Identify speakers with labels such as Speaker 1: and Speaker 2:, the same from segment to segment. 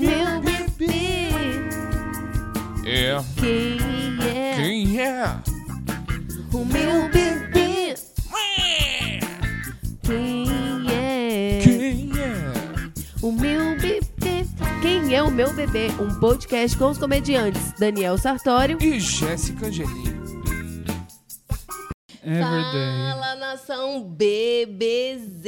Speaker 1: Quem é o meu bebê?
Speaker 2: É,
Speaker 1: Quem é
Speaker 2: quem é?
Speaker 1: o meu bebê? Quem é
Speaker 2: Quem é?
Speaker 1: o meu bebê? Quem é o meu bebê? Um podcast com os comediantes Daniel Sartório.
Speaker 2: E Jéssica Angelini.
Speaker 3: É Everyday.
Speaker 1: Fala nação bebezeira!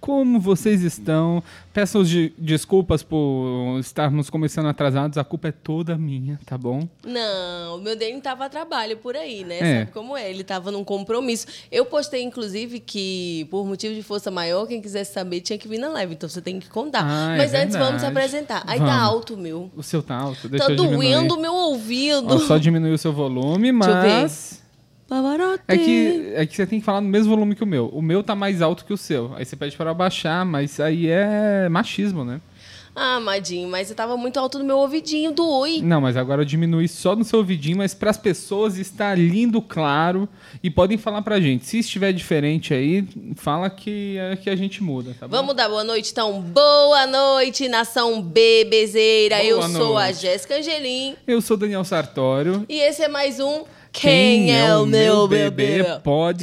Speaker 3: Como vocês estão? Peço de- desculpas por estarmos começando atrasados. A culpa é toda minha, tá bom?
Speaker 4: Não, o meu dele tava a trabalho por aí, né?
Speaker 3: É.
Speaker 4: Sabe como é? Ele tava num compromisso. Eu postei, inclusive, que por motivo de força maior, quem quisesse saber tinha que vir na live. Então você tem que contar.
Speaker 3: Ah, é
Speaker 4: Mas antes
Speaker 3: verdade.
Speaker 4: vamos se apresentar. Aí tá
Speaker 3: Vamos.
Speaker 4: alto, meu.
Speaker 3: O seu tá alto, deixa
Speaker 4: tá
Speaker 3: eu diminuir.
Speaker 4: doendo o meu ouvido.
Speaker 3: Ó, só diminuiu o seu volume,
Speaker 4: Deixa eu
Speaker 3: mas...
Speaker 4: Pavarotti.
Speaker 3: É que, é que você tem que falar no mesmo volume que o meu. O meu tá mais alto que o seu. Aí você pede para eu abaixar, mas aí é machismo, né?
Speaker 4: Ah, Madinho, mas eu tava muito alto no meu ouvidinho do oi.
Speaker 3: Não, mas agora eu diminui só no seu ouvidinho, mas pras pessoas está lindo, claro. E podem falar pra gente. Se estiver diferente aí, fala que, é que a gente muda, tá bom?
Speaker 4: Vamos dar boa noite, então. Boa noite, nação bebezeira.
Speaker 3: Boa
Speaker 4: eu sou a
Speaker 3: noite.
Speaker 4: Jéssica Angelim.
Speaker 3: Eu sou Daniel Sartório.
Speaker 4: E esse é mais um Quem, é, o Meu Bebê,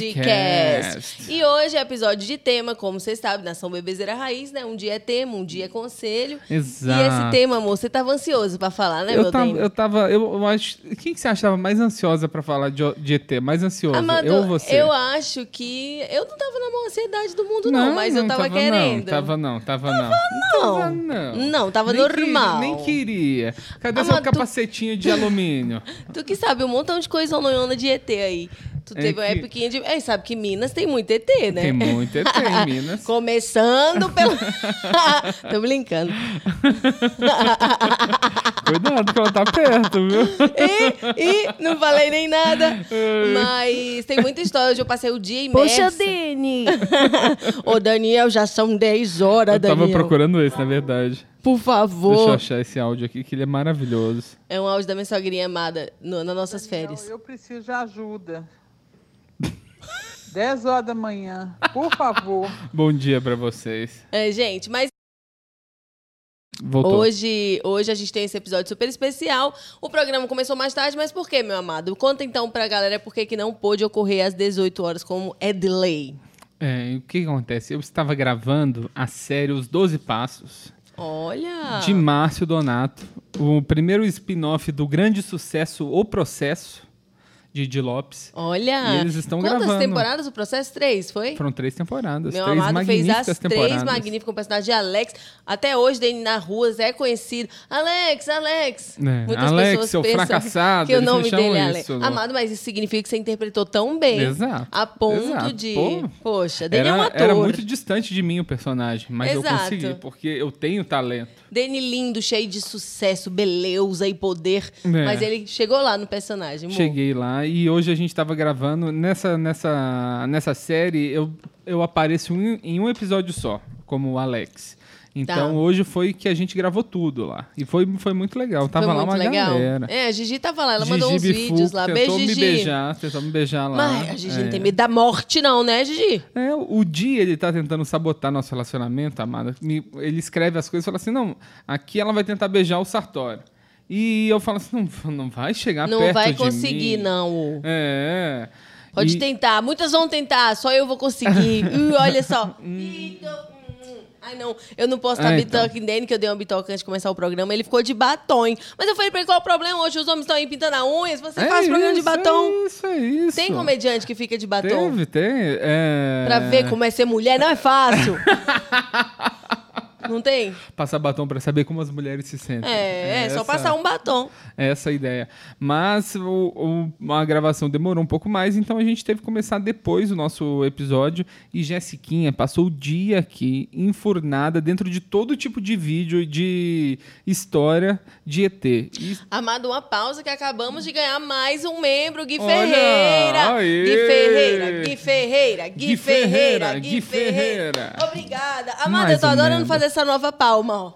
Speaker 3: Podcast.
Speaker 4: E hoje é episódio de tema, como vocês sabem, Nação Bebezeira Raiz, né? Um dia é tema, um dia é conselho.
Speaker 3: Exato.
Speaker 4: E esse tema, amor, você tava ansioso pra falar, né,
Speaker 3: eu
Speaker 4: meu
Speaker 3: tava,
Speaker 4: Demi?
Speaker 3: eu tava, eu, eu acho, quem que você achava mais ansiosa pra falar de, de ET? Mais ansiosa,
Speaker 4: Amado,
Speaker 3: eu ou você?
Speaker 4: eu acho que... Eu não tava na maior ansiedade do mundo, não, mas eu tava,
Speaker 3: Não,
Speaker 4: querendo.
Speaker 3: tava não, tava não.
Speaker 4: não.
Speaker 3: Tava não.
Speaker 4: Não, tava
Speaker 3: Nem que-
Speaker 4: normal.
Speaker 3: nem queria. Cadê
Speaker 4: Amado,
Speaker 3: seu
Speaker 4: tu-
Speaker 3: capacetinho de alumínio?
Speaker 4: Tu que sabe um montão de coisa ononhona de ET aí. Tu
Speaker 3: É
Speaker 4: teve uma
Speaker 3: que-
Speaker 4: época de... É, sabe que Minas tem muito ET, né?
Speaker 3: Tem muito ET em Minas.
Speaker 4: Começando pelo... Tô brincando.
Speaker 3: Cuidado que ela tá perto, viu?
Speaker 4: E, e não falei nem nada. Mas tem muita história. Hoje eu passei o dia
Speaker 1: Poxa,
Speaker 4: imersa.
Speaker 1: Dani!
Speaker 4: Ô, Daniel, já são 10 horas,
Speaker 3: Eu tava
Speaker 4: Daniel.
Speaker 3: procurando esse, na verdade.
Speaker 4: Por
Speaker 3: Deixa eu
Speaker 4: favor.
Speaker 3: achar esse áudio aqui, que ele é maravilhoso.
Speaker 4: É um áudio da minha sogrinha amada no- nas nossas
Speaker 5: Daniel,
Speaker 4: férias.
Speaker 5: Eu preciso de ajuda. 10 horas da manhã, por favor.
Speaker 3: Bom dia pra vocês.
Speaker 4: É, gente, mas
Speaker 3: Voltou.
Speaker 4: hoje, hoje a gente tem esse episódio super especial. O programa começou mais tarde, mas por quê, meu amado? Conta então pra galera por que que não pôde ocorrer às 18 horas, como é delay.
Speaker 3: É, e o que que acontece? Eu estava gravando a série Os Doze Passos
Speaker 4: Olha!
Speaker 3: de Márcio Donato, o primeiro spin-off do grande sucesso O Processo de Di Lopes.
Speaker 4: Olha!
Speaker 3: E eles estão
Speaker 4: Quantas
Speaker 3: gravando.
Speaker 4: temporadas o processo? Três, foi?
Speaker 3: Foram três temporadas,
Speaker 4: Meu
Speaker 3: três
Speaker 4: amado fez
Speaker 3: magníficas
Speaker 4: as três
Speaker 3: temporadas.
Speaker 4: magníficas com o personagem de Alex. Até hoje, Dani na rua é conhecido. Alex, Alex.
Speaker 3: É, Alex, seu fracassado,
Speaker 4: que o
Speaker 3: eles me
Speaker 4: nome
Speaker 3: chamam
Speaker 4: dele é Alex.
Speaker 3: isso.
Speaker 4: Amado, mas isso significa que você interpretou tão bem.
Speaker 3: Exato,
Speaker 4: A ponto
Speaker 3: exato.
Speaker 4: de...
Speaker 3: Pô,
Speaker 4: Poxa, Dani
Speaker 3: Era,
Speaker 4: é um ator.
Speaker 3: era muito distante de mim o personagem, mas eu
Speaker 4: Exato.
Speaker 3: consegui, porque eu tenho talento.
Speaker 4: Dani lindo, cheio de sucesso, beleza e poder.
Speaker 3: É.
Speaker 4: Mas ele chegou lá no personagem. amor.
Speaker 3: Cheguei lá e hoje a gente tava gravando. Nessa, nessa, nessa série, eu, eu apareço em, em um episódio só, como o Alex. Então
Speaker 4: Tá.
Speaker 3: hoje foi que a gente gravou tudo lá. E foi, foi muito legal. Tava
Speaker 4: Foi
Speaker 3: lá
Speaker 4: muito
Speaker 3: uma
Speaker 4: legal.
Speaker 3: galera.
Speaker 4: É, a Gigi tava lá. Ela mandou uns
Speaker 3: Gigi
Speaker 4: vídeos
Speaker 3: Bifu
Speaker 4: lá. Beijo,
Speaker 3: Tentou me
Speaker 4: Gigi.
Speaker 3: beijar, tentou me beijar lá.
Speaker 4: Mas a Gigi
Speaker 3: É.
Speaker 4: não tem medo da morte, não, né, Gigi?
Speaker 3: É, o Di, ele tá tentando sabotar nosso relacionamento, amada. Me- Ele escreve as coisas e fala assim: não, aqui ela vai tentar beijar o Sartório. E eu falo assim: não, não vai chegar
Speaker 4: Não
Speaker 3: perto
Speaker 4: vai
Speaker 3: de
Speaker 4: conseguir,
Speaker 3: mim.
Speaker 4: não.
Speaker 3: É.
Speaker 4: Pode
Speaker 3: e,
Speaker 4: tentar, muitas vão tentar, só eu vou conseguir. Ih, olha só. Ih, tô- hum, hum. Ai, não, eu não posso dar
Speaker 3: Ah, então.
Speaker 4: bitoca em Dani, que eu dei uma bitoca antes de começar o programa. Ele ficou de batom. Mas eu falei pra ele qual o problema hoje? Os homens estão aí pintando a unha, você
Speaker 3: é
Speaker 4: faz programa de
Speaker 3: isso,
Speaker 4: batom.
Speaker 3: É isso, é isso.
Speaker 4: Tem comediante que fica de batom.
Speaker 3: Teve, tem. É...
Speaker 4: Pra ver como é ser mulher, não é fácil. não tem?
Speaker 3: Passar batom pra saber como as mulheres se sentem.
Speaker 4: É, é, só
Speaker 3: essa-
Speaker 4: passar um batom.
Speaker 3: é Essa a ideia. Mas o, o- a gravação demorou um pouco mais, então a gente teve que começar depois o nosso episódio. E Jessiquinha passou o dia aqui, enfurnada, dentro de todo tipo de vídeo e de história de ET. E
Speaker 4: Amado, uma pausa que acabamos de ganhar mais um membro, Gui
Speaker 3: Olha,
Speaker 4: Ferreira.
Speaker 3: aê.
Speaker 4: Gui Ferreira, Gui Ferreira, Gui,
Speaker 3: Gui Ferreira,
Speaker 4: Ferreira,
Speaker 3: Gui
Speaker 4: Gui
Speaker 3: Ferreira.
Speaker 4: Ferreira. Obrigada. Amado,
Speaker 3: Mais
Speaker 4: eu tô
Speaker 3: um
Speaker 4: adorando
Speaker 3: membro.
Speaker 4: fazer essa nova palma, ó.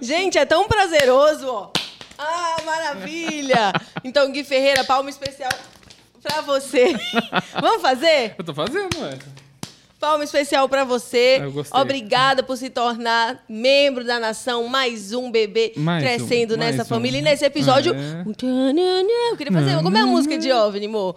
Speaker 4: Gente, é tão prazeroso, ó. Ah, maravilha. Então, Gui Ferreira, palma especial pra você. Vamos fazer?
Speaker 3: eu tô fazendo, ué.
Speaker 4: Palma especial pra você.
Speaker 3: Ah, Eu gostei.
Speaker 4: Obrigada por se tornar membro da nação. Mais um bebê
Speaker 3: Mais
Speaker 4: crescendo
Speaker 3: um, mais
Speaker 4: nessa
Speaker 3: um.
Speaker 4: família. E nesse episódio. um
Speaker 3: É.
Speaker 4: Eu queria fazer. Como é a música de OVNI, amor?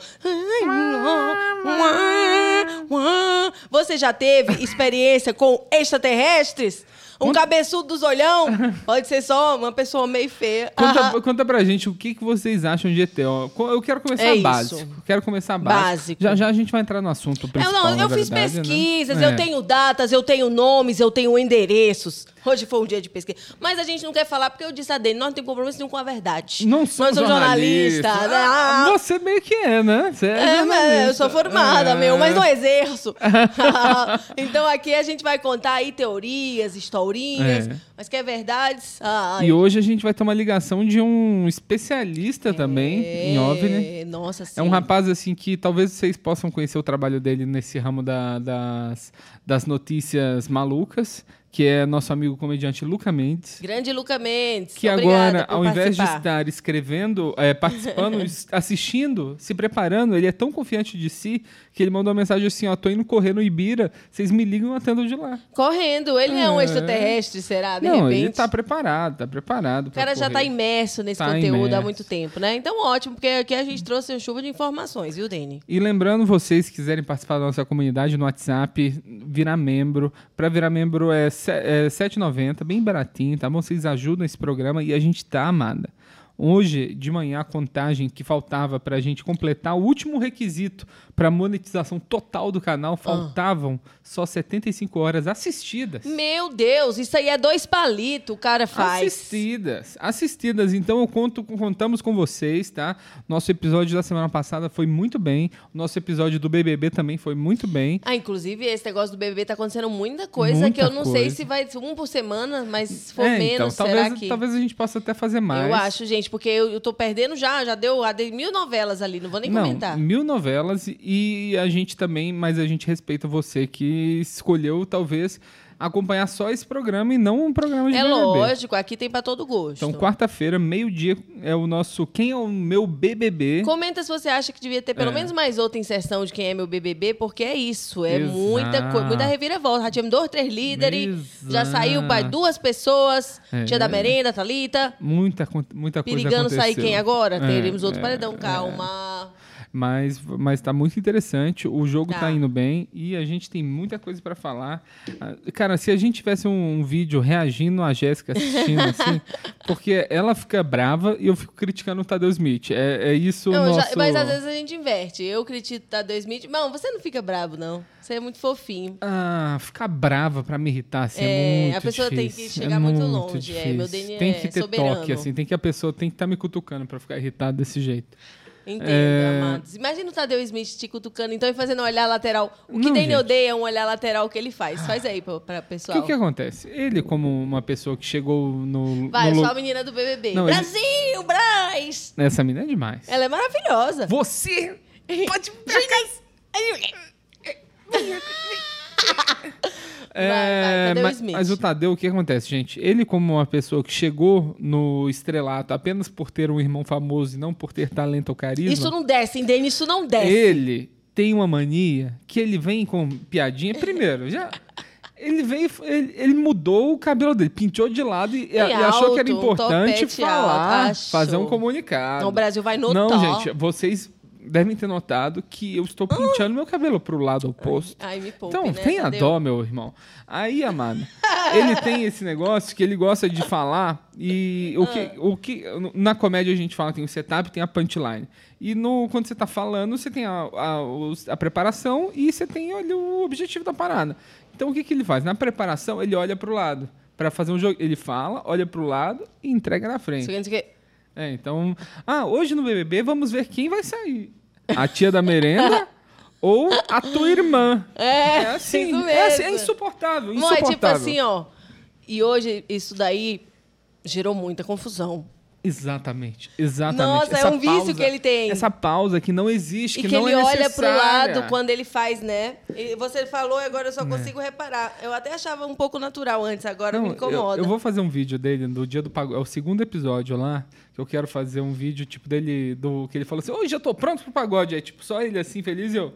Speaker 4: Você já teve experiência com extraterrestres? Um cabeçudo dos olhão? Pode ser só uma pessoa meio feia.
Speaker 3: Conta,
Speaker 4: Ah,
Speaker 3: conta pra gente o que, que vocês acham de ET. ó. Co- Eu quero começar
Speaker 4: É isso.
Speaker 3: básico. Quero começar básico.
Speaker 4: Básico.
Speaker 3: Já já a gente vai entrar no assunto
Speaker 4: Eu,
Speaker 3: principal.
Speaker 4: não,
Speaker 3: na
Speaker 4: eu fiz
Speaker 3: verdade, né?
Speaker 4: pesquisas,
Speaker 3: É.
Speaker 4: eu tenho datas, eu tenho nomes, eu tenho endereços. Hoje foi um dia de pesquisa. Mas a gente não quer falar porque eu disse a dele, nós não temos compromisso nenhum com a verdade.
Speaker 3: Não sou
Speaker 4: Nós somos jornalistas. né? Ah,
Speaker 3: Ah, Você meio que é, né? Você é,
Speaker 4: é, mas
Speaker 3: jornalista.
Speaker 4: eu sou formada,
Speaker 3: É.
Speaker 4: meu, mas não exerço. então aqui a gente vai contar aí teorias, historinhas,
Speaker 3: É.
Speaker 4: mas que é verdade. Ah,
Speaker 3: E hoje a gente vai ter uma ligação de um especialista também em OVNI.
Speaker 4: é, Nossa, sim.
Speaker 3: É um rapaz assim que talvez vocês possam conhecer o trabalho dele nesse ramo da- das, das notícias malucas, que é nosso amigo comediante Luca Mendes.
Speaker 4: Grande Luca Mendes.
Speaker 3: Que
Speaker 4: obrigada
Speaker 3: agora,
Speaker 4: por
Speaker 3: ao invés de
Speaker 4: participar.
Speaker 3: estar escrevendo, é, participando, es- assistindo, se preparando, ele é tão confiante de si que ele mandou uma mensagem assim: ó, tô indo correr no Ibira, vocês me ligam e atendo de lá.
Speaker 4: Correndo, ele é um
Speaker 3: É.
Speaker 4: extraterrestre, será? Ah, De
Speaker 3: Não,
Speaker 4: repente.
Speaker 3: ele tá preparado, tá preparado.
Speaker 4: O cara já tá imerso nesse
Speaker 3: Tá
Speaker 4: conteúdo há
Speaker 3: imerso.
Speaker 4: muito tempo, né? Então, ótimo, porque aqui a gente trouxe um chuva de informações, viu, Dene?
Speaker 3: E lembrando, vocês que quiserem participar da nossa comunidade no WhatsApp, virar membro. Para virar membro é, se- é 7,90, bem baratinho, tá bom? Vocês ajudam esse programa e a gente tá amada. Hoje de manhã, a contagem que faltava para a gente completar o último requisito para monetização total do canal faltavam só 75 horas assistidas.
Speaker 4: Meu Deus, isso aí é dois palitos, o cara faz.
Speaker 3: Assistidas. Assistidas. Então eu conto, contamos com vocês, tá? Nosso episódio da semana passada foi muito bem. Nosso episódio do BBB também foi muito bem.
Speaker 4: Ah, inclusive, esse negócio do bebê tá acontecendo muita coisa
Speaker 3: Muita
Speaker 4: que eu não sei
Speaker 3: coisa.
Speaker 4: se vai ser um por semana, mas se for
Speaker 3: É,
Speaker 4: menos,
Speaker 3: talvez,
Speaker 4: será que.
Speaker 3: talvez a gente possa até fazer mais.
Speaker 4: Eu acho, gente, porque eu, eu tô perdendo já, já deu, já dei mil novelas ali, não vou nem
Speaker 3: Não,
Speaker 4: comentar.
Speaker 3: mil novelas e a gente também, mas a gente respeita você que escolheu talvez acompanhar só esse programa e não um programa de
Speaker 4: É
Speaker 3: BBB.
Speaker 4: lógico, aqui tem pra todo gosto.
Speaker 3: Então quarta-feira, meio-dia é o nosso quem é o meu BBB.
Speaker 4: Comenta se você acha que devia ter pelo
Speaker 3: É.
Speaker 4: menos mais outra inserção de quem é meu BBB, porque é isso. É muita coisa,
Speaker 3: Exato.
Speaker 4: muita reviravolta. Já tivemos dois, três líderes, já
Speaker 3: Exato.
Speaker 4: saiu pai duas pessoas,
Speaker 3: É.
Speaker 4: tia da merenda, Thalita.
Speaker 3: Muita, con- muita coisa
Speaker 4: Perigando
Speaker 3: aconteceu.
Speaker 4: sair quem agora?
Speaker 3: É,
Speaker 4: Teremos outro
Speaker 3: é,
Speaker 4: paredão, calma.
Speaker 3: Mas, mas tá muito interessante. O jogo tá,
Speaker 4: Tá.
Speaker 3: indo bem e a gente tem muita coisa pra falar. Ah, Cara, se a gente tivesse um, um vídeo reagindo a Jéssica assistindo, assim, porque ela fica brava e eu fico criticando o Tadeu Smith. É, é isso
Speaker 4: Não,
Speaker 3: o
Speaker 4: eu já-
Speaker 3: nosso...
Speaker 4: mas às vezes a gente inverte. Eu critico tá 2000. Não, você não fica brabo, não. Você é muito fofinho.
Speaker 3: Ah, ficar brava pra me irritar, assim, é,
Speaker 4: É,
Speaker 3: muito
Speaker 4: a pessoa tem que
Speaker 3: difícil.
Speaker 4: chegar
Speaker 3: É
Speaker 4: muito
Speaker 3: muito
Speaker 4: longe, é, meu
Speaker 3: difícil.
Speaker 4: DNA
Speaker 3: Tem
Speaker 4: é
Speaker 3: que ter
Speaker 4: soberano.
Speaker 3: toque, assim, tem que a pessoa tem que estar me cutucando pra ficar irritado desse jeito.
Speaker 4: Entendo,
Speaker 3: É.
Speaker 4: amados. Imagina o Tadeu Smith te cutucando, então, e fazendo um olhar lateral. O que
Speaker 3: Não,
Speaker 4: Daniel
Speaker 3: gente.
Speaker 4: odeia é um olhar lateral que ele faz. Faz aí pra, pra
Speaker 3: O que,
Speaker 4: pessoal.
Speaker 3: que acontece? Ele, como uma pessoa que chegou no...
Speaker 4: Vai,
Speaker 3: no
Speaker 4: eu
Speaker 3: lu-
Speaker 4: sou a menina do BBB.
Speaker 3: Não, ele-
Speaker 4: Brasil, Braz!
Speaker 3: Essa mina é demais.
Speaker 4: Ela é maravilhosa.
Speaker 3: Você
Speaker 4: Pode pra casa. Vai, vai, Tadeu
Speaker 3: É, mas,
Speaker 4: Smith.
Speaker 3: mas o Tadeu, o que acontece, gente? Ele, como uma pessoa que chegou no estrelato apenas por ter um irmão famoso e não por ter talento ou carisma,
Speaker 4: Isso não desce, hein, Dani? Isso não desce.
Speaker 3: ele tem uma mania que ele vem com piadinha. Primeiro, já. Ele veio, ele, ele mudou o cabelo dele, pintou de lado e, e achou que era
Speaker 4: alto, um
Speaker 3: importante
Speaker 4: topete
Speaker 3: falar,
Speaker 4: alto, achou.
Speaker 3: fazer um comunicado.
Speaker 4: Então, o Brasil vai notar.
Speaker 3: Não, gente, vocês devem ter notado que eu estou penteando meu cabelo pro lado oposto.
Speaker 4: Ai, me poupe,
Speaker 3: Então,
Speaker 4: né,
Speaker 3: tenha
Speaker 4: Tadeu?
Speaker 3: dó, meu irmão. Aí, amado, ele tem esse negócio que ele gosta de falar e o que, o que na comédia a gente fala tem o setup, tem a punchline. E no quando você tá falando, você tem a, a, os- a preparação e você tem olha, o objetivo da parada. Então, o que, que ele faz? Na preparação, ele olha pro lado. Pra fazer um jogo, ele fala, olha pro lado e entrega na frente.
Speaker 4: Isso quer dizer que-
Speaker 3: É, então. Ah, hoje no BBB vamos ver quem vai sair: a tia da merenda ou a tua irmã.
Speaker 4: É, isso mesmo.
Speaker 3: É, assim, é insuportável,
Speaker 4: Bom, é
Speaker 3: insuportável.
Speaker 4: tipo assim, ó. E hoje isso daí gerou muita confusão.
Speaker 3: Exatamente, exatamente.
Speaker 4: Nossa, é um vício que ele tem.
Speaker 3: Essa pausa que não existe,
Speaker 4: E
Speaker 3: que,
Speaker 4: que,
Speaker 3: não
Speaker 4: ele
Speaker 3: é
Speaker 4: olha pro
Speaker 3: necessária. Né.
Speaker 4: lado quando ele faz, né? E você falou e agora eu só consigo reparar. Eu até achava um pouco natural antes, agora
Speaker 3: Não,
Speaker 4: me incomoda.
Speaker 3: Eu, eu vou fazer um vídeo dele do dia do pagode. É o segundo episódio lá, que eu quero fazer um vídeo, tipo, dele, do que ele falou assim, hoje eu tô pronto pro pagode. É tipo, só ele assim, feliz e eu.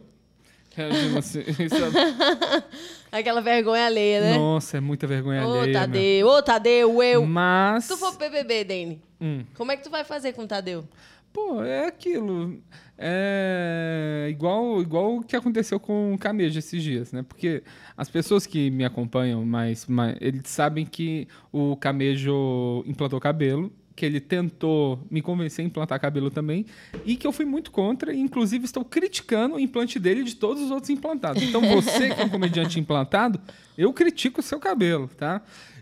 Speaker 3: Reagindo assim. sabe?
Speaker 4: Aquela vergonha alheia, né?
Speaker 3: Nossa, é muita vergonha
Speaker 4: Ô,
Speaker 3: alheia, meu.
Speaker 4: Tadeu, ô, Tadeu, eu.
Speaker 3: Mas...
Speaker 4: Se tu for pro BBB, Dani,
Speaker 3: Hum.
Speaker 4: como é que tu vai fazer com o Tadeu?
Speaker 3: Pô, é aquilo. É igual, igual o que aconteceu com o Camejo esses dias, né? Porque as pessoas que me acompanham, mas, mas eles sabem que o Camejo implantou cabelo, que ele tentou me convencer a implantar cabelo também, e que eu fui muito contra, e inclusive estou criticando o implante dele e de todos os outros implantados. Então você que é um comediante implantado, eu critico o seu cabelo, tá?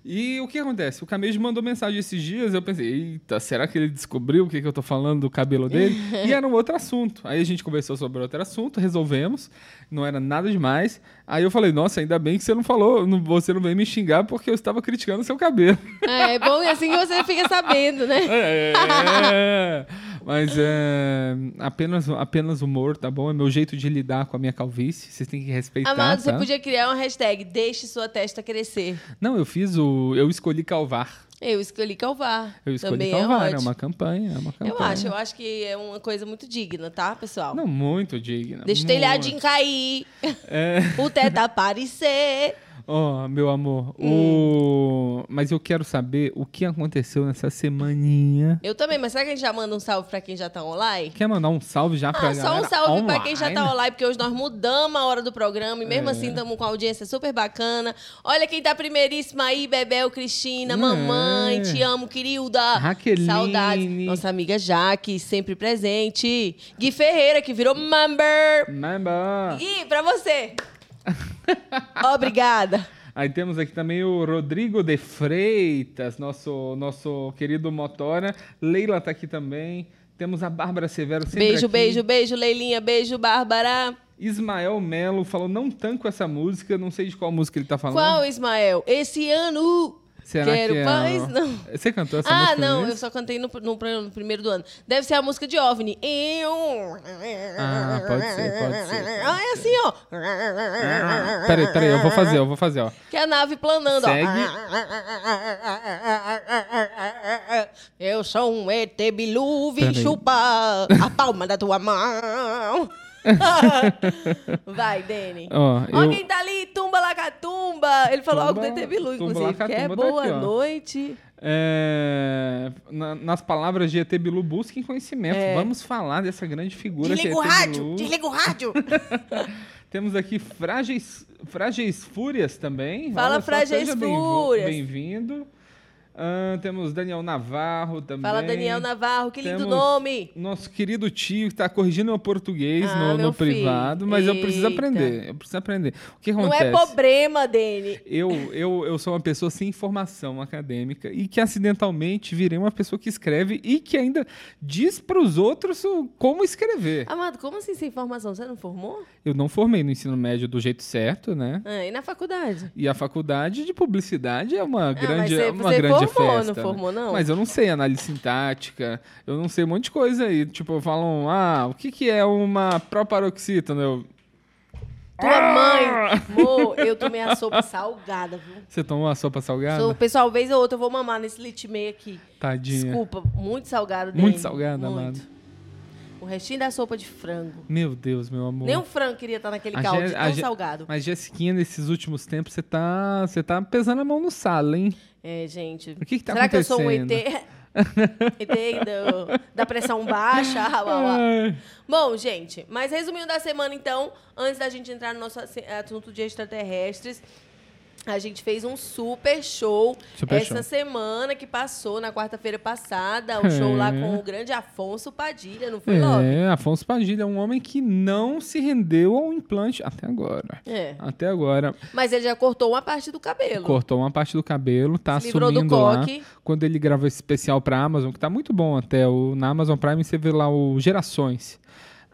Speaker 3: E o que acontece? O Camejo mandou mensagem esses dias, eu pensei, eita, será que ele descobriu o que, que eu tô falando do cabelo dele? e era um outro assunto. Aí a gente conversou sobre outro assunto, resolvemos, não era nada demais. Aí eu falei, nossa, ainda bem que você não falou, não- você não veio me xingar porque eu estava criticando o seu cabelo.
Speaker 4: É, é bom e assim que você fica sabendo, né?
Speaker 3: É. Mas é, apenas, apenas humor, tá bom? É meu jeito de lidar com a minha calvície, vocês têm que respeitar,
Speaker 4: Amado, você
Speaker 3: tá?
Speaker 4: podia criar uma hashtag, deixe sua testa crescer.
Speaker 3: Não, eu fiz o... eu escolhi calvar.
Speaker 4: Eu escolhi calvar.
Speaker 3: Eu escolhi
Speaker 4: Também
Speaker 3: calvar, é,
Speaker 4: ótimo.
Speaker 3: uma campanha, é uma campanha.
Speaker 4: Eu acho, eu acho que é uma coisa muito digna, tá, pessoal?
Speaker 3: Não, muito digna.
Speaker 4: Deixa o
Speaker 3: muito.
Speaker 4: telhadinho cair,
Speaker 3: É.
Speaker 4: o teto aparecer.
Speaker 3: Ó, meu amor,
Speaker 4: Hum.
Speaker 3: o... mas eu quero saber o que aconteceu nessa semaninha.
Speaker 4: Eu também, mas será que a gente já manda um salve pra quem já tá online?
Speaker 3: Quer mandar um salve já pra
Speaker 4: Ah, só um
Speaker 3: galera
Speaker 4: salve pra quem já
Speaker 3: online?
Speaker 4: tá online, porque hoje nós mudamos a hora do programa e mesmo
Speaker 3: É.
Speaker 4: assim estamos com a audiência super bacana. Olha quem tá primeiríssima aí, Bebel, Cristina,
Speaker 3: É.
Speaker 4: mamãe, te amo, querida.
Speaker 3: Raqueline.
Speaker 4: Saudades. Nossa amiga Jaque, sempre presente. Gui Ferreira, que virou member.
Speaker 3: Mamba.
Speaker 4: Gui, pra você. Obrigada.
Speaker 3: Aí temos aqui também o Rodrigo de Freitas, nosso, nosso querido motora. Leila tá aqui também. Temos a Bárbara Severo sempre
Speaker 4: beijo,
Speaker 3: aqui.
Speaker 4: beijo, beijo, Leilinha. Beijo, Bárbara.
Speaker 3: Ismael Melo falou, não tanco essa música, não sei de qual música ele tá falando.
Speaker 4: Qual, Ismael? Esse ano.
Speaker 3: Será
Speaker 4: Quero
Speaker 3: que é...
Speaker 4: paz, não.
Speaker 3: Você cantou essa música? é
Speaker 4: ah,
Speaker 3: no
Speaker 4: não,
Speaker 3: início?
Speaker 4: eu só cantei no, no pr- no primeiro do ano. Deve ser a música de OVNI. Eu...
Speaker 3: Ah, pode ser, pode ser, pode
Speaker 4: Ah, é assim, ó.
Speaker 3: Ah, Peraí, peraí, eu vou fazer, eu vou fazer, ó.
Speaker 4: Que é a nave planando,
Speaker 3: Segue.
Speaker 4: ó. Eu sou um ET Bilu, vim
Speaker 3: Peraí.
Speaker 4: chupar a palma da tua mão. Vai, Dani.
Speaker 3: Ó,
Speaker 4: Ó
Speaker 3: eu-
Speaker 4: quem tá ali, tumba lacatumba. Ele falou algo
Speaker 3: Tumba-
Speaker 4: do ET Bilu,
Speaker 3: Tumba
Speaker 4: inclusive. Que é
Speaker 3: Lacatumba tá
Speaker 4: boa
Speaker 3: aqui, ó.
Speaker 4: noite.
Speaker 3: É, na- nas palavras de ET Bilu, busquem conhecimento.
Speaker 4: É.
Speaker 3: Vamos falar dessa grande figura que é
Speaker 4: Desliga o
Speaker 3: ET
Speaker 4: rádio,
Speaker 3: Bilu.
Speaker 4: desliga o rádio.
Speaker 3: Temos aqui Frágeis, frágeis Fúrias também.
Speaker 4: Fala,
Speaker 3: Olha só,
Speaker 4: Frágeis
Speaker 3: seja bem-vo-
Speaker 4: Fúrias.
Speaker 3: Bem-vindo. Ah, temos Daniel Navarro também.
Speaker 4: Fala, Daniel Navarro, que lindo
Speaker 3: Temos
Speaker 4: nome.
Speaker 3: Nosso querido tio que tá corrigindo meu português
Speaker 4: Ah,
Speaker 3: no, no
Speaker 4: meu filho.
Speaker 3: privado, mas eu preciso
Speaker 4: Eita.
Speaker 3: aprender. Eu preciso aprender. O que
Speaker 4: Não
Speaker 3: acontece?
Speaker 4: é problema, Dani.
Speaker 3: Eu, eu, eu sou uma pessoa sem formação acadêmica e que acidentalmente virei uma pessoa que escreve e que ainda diz para os outros o- como escrever.
Speaker 4: Amado, como assim sem formação? Você não formou?
Speaker 3: Eu não formei no ensino médio do jeito certo, né?
Speaker 4: Ah, e na faculdade?
Speaker 3: E a faculdade de publicidade é uma grande,
Speaker 4: Ah, você-
Speaker 3: uma
Speaker 4: você
Speaker 3: grande
Speaker 4: formou, não
Speaker 3: festa. né?
Speaker 4: formou, não?
Speaker 3: Mas eu não sei análise sintática, eu não sei um monte de coisa aí. Tipo, falam, ah, o que, que é uma proparoxítona? Eu,
Speaker 4: Tua
Speaker 3: Ah!
Speaker 4: mãe. Mô, eu tomei a sopa salgada, viu?
Speaker 3: Você tomou a sopa salgada?
Speaker 4: Sou, pessoal, vez ou outra eu vou mamar nesse litmei aqui.
Speaker 3: Tadinha.
Speaker 4: Desculpa, muito salgado, Dani.
Speaker 3: Muito salgada,
Speaker 4: Muito.
Speaker 3: amado.
Speaker 4: O restinho da sopa de frango.
Speaker 3: Meu Deus, meu amor.
Speaker 4: Nem um frango queria estar naquele
Speaker 3: A
Speaker 4: caldo,
Speaker 3: Jé-
Speaker 4: de
Speaker 3: a
Speaker 4: tão
Speaker 3: Jé-
Speaker 4: salgado.
Speaker 3: Mas, Jessiquinha, nesses últimos tempos, você tá, você tá pesando a mão no salo, hein?
Speaker 4: É, gente.
Speaker 3: O que que tá
Speaker 4: Será que eu sou um
Speaker 3: acontecendo?
Speaker 4: ET? ET do- da pressão baixa? Ah, lá, lá.
Speaker 3: Ai.
Speaker 4: Bom, gente, mas resumindo da semana, então, antes da gente entrar no nosso ass- assunto de extraterrestres, a gente fez um super show
Speaker 3: Super
Speaker 4: essa
Speaker 3: show.
Speaker 4: semana que passou, na quarta-feira passada, um show lá
Speaker 3: É.
Speaker 4: com o grande Afonso Padilha, não foi, Love?
Speaker 3: É, Afonso Padilha é um homem que não se rendeu ao implante até agora.
Speaker 4: É.
Speaker 3: Até agora.
Speaker 4: Mas ele já cortou uma parte do cabelo.
Speaker 3: Cortou uma parte do cabelo, tá
Speaker 4: Se livrou do
Speaker 3: assumindo lá.
Speaker 4: coque.
Speaker 3: Quando ele gravou esse especial pra Amazon, que tá muito bom até, o, na Amazon Prime você vê lá o Gerações.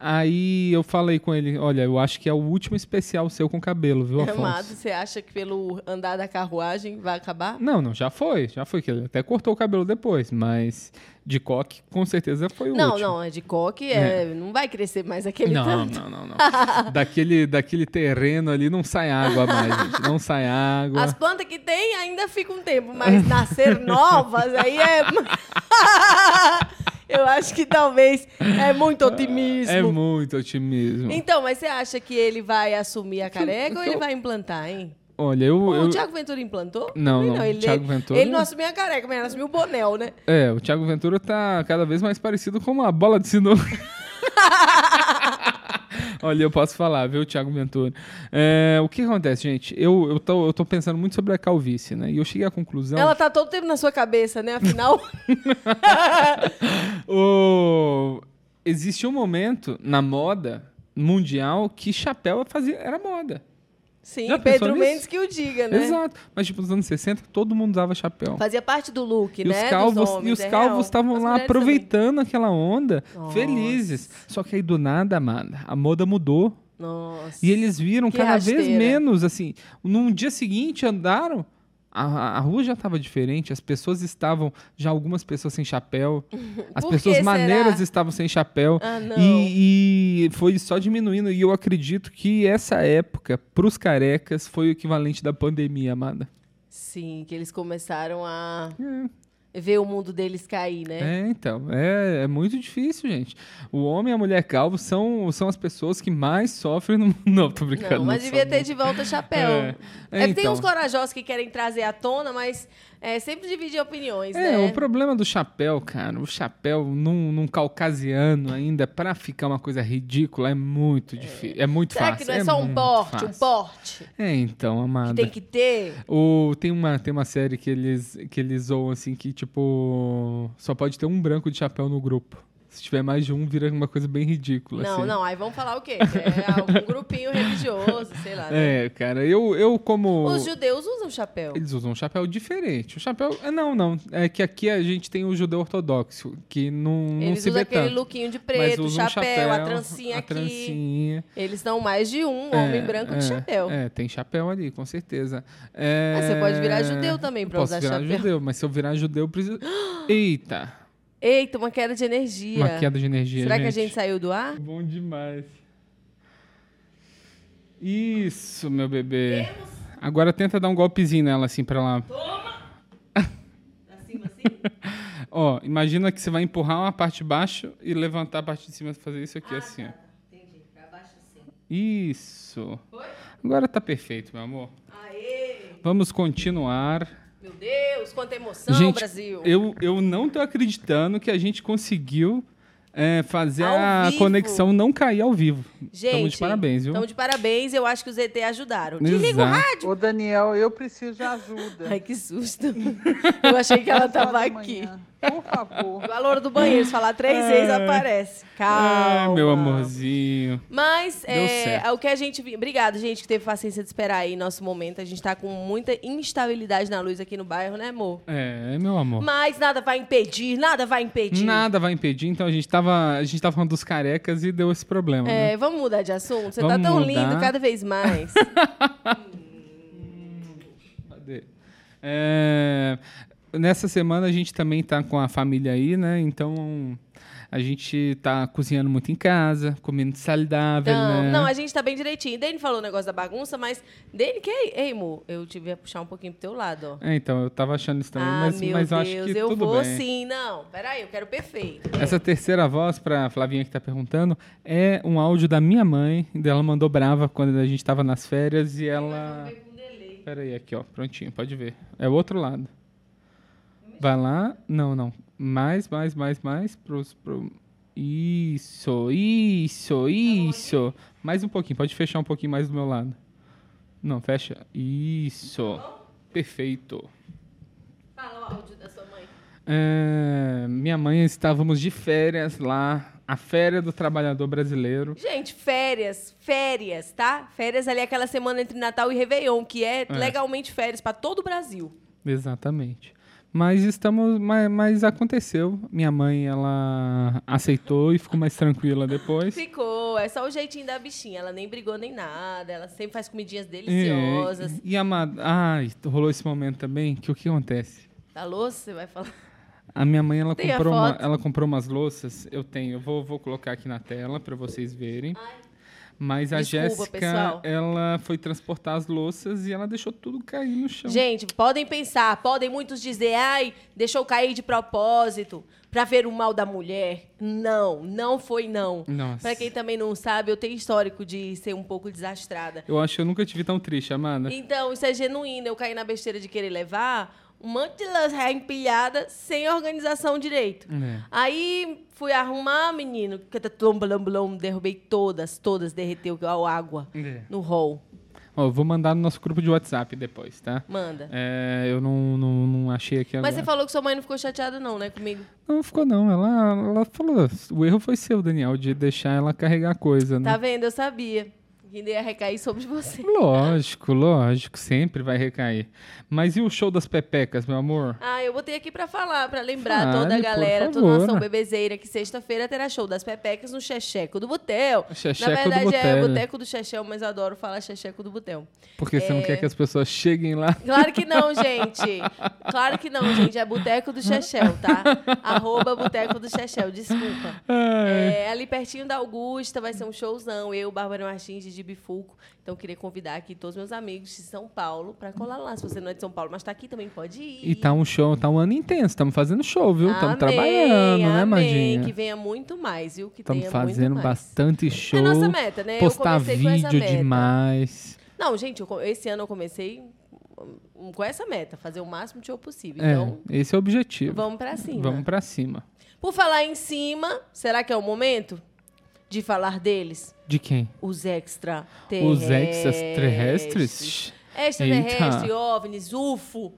Speaker 3: Aí eu falei com ele, olha, eu acho que é o último especial seu com cabelo, viu, Afonso?
Speaker 4: Amado, você acha que pelo andar da carruagem vai acabar?
Speaker 3: Não, não, já foi, já foi, que ele até cortou o cabelo depois, mas de coque com certeza foi o
Speaker 4: não,
Speaker 3: último.
Speaker 4: não, é de coque, é, não vai crescer mais aquele
Speaker 3: Não,
Speaker 4: tanto.
Speaker 3: não, não, não. daquele, daquele terreno ali não sai água mais, gente. Não sai água.
Speaker 4: As plantas que tem ainda fica um tempo, mas nascer novas aí é. Eu acho que talvez é muito otimismo.
Speaker 3: É muito otimismo.
Speaker 4: Então, mas você acha que ele vai assumir a careca ou ele vai implantar, hein?
Speaker 3: Olha, eu.
Speaker 4: Bom,
Speaker 3: eu-
Speaker 4: O Thiago Ventura implantou?
Speaker 3: Não,
Speaker 4: Também
Speaker 3: não, o
Speaker 4: Ele,
Speaker 3: Thiago Ventura-
Speaker 4: ele não assumiu a careca, mas ele assumiu o bonel, né?
Speaker 3: É, o Thiago Ventura tá cada vez mais parecido com uma bola de sinuca. Olha, eu posso falar, viu, Thiago Ventura? É, o que acontece, gente? Eu, eu, tô, eu tô pensando muito sobre a calvície, né? E eu cheguei à conclusão.
Speaker 4: Ela tá todo tempo na sua cabeça, né? Afinal,
Speaker 3: O... Existe um momento na moda mundial que chapéu fazia... era moda.
Speaker 4: sim,
Speaker 3: Já pensou
Speaker 4: Pedro
Speaker 3: nisso?
Speaker 4: Mendes que o diga, né?
Speaker 3: Exato. Mas, tipo, nos anos 60, todo mundo usava chapéu.
Speaker 4: Fazia parte do look,
Speaker 3: E
Speaker 4: né?
Speaker 3: os
Speaker 4: dos
Speaker 3: calvos
Speaker 4: homens,
Speaker 3: e os
Speaker 4: é real.
Speaker 3: calvos estavam
Speaker 4: As
Speaker 3: lá
Speaker 4: mulheres também.
Speaker 3: aproveitando aquela onda,
Speaker 4: Nossa.
Speaker 3: felizes. Só que aí do nada, amada, a moda mudou
Speaker 4: Nossa.
Speaker 3: e eles viram
Speaker 4: Que
Speaker 3: cada vez
Speaker 4: rasteira.
Speaker 3: menos assim. Num dia seguinte andaram, a, a rua já estava diferente, as pessoas estavam já algumas pessoas sem chapéu, as
Speaker 4: Por
Speaker 3: pessoas
Speaker 4: que
Speaker 3: maneiras
Speaker 4: será?
Speaker 3: estavam sem chapéu.
Speaker 4: Ah, não.
Speaker 3: E, e foi só diminuindo. E eu acredito que essa época, pros carecas, foi o equivalente da pandemia, amada.
Speaker 4: Sim, que eles começaram a ver o mundo deles cair, né?
Speaker 3: É, então. É, é muito difícil, gente. O homem e a mulher calvo são, são as pessoas que mais sofrem no mundo. Não, tô brincando.
Speaker 4: Não, mas
Speaker 3: são,
Speaker 4: devia ter
Speaker 3: não. né?
Speaker 4: de volta chapéu.
Speaker 3: É.
Speaker 4: É,
Speaker 3: É,
Speaker 4: que tem
Speaker 3: então.
Speaker 4: uns corajosos que querem trazer à tona, mas é, sempre dividir opiniões, né?
Speaker 3: É, o problema do chapéu, cara, o chapéu num, num caucasiano ainda, pra ficar uma coisa ridícula, é muito difícil. É muito
Speaker 4: Será
Speaker 3: fácil.
Speaker 4: que não é, só um
Speaker 3: muito
Speaker 4: porte, um
Speaker 3: fácil. Assim.
Speaker 4: porte
Speaker 3: É, então,
Speaker 4: que
Speaker 3: amada.
Speaker 4: tem que ter?
Speaker 3: Ou tem uma, tem uma série que eles, que eles zoam assim, que tipo. Só pode ter um branco de chapéu no grupo. Se tiver mais de um, vira uma coisa bem ridícula.
Speaker 4: Não,
Speaker 3: assim.
Speaker 4: não, aí vamos falar o quê? É algum grupinho religioso, sei lá, né?
Speaker 3: É, cara, eu, eu como.
Speaker 4: Os judeus usam chapéu.
Speaker 3: Eles usam um chapéu diferente. O chapéu. é, Não, não. É que aqui a gente tem o judeu ortodoxo, que não, não
Speaker 4: Eles
Speaker 3: se
Speaker 4: usam
Speaker 3: vê
Speaker 4: aquele
Speaker 3: tanto.
Speaker 4: lookinho de
Speaker 3: mas
Speaker 4: preto,
Speaker 3: usam
Speaker 4: chapéu,
Speaker 3: um
Speaker 4: a trancinha
Speaker 3: a
Speaker 4: aqui.
Speaker 3: trancinha.
Speaker 4: Eles dão mais de um
Speaker 3: É,
Speaker 4: homem branco
Speaker 3: é,
Speaker 4: de chapéu.
Speaker 3: É, tem chapéu ali, com certeza. É,
Speaker 4: Mas você pode virar judeu também pra
Speaker 3: Posso
Speaker 4: usar
Speaker 3: virar
Speaker 4: chapéu.
Speaker 3: judeu, mas se eu virar judeu, eu preciso. Eita!
Speaker 4: Eita, uma queda de energia.
Speaker 3: Uma queda de energia.
Speaker 4: Será que a gente saiu do ar?
Speaker 3: Bom demais. Isso, meu bebê. Agora tenta dar um golpezinho nela, assim, pra lá. Toma! ó, imagina que você vai empurrar uma parte de baixo e levantar a parte de cima e fazer isso
Speaker 4: Ah,
Speaker 3: aqui, assim, ó.
Speaker 4: tá.
Speaker 3: Isso. Agora tá perfeito, meu amor.
Speaker 4: Aê!
Speaker 3: Vamos continuar.
Speaker 4: Meu Deus, quanta emoção,
Speaker 3: gente,
Speaker 4: Brasil!
Speaker 3: Eu, eu não tô acreditando que a gente conseguiu é, fazer
Speaker 4: Ao
Speaker 3: a
Speaker 4: vivo.
Speaker 3: conexão não cair ao vivo.
Speaker 4: Gente,
Speaker 3: Tamo de parabéns, viu?
Speaker 4: Estamos de parabéns, eu acho que os ET ajudaram. Desliga o
Speaker 3: Exato.
Speaker 4: rádio!
Speaker 5: Ô, Daniel, eu preciso de ajuda.
Speaker 4: Ai, que susto. Eu achei que ela
Speaker 5: Três
Speaker 4: tava
Speaker 5: horas da
Speaker 4: aqui.
Speaker 5: manhã. Por favor.
Speaker 4: O louro do banheiro, se falar três vezes, aparece. Calma.
Speaker 3: Ai, meu amorzinho.
Speaker 4: Mas
Speaker 3: Deu certo.
Speaker 4: é, o que a gente. vi- Obrigado, gente, que teve paciência de esperar aí nosso momento. A gente tá com muita instabilidade na luz aqui no bairro, né, amor?
Speaker 3: É, meu amor.
Speaker 4: Mas nada vai impedir, nada vai impedir.
Speaker 3: Nada vai impedir, então a gente tava, a gente tava falando dos carecas e deu esse problema, né?
Speaker 4: É, vamos mudar de assunto? Você
Speaker 3: Vamos
Speaker 4: tá tão
Speaker 3: mudar.
Speaker 4: lindo cada vez mais.
Speaker 3: Cadê? É, nessa semana a gente também tá com a família aí, né? Então a gente tá cozinhando muito em casa, comendo saudável,
Speaker 4: Então,
Speaker 3: né?
Speaker 4: não, a gente tá bem direitinho. Dani falou o negócio da bagunça, mas Dani, que é, Ei, amor, eu tive que puxar um pouquinho pro teu lado, ó.
Speaker 3: É, então, eu tava achando isso também,
Speaker 4: ah,
Speaker 3: mas,
Speaker 4: meu
Speaker 3: mas eu
Speaker 4: Deus,
Speaker 3: acho que
Speaker 4: eu
Speaker 3: tudo
Speaker 4: vou
Speaker 3: bem.
Speaker 4: sim. Não, peraí, eu quero perfeito.
Speaker 3: Essa terceira voz, pra Flavinha que tá perguntando, é um áudio da minha mãe. Ela mandou brava quando a gente tava nas férias e ela. Pera aí, aqui, ó. Prontinho, pode ver. É o outro lado. Vai lá. Não, não. Mais, mais, mais, mais. Pros, pro... Isso, isso, isso. Mais um pouquinho. Pode fechar um pouquinho mais do meu lado. Não, fecha. Isso. Perfeito.
Speaker 4: Fala o áudio da sua mãe.
Speaker 3: É, minha mãe estávamos de férias lá, a férias do trabalhador brasileiro.
Speaker 4: Gente, férias, férias, tá? Férias ali é aquela semana entre Natal e Réveillon, que é, legalmente férias pra todo o Brasil.
Speaker 3: Exatamente. Mas estamos, mas, mas aconteceu. Minha mãe ela aceitou e ficou mais tranquila depois.
Speaker 4: Ficou, é só o jeitinho da bichinha. Ela nem brigou nem nada, ela sempre faz comidinhas deliciosas.
Speaker 3: E, e amada, ai, rolou esse momento também que o que acontece?
Speaker 4: Da louça, Tá você vai falar.
Speaker 3: A minha mãe ela
Speaker 4: Tem a
Speaker 3: comprou, uma,
Speaker 4: foto?
Speaker 3: ela comprou umas louças. Eu tenho, eu vou, vou colocar aqui na tela para vocês verem. Mas a
Speaker 1: Desculpa,
Speaker 3: Jéssica,
Speaker 1: pessoal.
Speaker 3: ela foi transportar as louças e ela deixou tudo cair no chão.
Speaker 4: Gente, podem pensar, podem muitos dizer, ai, deixou cair de propósito pra ver o mal da mulher. Não, não foi não.
Speaker 3: Nossa.
Speaker 4: Pra quem também não sabe, eu tenho histórico de ser um pouco desastrada.
Speaker 3: Eu acho que eu nunca tive tão triste, Amanda.
Speaker 4: Então, isso é genuíno. Eu caí na besteira de querer levar um monte de lança empilhada sem organização direito.
Speaker 3: É.
Speaker 4: Aí fui arrumar, menino, que tá tlom, blom, blom, derrubei todas, todas, derreteu igual água
Speaker 3: É.
Speaker 4: no hall.
Speaker 3: Ó, eu vou mandar no nosso grupo de WhatsApp depois, tá?
Speaker 4: Manda.
Speaker 3: É, eu não, não, não achei aqui
Speaker 4: Mas você
Speaker 3: agora.
Speaker 4: falou que sua mãe não ficou chateada, não, né, comigo?
Speaker 3: Não ficou, não. Ela, ela falou: o erro foi seu, Daniel, de deixar ela carregar a coisa, né?
Speaker 4: Tá vendo? Eu sabia. Que ainda ia recair sobre você.
Speaker 3: Lógico, lógico, sempre vai recair. Mas e o show das pepecas, meu amor?
Speaker 4: Ah, eu botei aqui pra falar, pra lembrar
Speaker 3: Fale,
Speaker 4: toda a
Speaker 3: por
Speaker 4: galera, toda a
Speaker 3: favor. né?
Speaker 4: nação bebezeira, que sexta-feira terá show das pepecas no Checheco do Botel.
Speaker 3: Checheco
Speaker 4: Na
Speaker 3: do né?
Speaker 4: verdade é
Speaker 3: Botel.
Speaker 4: Boteco do Chechel, mas eu adoro falar Checheco do Botel.
Speaker 3: Porque você não
Speaker 4: é.
Speaker 3: quer que as pessoas cheguem lá.
Speaker 4: Claro que não, gente. Claro que não, gente. É Boteco do Chechel, tá? Arroba Boteco do Chechel, desculpa. É, ali pertinho da Augusta vai ser um showzão. Eu, Bárbara Martins, Gigi Bifuco. Então, queria convidar aqui todos meus amigos de São Paulo pra colar lá. Se você não é de São Paulo, mas tá aqui também, pode ir.
Speaker 3: E tá um show, tá um ano intenso, estamos fazendo show, viu? Estamos
Speaker 4: Amém,
Speaker 3: trabalhando, né,
Speaker 4: amém.
Speaker 3: Madinha?
Speaker 4: Que venha muito mais, viu? Que
Speaker 3: Estamos
Speaker 4: tenha
Speaker 3: fazendo
Speaker 4: muito mais.
Speaker 3: bastante show.
Speaker 4: É a nossa meta, né? Eu
Speaker 3: Postar
Speaker 4: comecei com essa
Speaker 3: vídeo
Speaker 4: meta.
Speaker 3: demais.
Speaker 4: Não, gente, eu co- esse ano eu comecei hum, com essa meta, fazer o máximo de show possível.
Speaker 3: É,
Speaker 4: Então,
Speaker 3: esse é o objetivo.
Speaker 4: vamos pra cima.
Speaker 3: Vamos pra cima.
Speaker 4: Por falar em cima, será que é o momento de falar deles?
Speaker 3: De quem?
Speaker 4: Os extra
Speaker 3: Os extraterrestres?
Speaker 4: Extraterrestre,
Speaker 3: Eita.
Speaker 4: OVNIs, UFO.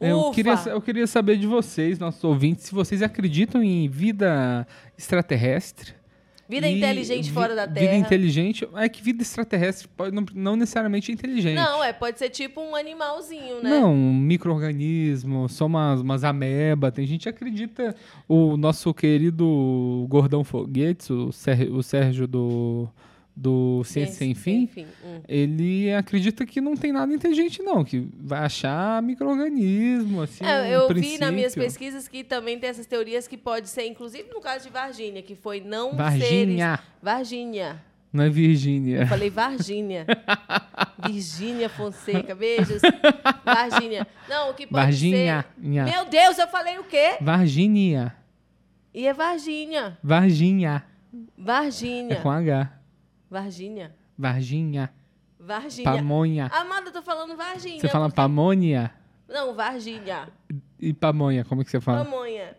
Speaker 3: É, Eu
Speaker 4: ufa.
Speaker 3: queria, eu queria saber de vocês, nossos ouvintes, se vocês acreditam em vida extraterrestre.
Speaker 4: Vida
Speaker 3: E
Speaker 4: inteligente
Speaker 3: vi-
Speaker 4: fora da
Speaker 3: Vida
Speaker 4: Terra.
Speaker 3: inteligente. É que vida extraterrestre pode não, não necessariamente é inteligente.
Speaker 4: Não, é, pode ser tipo um animalzinho, né?
Speaker 3: Não, um micro-organismo, só umas, umas ameba. Tem gente que acredita. O nosso querido Gordão Foguetes, o, Sér- o Sérgio do, do Ciência Sem Fim,
Speaker 4: hum.
Speaker 3: ele acredita que não tem nada inteligente, não. Que vai achar micro-organismo, assim.
Speaker 4: É,
Speaker 3: um
Speaker 4: eu vi
Speaker 3: princípio.
Speaker 4: nas minhas pesquisas que também tem essas teorias que pode ser, inclusive no caso de Varginha, que foi não um seres...
Speaker 3: Varginha,
Speaker 4: Varginha.
Speaker 3: não é
Speaker 4: Eu
Speaker 3: Virgínia.
Speaker 4: falei Varginha. Virgínia Fonseca, beijos. Varginha. Não, o que pode
Speaker 3: Varginha.
Speaker 4: ser... Meu Deus, eu falei o quê?
Speaker 3: Varginha.
Speaker 4: E é Varginha.
Speaker 3: Varginha. É
Speaker 4: Varginha.
Speaker 3: com H.
Speaker 4: Varginha.
Speaker 3: Varginha.
Speaker 4: Varginha.
Speaker 3: Pamonha.
Speaker 4: Amada, eu tô falando Varginha.
Speaker 3: Você fala pamonha
Speaker 4: Não, Varginha.
Speaker 3: e pamonha, como é que você fala?
Speaker 4: Pamonha.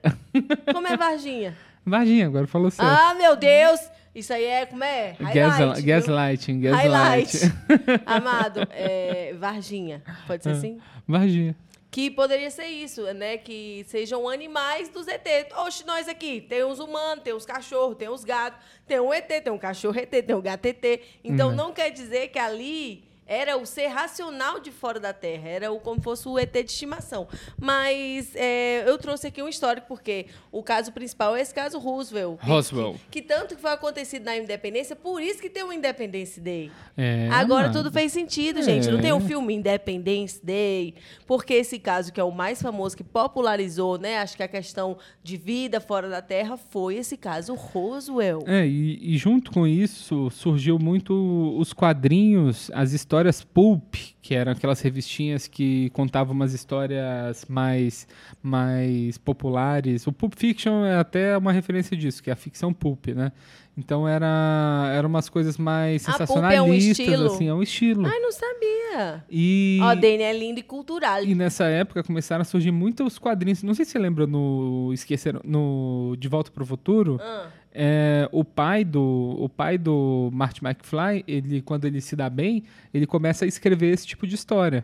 Speaker 4: Como é Varginha?
Speaker 3: Varginha, agora falou certo.
Speaker 4: Ah, meu Deus! Isso aí é, como é? Highlight.
Speaker 3: Gasla-
Speaker 4: viu?
Speaker 3: gaslighting,
Speaker 4: Highlight.
Speaker 3: gaslight.
Speaker 4: Amado, é, Varginha. Pode ser
Speaker 3: Ah.
Speaker 4: assim?
Speaker 3: Varginha.
Speaker 4: Que poderia ser isso, né? Que sejam animais dos ET. Oxe, nós aqui, tem uns humanos, tem uns cachorros, tem uns gatos, tem um ET, tem um cachorro ET, tem um gato ET. Então não quer dizer que ali era o ser racional de fora da Terra, era o, como fosse o ET de estimação. Mas é, eu trouxe aqui um histórico, porque o caso principal é esse caso Roosevelt. que-
Speaker 3: Roswell.
Speaker 4: Que, que tanto que foi acontecido na independência, por isso que tem o Independence Day.
Speaker 3: É,
Speaker 4: Agora
Speaker 3: mano.
Speaker 4: tudo fez sentido, gente. Não tem
Speaker 3: É.
Speaker 4: um filme Independence Day? Porque esse caso, que é o mais famoso, que popularizou, né? Acho que a questão de vida fora da Terra foi esse caso Roswell.
Speaker 3: É, e, e junto com isso surgiu muito os quadrinhos, as histórias pulp, que eram aquelas revistinhas que contavam umas histórias mais, mais populares. O Pulp Fiction é até uma referência disso, que é a ficção pulp, né? Então era, eram umas coisas mais
Speaker 4: A pulp é um
Speaker 3: sensacionalistas,
Speaker 4: estilo?
Speaker 3: assim, é um estilo.
Speaker 4: Ai, não sabia.
Speaker 3: E,
Speaker 4: Ó, Dani é lindo e cultural.
Speaker 3: E nessa época começaram a surgir muitos quadrinhos. Não sei se você lembra no Esqueceram no De Volta para o Futuro.
Speaker 4: Ah,
Speaker 3: É, o pai do o pai do Marty McFly, ele quando ele se dá bem, ele começa a escrever esse tipo de história.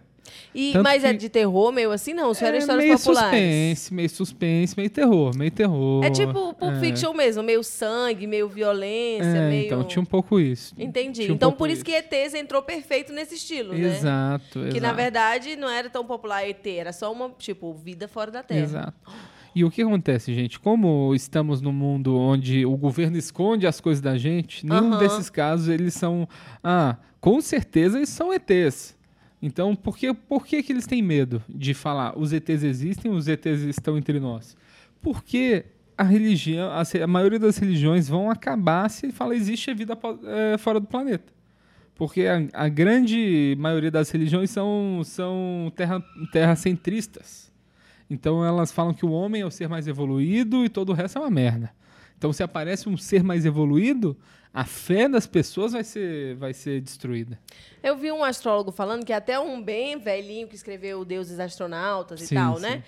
Speaker 4: E,
Speaker 3: Tanto
Speaker 4: mas é
Speaker 3: que-
Speaker 4: de terror meio assim? Não, só eram
Speaker 3: é
Speaker 4: histórias
Speaker 3: meio
Speaker 4: populares.
Speaker 3: suspense, meio suspense, meio terror, meio terror.
Speaker 4: É tipo Pulp
Speaker 3: É.
Speaker 4: Fiction mesmo, meio sangue, meio violência,
Speaker 3: É,
Speaker 4: meio...
Speaker 3: então tinha um pouco isso.
Speaker 4: Entendi.
Speaker 3: Tinha um
Speaker 4: então
Speaker 3: pouco
Speaker 4: por isso
Speaker 3: isso.
Speaker 4: que ETs entrou perfeito nesse estilo, né?
Speaker 3: Exato, exato.
Speaker 4: Que na verdade não era tão popular ET, era só uma, tipo, vida fora da Terra.
Speaker 3: Exato. E o que acontece, gente? Como estamos num mundo onde o governo esconde as coisas da gente, nenhum
Speaker 4: Aham.
Speaker 3: desses casos eles são. Ah, com certeza eles são ETs. Então, por que, por que, que eles têm medo de falar os ETs existem, os ETs estão entre nós? Porque a religião, a, se- a maioria das religiões vão acabar se falar existe a vida apó- eh, fora do planeta. Porque a, a grande maioria das religiões são, são terra, terracentristas. Então elas falam que o homem é o ser mais evoluído e todo o resto é uma merda. Então se aparece um ser mais evoluído, a fé das pessoas vai ser, vai ser destruída.
Speaker 4: Eu vi um astrólogo falando que até um bem velhinho que escreveu Deuses Astronautas e
Speaker 3: Sim,
Speaker 4: tal,
Speaker 3: sim.
Speaker 4: né?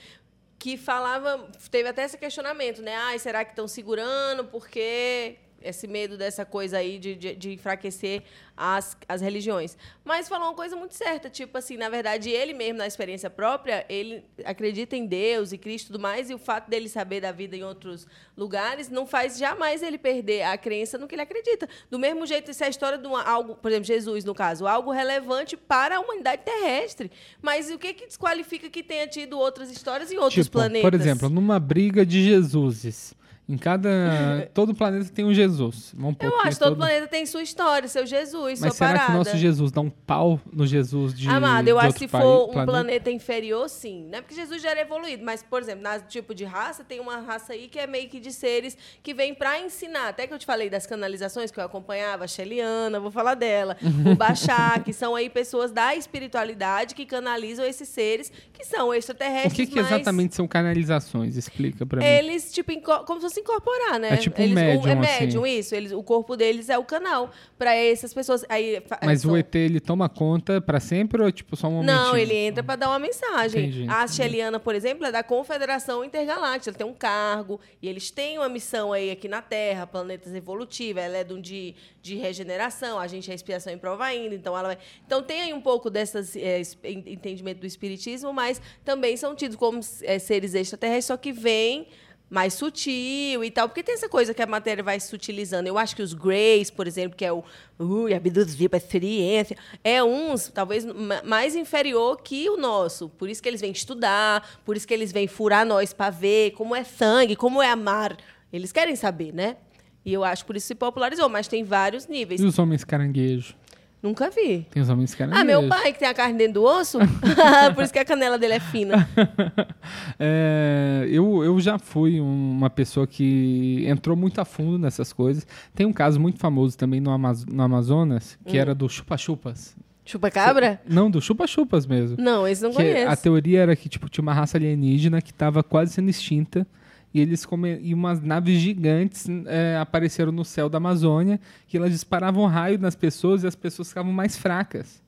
Speaker 4: Que falava, teve até esse questionamento, né? Ai, será que estão segurando? Porque esse medo dessa coisa aí de, de, de enfraquecer as, as religiões. Mas falou uma coisa muito certa, tipo assim, na verdade, ele mesmo, na experiência própria, ele acredita em Deus e Cristo e tudo mais, e o fato dele saber da vida em outros lugares não faz jamais ele perder a crença no que ele acredita. Do mesmo jeito, se a história de uma- algo, por exemplo, Jesus, no caso, algo relevante para a humanidade terrestre. Mas o que, que desqualifica que tenha tido outras histórias em outros
Speaker 3: Tipo,
Speaker 4: planetas?
Speaker 3: Por exemplo, numa briga de Jesuses. Em cada. todo planeta tem um Jesus. Vamos pôr
Speaker 4: eu
Speaker 3: aqui
Speaker 4: acho que todo
Speaker 3: todo-
Speaker 4: planeta tem sua história, seu Jesus,
Speaker 3: Mas
Speaker 4: sua
Speaker 3: será
Speaker 4: parada.
Speaker 3: que o nosso Jesus dá um pau no Jesus de.
Speaker 4: Amado, eu
Speaker 3: de
Speaker 4: acho
Speaker 3: outro
Speaker 4: que se
Speaker 3: pai-
Speaker 4: for um
Speaker 3: planeta?
Speaker 4: planeta. inferior, sim. Não é porque Jesus já era evoluído, mas, por exemplo, na tipo de raça, tem uma raça aí que é meio que de seres que vem pra ensinar. Até que eu te falei das canalizações que eu acompanhava, a Sheliana, vou falar dela, o Bachá, que são aí pessoas da espiritualidade que canalizam esses seres que são
Speaker 3: O
Speaker 4: extraterrestres.
Speaker 3: que, que
Speaker 4: mas
Speaker 3: exatamente são canalizações? Explica pra mim.
Speaker 4: Eles, tipo, inco- como se fosse incorporar, né?
Speaker 3: É tipo um
Speaker 4: Eles- é
Speaker 3: médium, assim.
Speaker 4: médium, isso. Eles, o corpo deles é o canal pra essas pessoas. Aí, fa- é
Speaker 3: Mas
Speaker 4: são-
Speaker 3: o ET, ele toma conta pra sempre ou é tipo só um momentinho?
Speaker 4: Não, ele entra pra dar uma mensagem.
Speaker 3: Entendi,
Speaker 4: A
Speaker 3: entendi.
Speaker 4: Sheliana, por exemplo, é da Confederação Intergaláctica. Ela tem um cargo e eles têm uma missão aí aqui na Terra, planetas evolutiva. Ela é de, um de, de regeneração, a gente é expiação improva ainda. Então, ela vai... então tem aí um pouco dessas é, es- en- entendimento do espiritismo, mas também são tidos como é, seres extraterrestres, só que vêm mais sutil e tal, porque tem essa coisa que a matéria vai se sutilizando. Eu acho que os Greys, por exemplo, que é o ui, abduzir para experiência, é uns, talvez, ma- mais inferior que o nosso. Por isso que eles vêm estudar, por isso que eles vêm furar nós para ver como é sangue, como é amar. Eles querem saber, né? E eu acho por isso se popularizou, mas tem vários níveis.
Speaker 3: E os homens caranguejo?
Speaker 4: Nunca vi.
Speaker 3: Tem os homens caranguejo.
Speaker 4: Ah, meu pai que tem a carne dentro do osso? por isso que a canela dele é fina.
Speaker 3: É, eu, eu já fui um- uma pessoa que entrou muito a fundo nessas coisas. Tem um caso muito famoso também no, Amaz- no Amazonas, que
Speaker 4: Hum.
Speaker 3: era do chupa-chupas.
Speaker 4: Chupa cabra?
Speaker 3: Não, do chupa-chupas mesmo.
Speaker 4: Não, esse não
Speaker 3: Que a
Speaker 4: conheço.
Speaker 3: teoria era que tipo, tinha uma raça alienígena que estava quase sendo extinta. E eles come... e umas naves gigantes é, apareceram no céu da Amazônia, que elas disparavam raio nas pessoas e as pessoas ficavam mais fracas.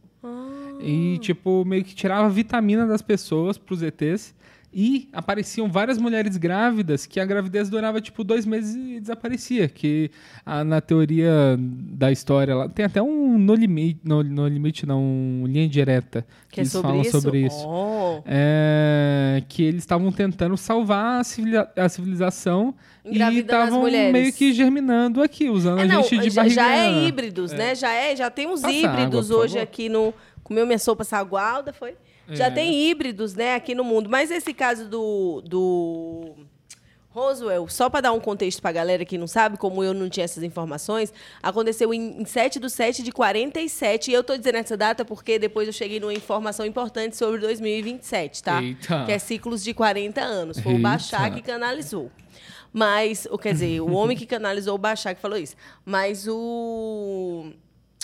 Speaker 3: E, tipo, meio que tirava vitamina das pessoas pros ETs. E apareciam várias mulheres grávidas que a gravidez durava, tipo, dois meses e desaparecia. Que ah, na teoria da história lá. Tem até um No Limite, no, no limite não, um Linha Direta.
Speaker 4: Que é
Speaker 3: eles
Speaker 4: sobre
Speaker 3: falam
Speaker 4: isso?
Speaker 3: sobre isso.
Speaker 4: Oh.
Speaker 3: É, que eles estavam tentando salvar a, civili- a civilização e
Speaker 4: Engravidando as
Speaker 3: estavam
Speaker 4: mulheres.
Speaker 3: meio que germinando aqui, usando
Speaker 4: É,
Speaker 3: Então a
Speaker 4: não,
Speaker 3: gente de
Speaker 4: já, já é
Speaker 3: barriga.
Speaker 4: híbridos, né? Já é, já tem uns
Speaker 3: Passa água,
Speaker 4: híbridos
Speaker 3: por
Speaker 4: hoje
Speaker 3: favor.
Speaker 4: aqui no comeu minha sopa sagualda, foi? Já
Speaker 3: É.
Speaker 4: tem híbridos, né, aqui no mundo. Mas esse caso do do Roswell, só para dar um contexto pra galera que não sabe, como eu não tinha essas informações, aconteceu em, em 7 de 7 de 47. E eu tô dizendo essa data porque depois eu cheguei numa informação importante sobre 2027, tá?
Speaker 3: Eita.
Speaker 4: Que é ciclos de 40 anos. Foi o
Speaker 3: Ah. Eita.
Speaker 4: Bachar que canalizou. Mas, ou, quer dizer, o homem que canalizou o Bachar que falou isso. Mas o.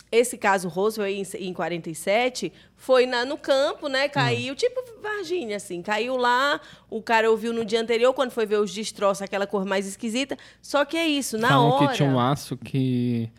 Speaker 4: Esse caso Roosevelt em, em 47 foi na- no campo, né? Caiu,
Speaker 3: Ah.
Speaker 4: tipo Varginha, assim. Caiu lá, o cara ouviu no dia anterior, quando foi ver os destroços, aquela cor mais esquisita. Só que é isso, na
Speaker 3: Falam
Speaker 4: hora.
Speaker 3: que tinha um aço que,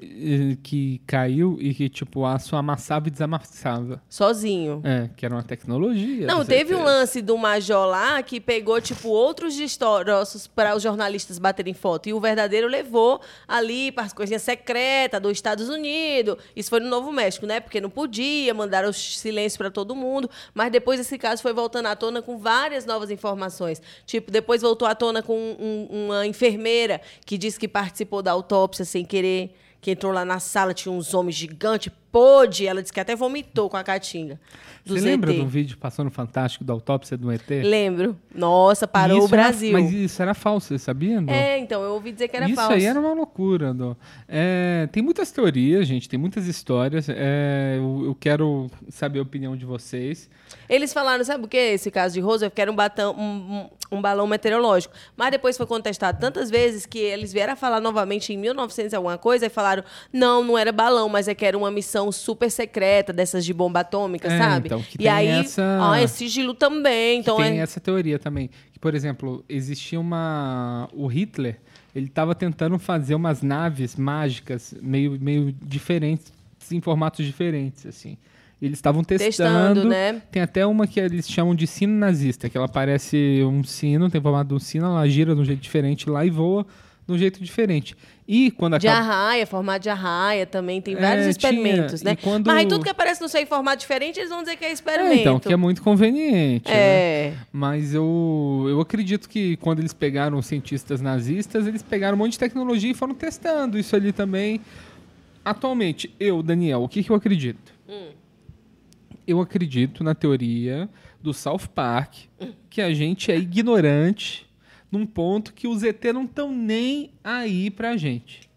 Speaker 3: e- que caiu e que, tipo, o aço amassava e desamassava.
Speaker 4: Sozinho.
Speaker 3: É, que era uma tecnologia.
Speaker 4: Não,
Speaker 3: com
Speaker 4: teve um
Speaker 3: certeza.
Speaker 4: lance do Major lá que pegou, tipo, outros destroços para os jornalistas baterem foto. E o verdadeiro levou ali para as coisinhas secretas dos Estados Unidos. Isso foi no Novo México, né? Porque não podia, mandaram os silêncio para todo mundo. Mas depois esse caso foi voltando à tona com várias novas informações. Tipo, depois voltou à tona com um- uma enfermeira que disse que participou da autópsia sem querer. Que entrou lá na sala, tinha uns homens gigantes, pôde, ela disse que até vomitou com a caatinga. do
Speaker 3: Você lembra
Speaker 4: ET.
Speaker 3: de um vídeo passando fantástico da autópsia do ET?
Speaker 4: Lembro. Nossa, parou
Speaker 3: Isso
Speaker 4: o
Speaker 3: era-
Speaker 4: Brasil.
Speaker 3: É. mas isso era falso, você sabia? Não?
Speaker 4: É, então, eu ouvi dizer que era
Speaker 3: Isso
Speaker 4: falso.
Speaker 3: aí era um- uma loucura. Dó. É, tem muitas teorias, gente, tem muitas histórias. É, eu, eu quero saber a opinião de vocês.
Speaker 4: Eles falaram, sabe o que? Esse caso de Roosevelt, que era um, batão, um, um- um balão meteorológico. Mas depois foi contestado tantas vezes que eles vieram a falar novamente em 1900 alguma coisa e falaram, não, não era balão, mas é que era uma missão super secreta dessas de bomba atômica,
Speaker 3: É,
Speaker 4: sabe?
Speaker 3: então, que
Speaker 4: e
Speaker 3: tem
Speaker 4: aí,
Speaker 3: essa-
Speaker 4: ah, é sigilo também. Então
Speaker 3: que tem
Speaker 4: é...
Speaker 3: essa teoria também. Que, por exemplo, existia uma. O Hitler, ele estava tentando fazer umas naves mágicas meio, meio diferentes, em formatos diferentes, assim. Eles estavam testando.
Speaker 4: Testando, né?
Speaker 3: Tem até uma que eles chamam de sino nazista, que ela parece um sino, tem formato de um sino, ela gira de um jeito diferente lá e voa de um jeito diferente. E quando
Speaker 4: De
Speaker 3: acaba.
Speaker 4: arraia, formato de arraia também, tem
Speaker 3: É,
Speaker 4: vários
Speaker 3: tinha.
Speaker 4: experimentos,
Speaker 3: E
Speaker 4: né?
Speaker 3: quando-
Speaker 4: Mas aí tudo que aparece no seu em formato diferente, eles vão dizer que é
Speaker 3: É,
Speaker 4: experimento.
Speaker 3: então, que é muito conveniente. né?
Speaker 4: É.
Speaker 3: Mas eu, eu acredito que quando eles pegaram os cientistas nazistas, eles pegaram um monte de tecnologia e foram testando isso ali também. Atualmente, eu, Daniel, o que, que eu acredito? Eu acredito na teoria do South Park que a gente é ignorante num ponto que os ET não estão nem aí pra gente.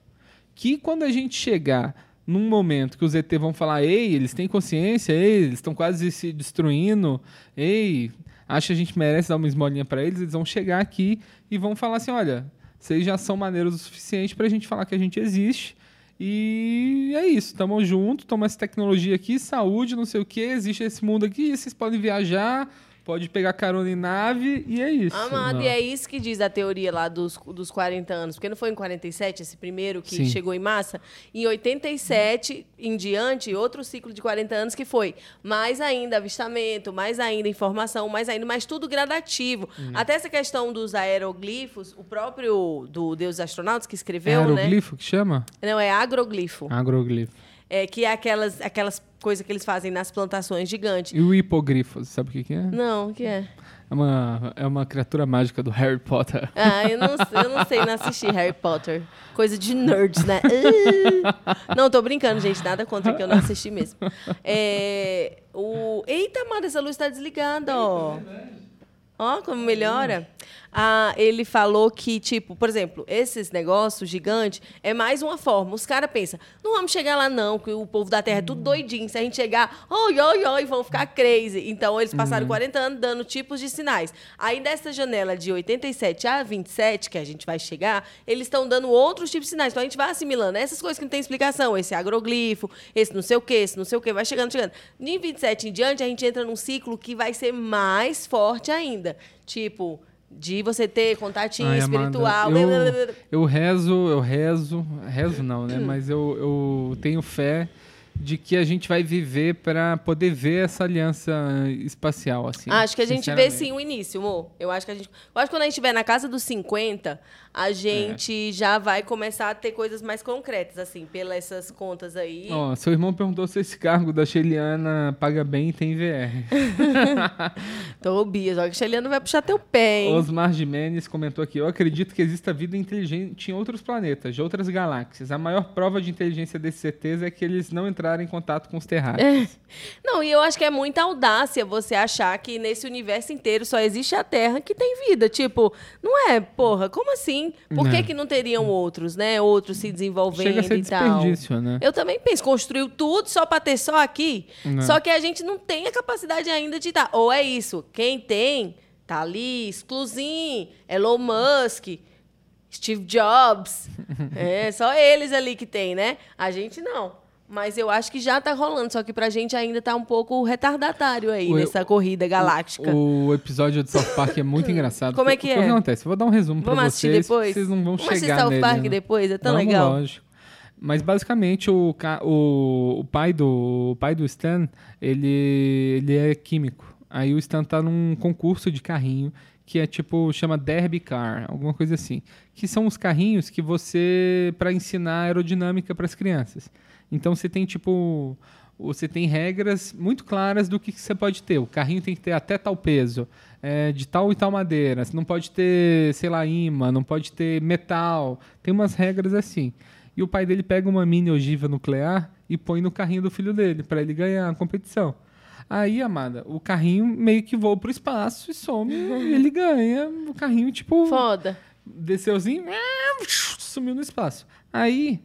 Speaker 3: Que quando a gente chegar num momento que os ET vão falar, ei, eles têm consciência, ei, eles estão quase se destruindo, ei, acha que a gente merece dar uma esmolinha pra eles, eles vão chegar aqui e vão falar assim, olha, vocês já são maneiros o suficiente pra gente falar que a gente existe. E é isso, tamo junto, toma essa tecnologia aqui, saúde, não sei o que, existe esse mundo aqui, vocês podem viajar, pode pegar carona em nave e é isso.
Speaker 4: Amado,
Speaker 3: Não.
Speaker 4: e é isso que diz a teoria lá dos, dos 40 anos. Porque não foi em 47 esse primeiro que
Speaker 3: Sim.
Speaker 4: chegou em massa? Em 87 em diante, outro ciclo de 40 anos que foi mais ainda avistamento, mais ainda informação, mais ainda, mas tudo gradativo.
Speaker 3: Hum.
Speaker 4: Até essa questão dos aeroglifos, o próprio do Deus dos Astronautas que
Speaker 3: É
Speaker 4: escreveu, né?
Speaker 3: aeroglifo que chama?
Speaker 4: Não, é agroglifo.
Speaker 3: Agroglifo.
Speaker 4: É, que é aquelas, aquelas coisas que eles fazem nas plantações gigantes.
Speaker 3: E o hipogrifo, sabe o que, que é?
Speaker 4: Não, o que é?
Speaker 3: É uma, é uma criatura mágica do Harry Potter.
Speaker 4: Ah, eu não, eu não sei, não assisti Harry Potter. Coisa de nerds, né? Ah. Não, tô brincando, gente. Nada contra que eu não assisti mesmo. É, o... Eita, Mara, essa luz tá desligada, ó. Ó, como melhora. Ah, ele falou que, tipo, por exemplo, esses negócios gigantes é mais uma forma. Os caras pensam, não vamos chegar lá, não, que o povo da Terra é tudo doidinho. Se a gente chegar, oi, oi, oi, vão ficar crazy. Então, eles passaram 40 anos dando tipos de sinais. Aí, dessa janela de 87 a 27, que a gente vai chegar, eles estão dando outros tipos de sinais. Então, a gente vai assimilando essas coisas que não tem explicação. Esse agroglifo, esse não sei o quê, esse não sei o quê, vai chegando, chegando. Em 27 em diante, a gente entra num ciclo que vai ser mais forte ainda. Tipo, de você ter contatinho
Speaker 3: Ai, Amanda,
Speaker 4: espiritual. né?
Speaker 3: eu, eu rezo, eu rezo, rezo não,
Speaker 4: Hum.
Speaker 3: né? Mas eu, eu tenho fé de que a gente vai viver pra poder ver essa aliança espacial, assim.
Speaker 4: acho que a gente vê
Speaker 3: sinceramente.
Speaker 4: sim o início, amor. Eu acho que a gente. Eu acho que quando a gente estiver na casa dos 50,
Speaker 3: É.
Speaker 4: a gente já vai começar a ter coisas mais concretas, assim, pelas essas contas aí.
Speaker 3: Ó, seu irmão perguntou se esse cargo da Sheliana paga bem e tem VR.
Speaker 4: Tô, Então, Bia, só que o Xeliano vai puxar teu pé, hein?
Speaker 3: Osmar Jimenez comentou aqui: Eu acredito que exista vida inteligente em outros planetas, de outras galáxias. A maior prova de inteligência desses ETs é que eles não entraram em contato com os
Speaker 4: É,
Speaker 3: terráqueos.
Speaker 4: Não, e eu acho que é muita audácia você achar que nesse universo inteiro só existe a Terra que tem vida. Tipo, não é, porra, como assim? Por que,
Speaker 3: Não.
Speaker 4: que não teriam outros, né? Outros se desenvolvendo
Speaker 3: Né. Chega a ser
Speaker 4: e tal.
Speaker 3: desperdício, né?
Speaker 4: um Eu também penso, construiu tudo só pra ter só aqui.
Speaker 3: Não.
Speaker 4: Só que a gente não tem a capacidade ainda de dar. Ou é isso, quem tem, tá ali, exclusinho, Elon Musk, Steve Jobs. é, só eles ali que tem, né? A gente não. Mas eu acho que já tá rolando, só que pra gente ainda tá um pouco retardatário aí
Speaker 3: O-
Speaker 4: nessa corrida galáctica.
Speaker 3: O episódio de South Park é muito engraçado.
Speaker 4: Como é que
Speaker 3: O que
Speaker 4: é?
Speaker 3: acontece? Eu vou dar um resumo
Speaker 4: Vamos
Speaker 3: pra
Speaker 4: assistir
Speaker 3: vocês.
Speaker 4: depois?
Speaker 3: Vocês não vão
Speaker 4: Vamos assistir
Speaker 3: chegar
Speaker 4: South
Speaker 3: nele,
Speaker 4: Park
Speaker 3: né?
Speaker 4: depois, é tão
Speaker 3: Vamos,
Speaker 4: legal.
Speaker 3: lógico. Mas basicamente o, ca- o, o pai do o pai do Stan, ele ele é químico. Aí o Stan tá num concurso de carrinho que é tipo chama derby car, alguma coisa assim, que são os carrinhos que você para ensinar aerodinâmica para as crianças. Então você tem tipo você tem regras muito claras do que, que você pode ter. O carrinho tem que ter até tal peso, é, de tal e tal madeira. Você não pode ter, sei lá, imã, não pode ter metal. Tem umas regras assim. E o pai dele pega uma mini ogiva nuclear e põe no carrinho do filho dele pra ele ganhar a competição. Aí, amada, o carrinho meio que voa pro espaço e some, e ele ganha o carrinho, tipo,
Speaker 1: Foda.
Speaker 3: desceuzinho, é, sumiu no espaço. Aí,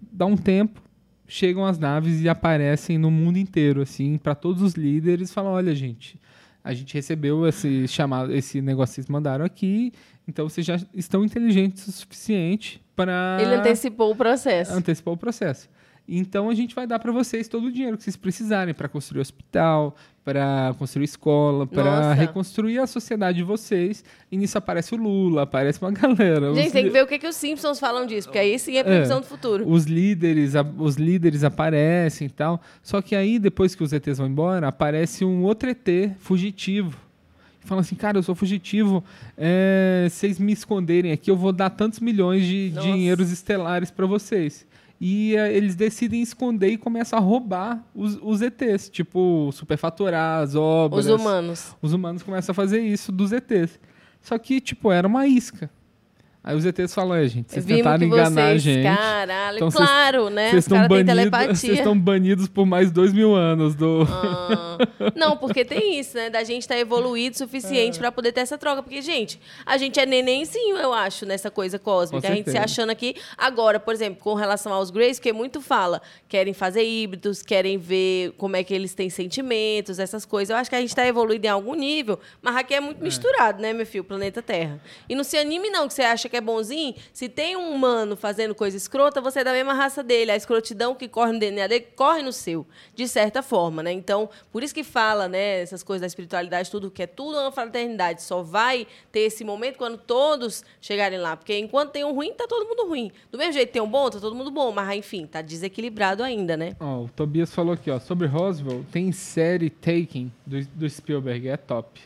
Speaker 3: dá um tempo, chegam as naves e aparecem no mundo inteiro, assim, pra todos os líderes, falam, olha, gente, a gente recebeu esse chamado, esse negócio que vocês mandaram aqui, então vocês já estão inteligentes o suficiente pra
Speaker 4: é
Speaker 1: Ele antecipou o processo.
Speaker 3: antecipar o processo. Então a gente vai dar pra vocês todo o dinheiro que vocês precisarem pra construir hospital, pra construir escola, pra
Speaker 1: Nossa.
Speaker 3: reconstruir a sociedade de vocês. E nisso aparece o Lula, aparece uma galera.
Speaker 1: Gente,
Speaker 3: os
Speaker 1: tem que
Speaker 3: li-
Speaker 1: ver o que, que os Simpsons falam disso, porque aí sim é previsão do futuro.
Speaker 3: Os líderes, a- os líderes aparecem e tal. Só que aí, depois que os ETs vão embora, aparece um outro ET fugitivo. Fala assim, cara, eu sou fugitivo. É, vocês me esconderem aqui, eu vou dar tantos milhões de
Speaker 1: Nossa.
Speaker 3: dinheiros estelares pra vocês. E é, eles decidem esconder e começam a roubar os, os ETs. Tipo, superfaturar as obras.
Speaker 1: Os humanos.
Speaker 3: Os humanos começam a fazer isso dos ETs. Só que, tipo, era uma isca. Aí os ETs falam, é, gente, vocês
Speaker 1: Vimos
Speaker 3: tentaram
Speaker 1: que
Speaker 3: enganar
Speaker 1: vocês,
Speaker 3: a gente.
Speaker 1: caralho,
Speaker 3: Então, vocês-
Speaker 1: claro,
Speaker 4: É,
Speaker 1: né?
Speaker 3: Vocês
Speaker 1: Os
Speaker 3: estão
Speaker 1: caras têm
Speaker 3: banidos, vocês
Speaker 1: telepatia.
Speaker 3: estão banidos por mais dois mil anos do.
Speaker 1: Ah.
Speaker 4: Não, porque tem isso, né? Da gente estar evoluído o suficiente
Speaker 3: É.
Speaker 4: pra poder ter essa troca. Porque, gente, a gente é nenenzinho, eu acho, nessa coisa cósmica.
Speaker 3: Com
Speaker 4: A gente se
Speaker 3: certeza.
Speaker 4: achando aqui. Agora, por exemplo, com relação aos Greys, porque muito fala, querem fazer híbridos, querem ver como é que eles têm sentimentos, essas coisas. Eu acho que a gente tá evoluído em algum nível, mas aqui é muito misturado, né, meu filho? O planeta Terra. E não se anime, não, que você acha que é bonzinho. Se tem um humano fazendo coisa escrota, você é da mesma raça dele. A escrotidão que corre no DNA dele corre no seu, de certa forma, né? Então, por isso que fala, né, essas coisas da espiritualidade, tudo que é tudo uma fraternidade. Só vai ter esse momento quando todos chegarem lá. Porque enquanto tem um ruim, tá todo mundo ruim. Do mesmo jeito tem um bom, tá todo mundo bom. Mas, enfim, tá desequilibrado ainda, né?
Speaker 3: Ó, o Tobias falou aqui, ó, sobre Roswell, tem série Taken do, do Spielberg, é top.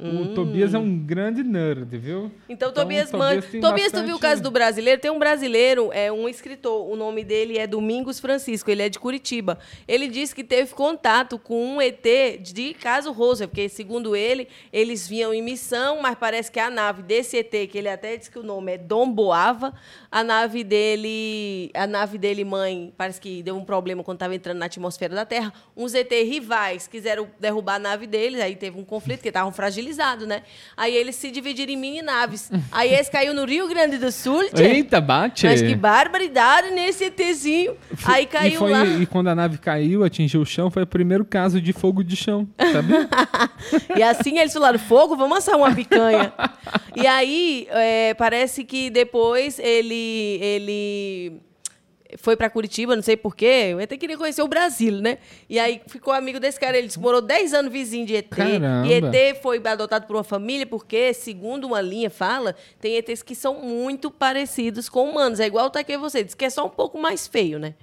Speaker 3: O Tobias é um grande nerd, viu?
Speaker 4: Hum. Então, Tobias
Speaker 3: Tobias
Speaker 4: manda.
Speaker 3: tem
Speaker 4: Tobias, tu viu o
Speaker 3: bastante-
Speaker 4: caso do brasileiro? Tem um brasileiro, é um escritor. O nome dele é Domingos Francisco, ele é de Curitiba. Ele disse que teve contato com um ET de caso Roswell, porque, segundo ele, eles vinham em missão, mas parece que a nave desse ET, que ele até disse que o nome é Dom Boava, a nave dele. A nave dele, mãe, parece que deu um problema quando estava entrando na atmosfera da Terra. Uns ET rivais quiseram derrubar a nave deles, aí teve um conflito, porque estavam fragilizados, né? Aí eles se dividiram em mini naves. Aí esse caiu no Rio Grande do Sul, tchê.
Speaker 3: Eita, bate!
Speaker 4: Mas que barbaridade nesse ETzinho. Aí
Speaker 3: e,
Speaker 4: caiu
Speaker 3: foi-
Speaker 4: lá.
Speaker 3: e quando a nave caiu, atingiu o chão, foi o primeiro caso de fogo de chão, sabe?
Speaker 4: E assim eles falaram: fogo, vamos assar uma picanha. e aí, é, parece que depois ele. ele foi pra Curitiba, não sei porquê. Eu até queria conhecer o Brasil, né? E aí ficou amigo desse cara. Ele disse que morou 10 anos vizinho de ET.
Speaker 3: Caramba.
Speaker 4: E ET foi adotado por uma família porque, segundo uma linha fala, tem ETs que são muito parecidos com humanos. É igual o Taquei você. Diz que é só um pouco mais feio, né?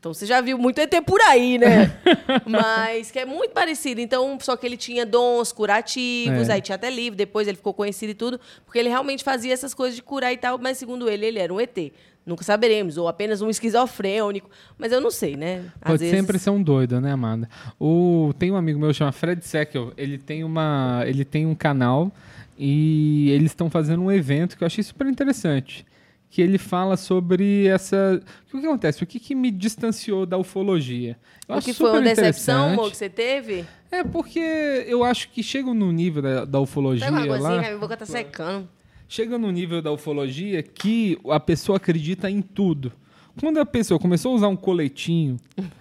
Speaker 4: Então você já viu muito ET por aí, né? Mas que é muito parecido. Então, só que ele tinha dons curativos,
Speaker 3: É.
Speaker 4: aí tinha até livro, depois ele ficou conhecido e tudo, porque ele realmente fazia essas coisas de curar e tal, mas segundo ele, ele era um ET. Nunca saberemos, ou apenas um esquizofrênico. Mas eu não sei, né? Às
Speaker 3: Pode
Speaker 4: vezes-
Speaker 3: sempre ser um doido, né, Amanda? O, tem um amigo meu que chama Fred Seckel, ele tem uma, ele tem um canal e eles estão fazendo um evento que eu achei super interessante, que ele fala sobre essa, o que, que acontece? O que, que me distanciou da ufologia? Eu
Speaker 4: O
Speaker 3: acho
Speaker 4: que foi uma
Speaker 3: super
Speaker 4: decepção, amor,
Speaker 3: interessante.
Speaker 4: que você teve?
Speaker 3: É porque eu acho que chegam no nível da, da ufologia
Speaker 4: Pega uma
Speaker 3: lá.
Speaker 4: coisinha, minha boca tá secando.
Speaker 3: Chega no nível da ufologia que a pessoa acredita em tudo. Quando a pessoa começou a usar um coletinho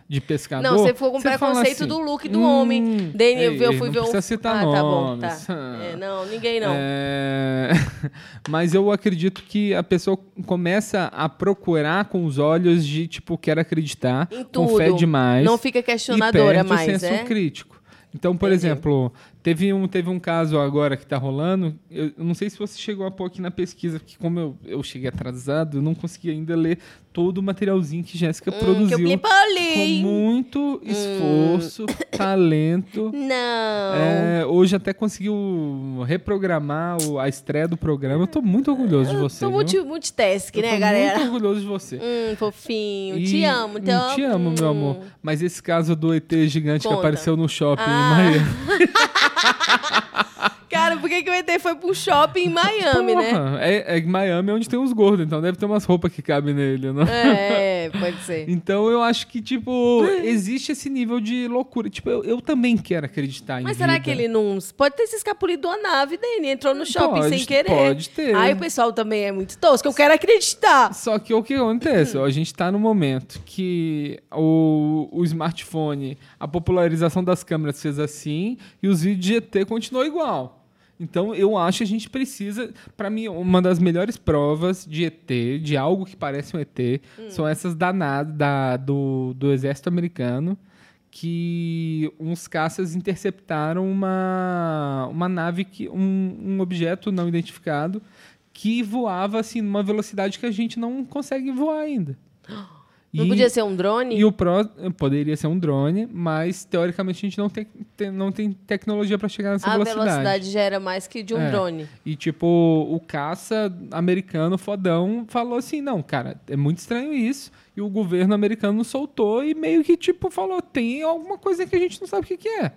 Speaker 3: de pescador.
Speaker 4: Não, você ficou com
Speaker 3: Tá fala
Speaker 4: preconceito
Speaker 3: assim,
Speaker 4: do look do
Speaker 3: "Hum,
Speaker 4: homem. Daí eu
Speaker 3: ei,
Speaker 4: vi- eu
Speaker 3: ei,
Speaker 4: fui
Speaker 3: não
Speaker 4: ver um.
Speaker 3: precisa citar
Speaker 4: ah, tá bom, tá.
Speaker 3: nomes. ah.
Speaker 4: É, não, ninguém não.
Speaker 3: É, Mas eu acredito que a pessoa começa a procurar com os olhos de tipo, quero acreditar,
Speaker 4: Em
Speaker 3: com fé
Speaker 4: tudo.
Speaker 3: demais.
Speaker 4: Não fica questionadora
Speaker 3: e perde
Speaker 4: mais,
Speaker 3: o senso
Speaker 4: né?
Speaker 3: crítico. Então, por
Speaker 4: Entendi.
Speaker 3: exemplo, teve um, teve um caso agora que tá rolando. Eu eu não sei se você chegou a pôr aqui na pesquisa, porque como eu, eu cheguei atrasado, eu não consegui ainda ler todo o materialzinho que Jéssica
Speaker 4: Hum, que eu Hum.
Speaker 3: produziu. com
Speaker 4: pipolei.
Speaker 3: muito esforço, talento.
Speaker 4: Não.
Speaker 3: É, hoje até conseguiu reprogramar o- a estreia do programa. Eu tô muito orgulhoso de você.
Speaker 4: Sou
Speaker 3: viu?
Speaker 4: multi, multitask,
Speaker 3: Eu tô
Speaker 4: né, galera?
Speaker 3: muito orgulhoso de você.
Speaker 4: Hum, fofinho.
Speaker 3: E- hum,
Speaker 4: Te amo, então. te amo.
Speaker 3: Te amo, meu amor. Mas esse caso do ET gigante
Speaker 4: Conta.
Speaker 3: que apareceu no shopping
Speaker 4: Ah.
Speaker 3: em Miami.
Speaker 4: Cara, por que, que o ET foi pro shopping em Miami, né?
Speaker 3: Porra, É, é Miami é onde tem uns gordos, então deve ter umas roupas que cabem nele, né?
Speaker 4: É, pode ser.
Speaker 3: Então eu acho que, tipo, existe esse nível de loucura. Tipo, eu, eu também quero acreditar em
Speaker 4: Mas será
Speaker 3: vida.
Speaker 4: que ele não. Pode ter se escapulido de uma nave, Dani. Entrou no shopping
Speaker 3: Pode-
Speaker 4: sem querer.
Speaker 3: pode ter.
Speaker 4: Aí o pessoal também é muito tosco. Eu quero acreditar.
Speaker 3: Só que o que acontece? ó, a gente tá num momento que o, o smartphone, a popularização das câmeras fez assim e os vídeos de ET continuou igual. Então eu acho que a gente precisa, pra mim, uma das melhores provas de ET, de algo que parece um ET, são essas danadas da, do, do exército americano que uns caças interceptaram uma, uma nave, que, um, um objeto não identificado que voava assim numa velocidade que a gente não consegue voar ainda.
Speaker 4: Não
Speaker 3: E-
Speaker 4: podia ser um drone?
Speaker 3: e o pró poderia ser um drone, mas teoricamente a gente não tem, tem- não tem tecnologia para chegar nessa
Speaker 4: A
Speaker 3: velocidade.
Speaker 4: velocidade já era mais que de um
Speaker 3: É.
Speaker 4: drone.
Speaker 3: E tipo, o caça americano fodão falou assim: "Não, cara, é muito estranho isso". E o governo americano soltou e meio que tipo falou: "Tem alguma coisa que a gente não sabe o que que é".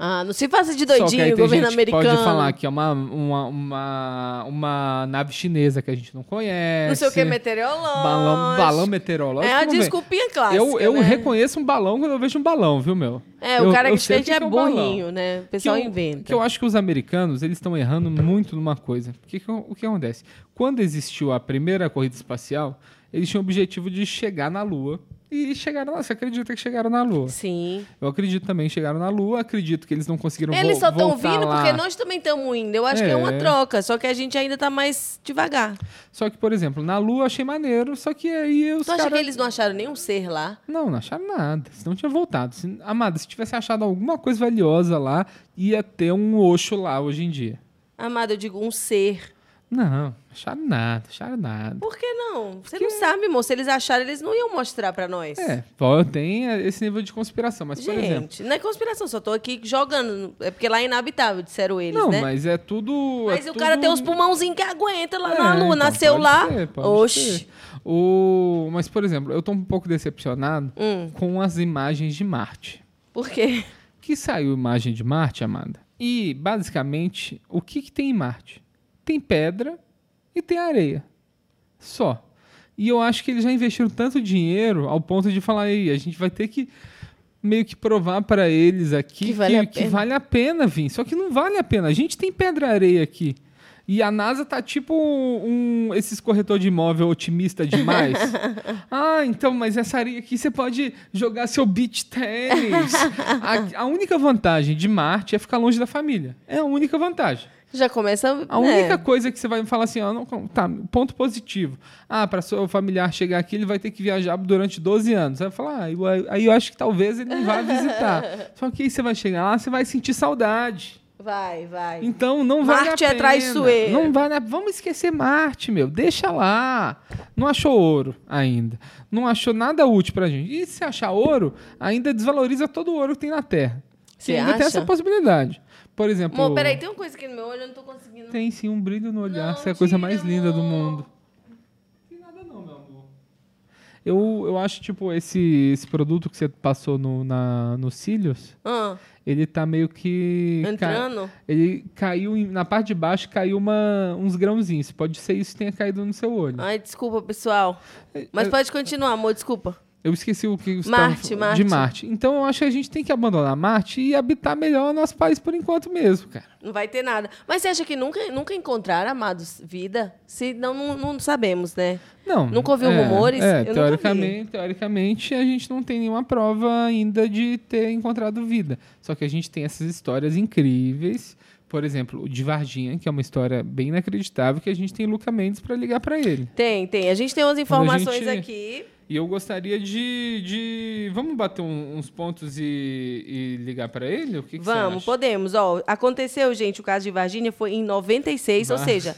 Speaker 4: Ah, não se faça de
Speaker 3: Só que aí
Speaker 4: doidinho,
Speaker 3: tem
Speaker 4: governo
Speaker 3: gente que
Speaker 4: americano.
Speaker 3: Pode falar que é uma, uma, uma, uma nave chinesa que é a gente não conhece.
Speaker 4: Não sei o que, meteorológico.
Speaker 3: Balão, balão meteorológico.
Speaker 4: É uma
Speaker 3: vamos ver.
Speaker 4: desculpinha clássica.
Speaker 3: Eu, eu
Speaker 4: né?
Speaker 3: reconheço um balão quando eu vejo um balão, viu, meu?
Speaker 4: É, o
Speaker 3: Eu-
Speaker 4: cara
Speaker 3: eu
Speaker 4: que
Speaker 3: sei o
Speaker 4: fez é
Speaker 3: que um balão.
Speaker 4: burrinho, né? O pessoal
Speaker 3: que eu,
Speaker 4: inventa.
Speaker 3: Que eu acho que os americanos, eles estão errando muito numa coisa. Porque que- o que acontece? Quando existiu a primeira corrida espacial, eles tinham o objetivo de chegar na Lua. E chegaram lá. Você acredita que chegaram na Lua?
Speaker 4: Sim.
Speaker 3: Eu acredito também que chegaram na Lua. Acredito que eles não conseguiram vo
Speaker 4: Eles só
Speaker 3: estão
Speaker 4: estão vindo porque nós também estamos indo. Eu acho que é uma
Speaker 3: É.
Speaker 4: troca, só que a gente ainda tá mais devagar.
Speaker 3: Só que, por exemplo, na Lua eu achei maneiro, só que aí os
Speaker 4: tu acha
Speaker 3: caras...
Speaker 4: que eles não acharam nenhum ser lá?
Speaker 3: Não, não acharam nada. Senão tinha voltado. Se, amada, se tivesse achado alguma coisa valiosa lá, ia ter um Oxo lá hoje em dia.
Speaker 4: Amado, eu digo um ser.
Speaker 3: Não, acharam nada, acharam nada.
Speaker 4: Por que não? Você não sabe, moço. Se eles acharam, eles não iam mostrar pra nós.
Speaker 3: É, pô, tem esse nível de conspiração, mas, por exemplo...
Speaker 4: Gente, não é conspiração, só tô aqui jogando. É porque lá é inabitável, disseram eles,
Speaker 3: não,
Speaker 4: né?
Speaker 3: mas é tudo...
Speaker 4: Mas
Speaker 3: é
Speaker 4: o cara
Speaker 3: tudo-
Speaker 4: tem os pulmãozinhos que aguenta lá
Speaker 3: É,
Speaker 4: na lua,
Speaker 3: então,
Speaker 4: nasceu
Speaker 3: pode
Speaker 4: lá.
Speaker 3: ser, pode
Speaker 4: Oxi.
Speaker 3: ser. O... Mas, por exemplo, eu tô um pouco decepcionado
Speaker 4: Hum.
Speaker 3: com as imagens de Marte.
Speaker 4: Por quê?
Speaker 3: que saiu imagem de Marte, Amanda. E, basicamente, o que, que tem em Marte? Tem pedra e tem areia. Só. E eu acho que eles já investiram tanto dinheiro ao ponto de falar, aí, a gente vai ter que meio que provar para eles aqui
Speaker 4: Que vale a
Speaker 3: que
Speaker 4: pena."
Speaker 3: vale a pena vir. Só que não vale a pena. A gente tem pedra e areia aqui. E a NASA tá tipo um, um- esses corretor de imóvel otimista demais. ah, então, mas essa areia aqui você pode jogar seu beach tênis. a, a única vantagem de Marte é ficar longe da família. É a única vantagem.
Speaker 4: Já começa.
Speaker 3: A
Speaker 4: né?
Speaker 3: única coisa que você vai me falar assim, ó, não, tá, ponto positivo. Ah, para seu familiar chegar aqui, ele vai ter que viajar durante 12 anos. Aí eu falo, ah, eu- aí eu acho que talvez ele não vá visitar. Só que aí você vai chegar lá, você vai sentir saudade.
Speaker 4: Vai, vai.
Speaker 3: Então não vale
Speaker 4: Marte
Speaker 3: a
Speaker 4: é
Speaker 3: pena.
Speaker 4: traiçoeiro.
Speaker 3: Não vale a... Vamos esquecer Marte, meu. Deixa lá. Não achou ouro ainda. Não achou nada útil pra gente. E se achar ouro, ainda desvaloriza todo o ouro que tem na Terra.
Speaker 4: Você
Speaker 3: E ainda tem
Speaker 4: acha?
Speaker 3: essa possibilidade. Por exemplo...
Speaker 4: Amor, peraí, tem uma coisa aqui no meu olho, eu não tô conseguindo.
Speaker 3: Então, Tem sim um brilho no olhar,
Speaker 4: Não,
Speaker 3: você é a coisa
Speaker 4: tira,
Speaker 3: mais linda do
Speaker 4: amor.
Speaker 3: mundo. Não tem nada não, meu amor. Eu, eu acho, tipo, esse, esse produto que você passou no, na, nos cílios,
Speaker 4: Ah,
Speaker 3: ele tá meio que... ca-
Speaker 4: entrando?
Speaker 3: ele caiu, em- na parte de baixo caiu uma, uns grãozinhos. Pode ser isso que tenha caído no seu olho.
Speaker 4: Ai, desculpa, pessoal.
Speaker 3: É,
Speaker 4: Mas pode continuar, amor, desculpa.
Speaker 3: Eu esqueci o que você
Speaker 4: Marte,
Speaker 3: tava fal-
Speaker 4: Marte.
Speaker 3: de Marte. Então eu acho que a gente tem que abandonar Marte e habitar melhor nosso país por enquanto mesmo, cara.
Speaker 4: Não vai ter nada. Mas você acha que nunca, nunca encontraram, amados, vida? Se não, não, não sabemos, né?
Speaker 3: Não.
Speaker 4: Nunca ouviu rumores?
Speaker 3: É,
Speaker 4: Eu nunca
Speaker 3: teoricamente, teoricamente, a gente não tem nenhuma prova ainda de ter encontrado vida. Só que a gente tem essas histórias incríveis. Por exemplo, o de Varginha, que é uma história bem inacreditável, que a gente tem Luca Mendes pra ligar pra ele.
Speaker 4: Tem, tem. A gente tem umas informações
Speaker 3: gente-
Speaker 4: aqui.
Speaker 3: E eu gostaria de. de- Vamos bater um- uns pontos e, e ligar pra ele? O que, que você
Speaker 4: Vamos,
Speaker 3: acha?
Speaker 4: podemos. Ó, aconteceu, gente, o caso de Varginha foi em 96, ou
Speaker 3: Var-
Speaker 4: seja,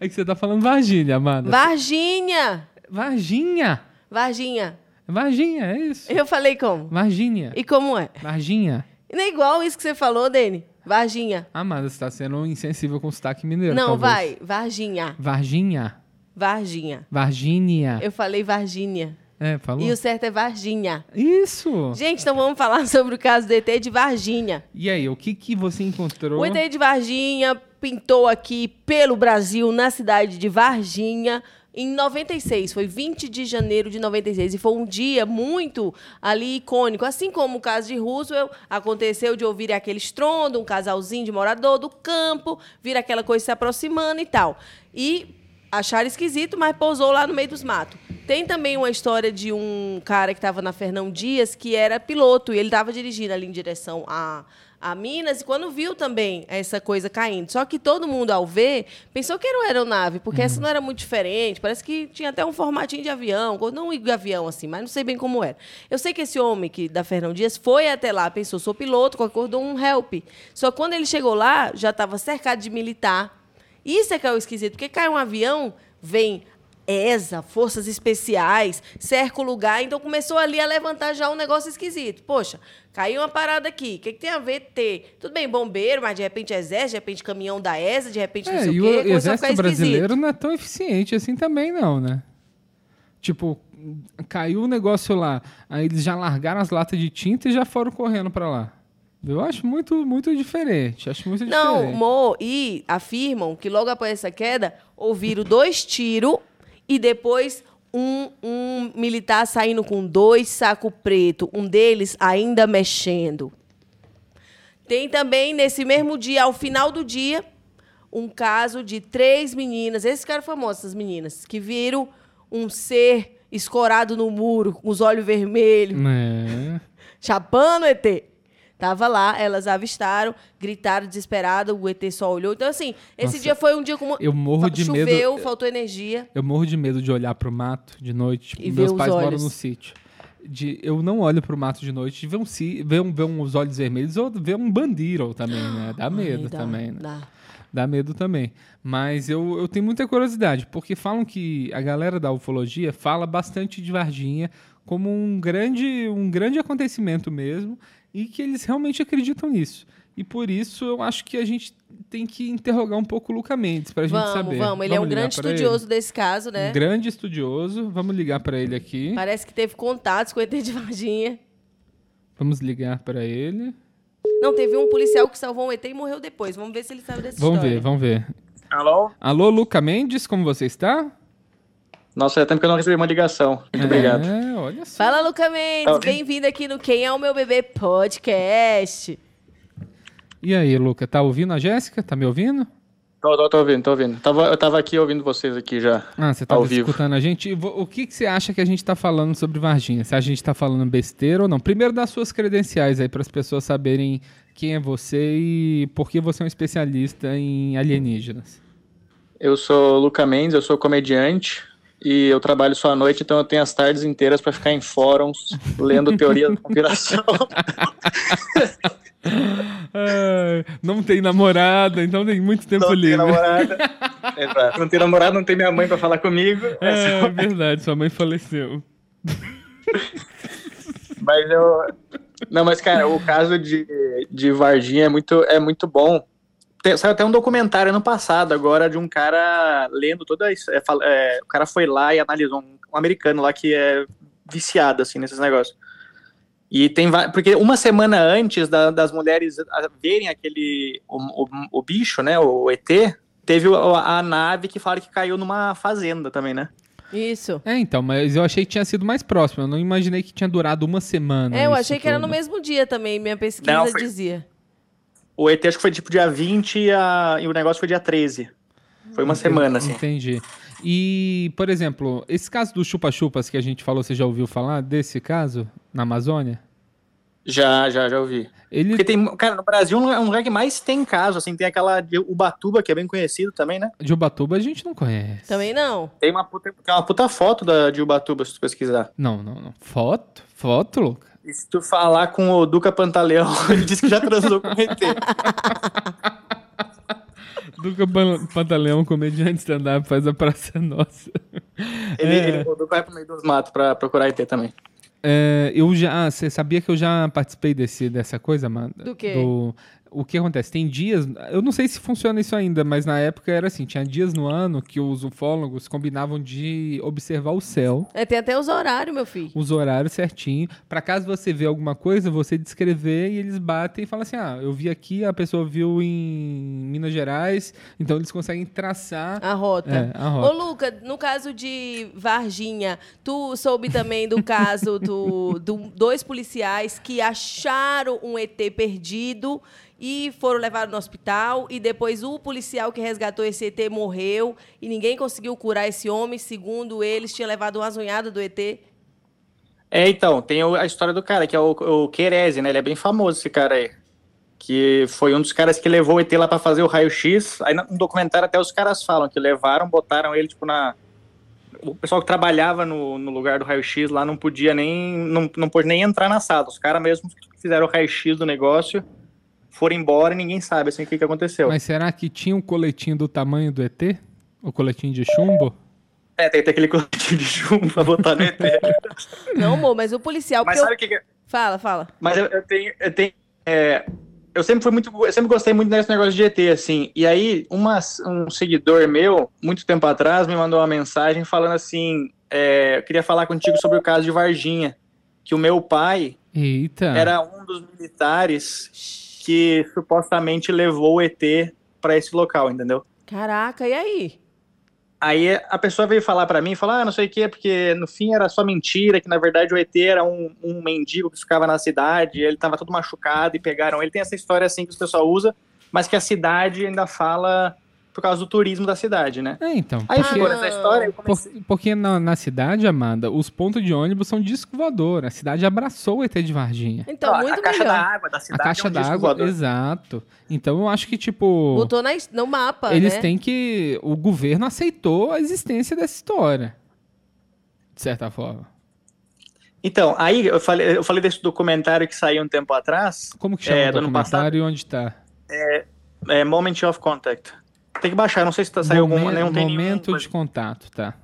Speaker 3: É que você tá falando Varginha, amada.
Speaker 4: Varginha!
Speaker 3: Varginha!
Speaker 4: Varginha.
Speaker 3: Varginha, é isso?
Speaker 4: Eu falei como?
Speaker 3: Varginha.
Speaker 4: E como é?
Speaker 3: Varginha.
Speaker 4: Não é igual isso que você falou, Dani? Varginha.
Speaker 3: Amada, você tá sendo insensível com o sotaque mineiro.
Speaker 4: Não,
Speaker 3: talvez.
Speaker 4: vai. Varginha.
Speaker 3: Varginha.
Speaker 4: Varginha.
Speaker 3: Varginha.
Speaker 4: Eu falei Varginha.
Speaker 3: É, falou.
Speaker 4: E o certo é
Speaker 3: Tá
Speaker 4: Varginha.
Speaker 3: Isso!
Speaker 4: Gente, então vamos falar sobre o caso do ET de Varginha.
Speaker 3: E aí, o que, que você encontrou?
Speaker 4: O ET de Varginha pintou aqui pelo Brasil, na cidade de Varginha, em 96. Foi 20 de janeiro de 96. E foi um dia muito ali icônico. Assim como o caso de Roosevelt, aconteceu de ouvir aquele estrondo, um casalzinho de morador do campo, vir aquela coisa se aproximando e tal. E acharam esquisito, mas pousou lá no meio dos matos. Tem também uma história de um cara que estava na Fernão Dias, que era piloto, e ele estava dirigindo ali em direção a, a Minas, e quando viu também essa coisa caindo. Só que todo mundo, ao ver, pensou que era uma aeronave, porque essa não era muito diferente, parece que tinha até um formatinho de avião, co- não um avião assim, mas não sei bem como era. Eu sei que esse homem que da Fernão Dias foi até lá, pensou, sou piloto, acordou um help. Só que quando ele chegou lá, já estava cercado de militar, isso é que é o esquisito, porque cai um avião, vem ESA, forças especiais, cerca o lugar, então começou ali a levantar já um negócio esquisito. Poxa, caiu uma parada aqui, o que, que tem a ver ter? Tudo bem, bombeiro, mas de repente exército, de repente caminhão da ESA, de repente não
Speaker 3: É,
Speaker 4: sei
Speaker 3: e
Speaker 4: o
Speaker 3: o
Speaker 4: quê, começou a ficar
Speaker 3: exército
Speaker 4: esquisito.
Speaker 3: brasileiro não é tão eficiente assim também, não, né? Tipo, caiu o negócio lá, aí eles já largaram as latas de tinta e já foram correndo pra lá. Eu acho muito, muito diferente. Acho muito
Speaker 4: Não,
Speaker 3: diferente.
Speaker 4: Mo, e afirmam que logo após essa queda, ouviram dois tiros e depois um, um militar saindo com dois sacos preto, um deles ainda mexendo. Tem também, nesse mesmo dia, ao final do dia, um caso de três meninas, esses caras famosos, essas meninas, que viram um ser escorado no muro, com os olhos vermelhos,
Speaker 3: É.
Speaker 4: Chapando ET. Tava lá, elas avistaram, gritaram desesperado, o ET só olhou. Então, assim, esse
Speaker 3: Nossa,
Speaker 4: dia foi um dia como.
Speaker 3: eu morro
Speaker 4: fa-
Speaker 3: de
Speaker 4: Choveu,
Speaker 3: medo-
Speaker 4: faltou energia.
Speaker 3: Eu morro de medo de olhar pro mato de noite. Tipo,
Speaker 4: E ver
Speaker 3: meus
Speaker 4: os
Speaker 3: pais moram
Speaker 4: olhos.
Speaker 3: no sítio. De, eu não olho pro mato de noite de ver, um, ci- ver, um, ver uns olhos vermelhos ou ver um bandido também, né? Dá medo
Speaker 4: Ai, dá,
Speaker 3: também, né?
Speaker 4: dá.
Speaker 3: Dá medo também. Mas eu, eu tenho muita curiosidade, porque falam que a galera da ufologia fala bastante de Varginha como um grande, um grande acontecimento mesmo e que eles realmente acreditam nisso. E por isso eu acho que a gente tem que interrogar um pouco o Luca Mendes para a gente
Speaker 4: Vamos,
Speaker 3: saber.
Speaker 4: vamos. Ele é um
Speaker 3: ligar
Speaker 4: grande
Speaker 3: pra ele?
Speaker 4: estudioso desse caso, né?
Speaker 3: Um grande estudioso. Vamos ligar para ele aqui.
Speaker 4: Parece que teve contatos com o ET de Varginha.
Speaker 3: Vamos ligar para ele.
Speaker 4: Não, teve um policial que salvou um ET e morreu depois. Vamos ver se ele sabe dessa
Speaker 3: Vamos ver,
Speaker 4: história.
Speaker 3: vamos ver.
Speaker 6: Alô?
Speaker 3: Alô, Luca Mendes, como você está?
Speaker 6: Nossa, é tempo que eu não recebi uma ligação. Muito obrigado.
Speaker 3: É, olha só.
Speaker 4: Fala, Luca Mendes.
Speaker 6: Tá.
Speaker 4: Bem-vindo aqui no Quem é o Meu Bebê podcast.
Speaker 3: E aí, Luca, tá ouvindo a Jéssica? Tá me ouvindo?
Speaker 6: Tô, tô, tô ouvindo, tô ouvindo. Tava, eu tava aqui ouvindo vocês aqui já.
Speaker 3: Ah, você tá
Speaker 6: Ao vivo.
Speaker 3: escutando a gente. E vo- O que, que você acha que a gente tá falando sobre Varginha? Se a gente tá falando besteira ou não? Primeiro das suas credenciais aí, para as pessoas saberem quem é você e por que você é um especialista em alienígenas.
Speaker 6: Eu sou Luca Mendes, eu sou comediante e eu trabalho só à noite, então eu tenho as tardes inteiras pra ficar em fóruns lendo teoria da conspiração.
Speaker 3: Ai, não tem namorada, então tem muito tempo
Speaker 6: não tenho
Speaker 3: livre.
Speaker 6: namorada. Exato. Não tenho namorada, não tem minha mãe pra falar comigo.
Speaker 3: É verdade, sua mãe faleceu.
Speaker 6: Mas eu. Não, mas, cara, o caso de, de Varginha é muito, é muito bom. Tem, saiu até um documentário ano passado, agora, de um cara lendo toda isso. é, fala- é, o cara foi lá e analisou um, um americano lá que é viciado, assim, nesses negócios. E tem. va- Porque uma semana antes da- das mulheres a- verem aquele. O, o- o bicho, né? O ET, teve o- a, nave que falaram que caiu numa fazenda também, né?
Speaker 4: Isso.
Speaker 3: É, então, mas eu achei que tinha sido mais próximo. Eu não imaginei que tinha durado uma semana.
Speaker 4: É, eu
Speaker 3: isso
Speaker 4: achei que era no
Speaker 3: tudo.
Speaker 4: mesmo dia também. Minha pesquisa
Speaker 6: Não, foi-
Speaker 4: dizia.
Speaker 6: O ET acho que foi tipo dia 20 e, a- e o negócio foi dia 13. Foi uma semana, assim.
Speaker 3: Entendi. E, por exemplo, esse caso do chupa-chupas que a gente falou, você já ouviu falar desse caso na Amazônia?
Speaker 6: Já, já, já ouvi.
Speaker 3: Ele
Speaker 6: Porque tem, cara, no Brasil é um lugar que mais tem caso, assim, tem aquela de Ubatuba, que é bem conhecido também, né?
Speaker 3: de Ubatuba a gente não conhece.
Speaker 4: Também não.
Speaker 6: Tem uma puta, tem uma puta foto da, de Ubatuba, se tu pesquisar.
Speaker 3: Não, não, não. Foto? Foto, Luca?
Speaker 6: E se tu falar com o Duca Pantaleão, ele disse que já transou com o ET.
Speaker 3: Duca Pan- Pantaleão, comediante stand-up, faz a praça nossa.
Speaker 6: Ele,
Speaker 3: É.
Speaker 6: ele- o Duca vai pro meio dos matos pra procurar ET também.
Speaker 3: É, eu já. Você sabia que eu já participei desse, dessa coisa, Amanda?
Speaker 4: Do quê?
Speaker 3: Do- o que acontece? Tem dias. Eu não sei se funciona isso ainda, mas na época era assim: tinha dias no ano que os ufólogos combinavam de observar o céu,
Speaker 4: É, tem até os horários, meu filho.
Speaker 3: os horários certinho, pra caso você vê alguma coisa, você descrever e eles batem e falam assim: ah, eu vi aqui, a pessoa viu em Minas Gerais, então eles conseguem traçar
Speaker 4: A rota.
Speaker 3: é, a
Speaker 4: Ô,
Speaker 3: rota.
Speaker 4: Luca, no caso de Varginha, tu soube também do caso do, do- dois policiais que acharam um ET perdido e foram levados no hospital e depois o policial que resgatou esse ET morreu e ninguém conseguiu curar esse homem, segundo eles, tinha levado uma zunhada do ET.
Speaker 6: É, então, tem o- a história do cara, que é o, o Querese, né? Ele é bem famoso, esse cara aí. Que foi um dos caras que levou o ET lá pra fazer o raio-x. Aí, no documentário, até os caras falam que levaram, botaram ele, tipo, na. O pessoal que trabalhava no, no lugar do raio-x lá não podia nem. Não, não pôde nem entrar na sala. Os caras mesmo que fizeram o raio-x do negócio foram embora e ninguém sabe, assim, o que, que aconteceu.
Speaker 3: Mas será que tinha um coletinho do tamanho do ET? O coletinho de chumbo?
Speaker 6: É, tem que ter aquele coletivo de chumbo pra botar no ET.
Speaker 4: Não, amor, mas o policial.
Speaker 6: Mas
Speaker 4: porque eu-
Speaker 6: sabe o que, é? que
Speaker 4: Fala, fala.
Speaker 6: Mas eu, eu tenho. Eu, tenho é, eu sempre fui muito. Eu sempre gostei muito desse negócio de ET, assim. E aí, uma, um seguidor meu, muito tempo atrás, me mandou uma mensagem falando assim: é, eu queria falar contigo sobre o caso de Varginha. Que o meu pai
Speaker 3: Eita!
Speaker 6: era um dos militares que supostamente levou o ET para esse local, entendeu?
Speaker 4: Caraca, e aí?
Speaker 6: Aí a pessoa veio falar pra mim, falar, ah, não sei o quê, porque no fim era só mentira, que na verdade o ET era um, um mendigo que ficava na cidade, ele tava todo machucado e pegaram ele. Tem essa história assim que o pessoal usa, mas que a cidade ainda fala por causa do turismo da cidade, né?
Speaker 3: É, então.
Speaker 4: Ah,
Speaker 6: Aí
Speaker 3: porque-
Speaker 6: ficou nessa história, eu comecei...
Speaker 3: Por- porque na, na cidade, Amanda, os pontos de ônibus são disco voador. A cidade abraçou o ET de Varginha.
Speaker 4: Então,
Speaker 6: Ó,
Speaker 4: muito
Speaker 6: a caixa
Speaker 4: melhor.
Speaker 6: da água da
Speaker 3: A
Speaker 6: cidade é
Speaker 3: caixa
Speaker 6: um disco
Speaker 3: d'água,
Speaker 6: voador.
Speaker 3: exato. Então eu acho que, tipo,
Speaker 4: Botou na, no mapa,
Speaker 3: eles
Speaker 4: né?
Speaker 3: têm que. O governo aceitou a existência dessa história. De certa forma.
Speaker 6: Então, aí eu falei, eu falei desse documentário que saiu um tempo atrás,
Speaker 3: Como que chama
Speaker 6: É,
Speaker 3: o
Speaker 6: do ano
Speaker 3: documentário e onde tá?
Speaker 6: é Moment of Contact. Tem que baixar, não sei se tá, saiu algum,
Speaker 3: Momen-
Speaker 6: não tem nenhum,
Speaker 3: Momento
Speaker 6: mas-
Speaker 3: de contato, tá.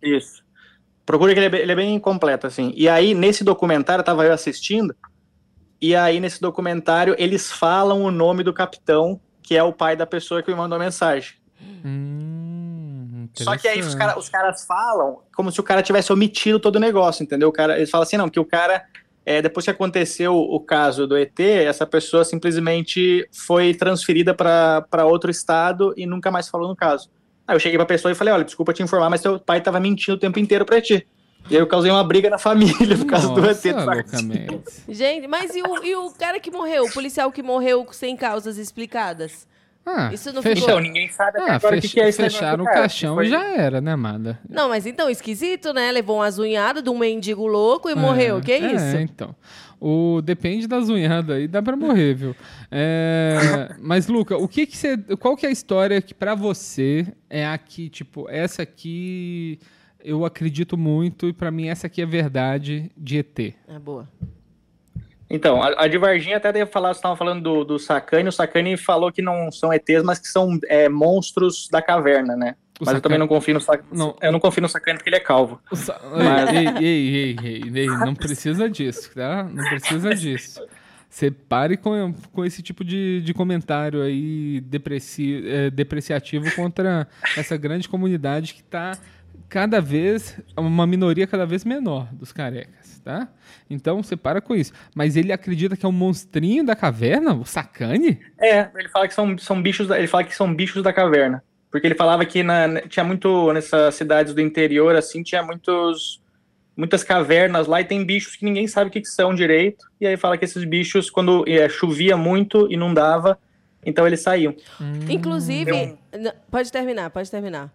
Speaker 6: Isso. Procura que ele é, bem, ele é bem completo, assim. E aí, nesse documentário, tava eu assistindo, e aí, nesse documentário, eles falam o nome do capitão, que é o pai da pessoa que me mandou a mensagem.
Speaker 3: Hum,
Speaker 6: Só que aí os,
Speaker 3: interessante.
Speaker 6: cara- os caras falam como se o cara tivesse omitido todo o negócio, entendeu? O cara, eles falam assim, não, que o cara, é, depois que aconteceu o caso do ET, essa pessoa simplesmente foi transferida para outro estado e nunca mais falou no caso. Aí eu cheguei pra pessoa e falei, olha, desculpa te informar, mas teu pai tava mentindo o tempo inteiro pra ti. E aí eu causei uma briga na família por causa do ET.
Speaker 3: Nossa,
Speaker 6: do
Speaker 3: Luca
Speaker 6: Martins.
Speaker 3: Mendes.
Speaker 4: Gente, mas e o, e o cara que morreu? O policial que morreu sem causas explicadas?
Speaker 3: Ah,
Speaker 4: Isso não
Speaker 3: fechou.
Speaker 6: Então, ninguém sabe até
Speaker 3: Ah,
Speaker 6: agora o
Speaker 3: fech-
Speaker 6: que, que é esse negócio
Speaker 3: fecharam
Speaker 6: do
Speaker 3: o
Speaker 6: cara,
Speaker 3: caixão
Speaker 6: que foi-
Speaker 3: e já era, né, Amanda?
Speaker 4: Não, mas então, esquisito, né? Levou uma zunhada de um mendigo louco e morreu. Que
Speaker 3: é, É,
Speaker 4: isso?
Speaker 3: então. O, depende da zunhada aí, dá pra morrer, viu? É, mas, Luca, o que que você, qual que é a história que pra você é a que, tipo, essa aqui eu acredito muito e pra mim essa aqui é verdade de ET?
Speaker 4: Ah, boa.
Speaker 6: Então, a, a de Varginha até devo falar, vocês estavam falando do, do Sacani, o Sacani falou que não são ETs, mas que são é, monstros da caverna, né?
Speaker 3: O
Speaker 6: mas eu também não confio no Sacani.
Speaker 3: Não.
Speaker 6: Eu não confio no Sacani porque ele é calvo.
Speaker 3: O sa-
Speaker 6: Mas-
Speaker 3: Ei, ei, ei, ei, ei, não precisa disso, tá? Não precisa disso. Você pare com, com esse tipo de, de comentário aí depreci, eh, depreciativo contra essa grande comunidade que tá cada vez, uma minoria cada vez menor dos carecas, tá? Então você para com isso. Mas ele acredita que é um monstrinho da caverna? O sacane?
Speaker 6: É, ele fala que são, são bichos, da, ele fala que são bichos da caverna. Porque ele falava que na- tinha muito nessas cidades do interior assim, tinha muitos muitas cavernas lá e tem bichos que ninguém sabe o que, que são direito. E aí fala que esses bichos quando é, chovia muito, inundava, então eles saíam.
Speaker 4: Inclusive, n- pode terminar, pode terminar.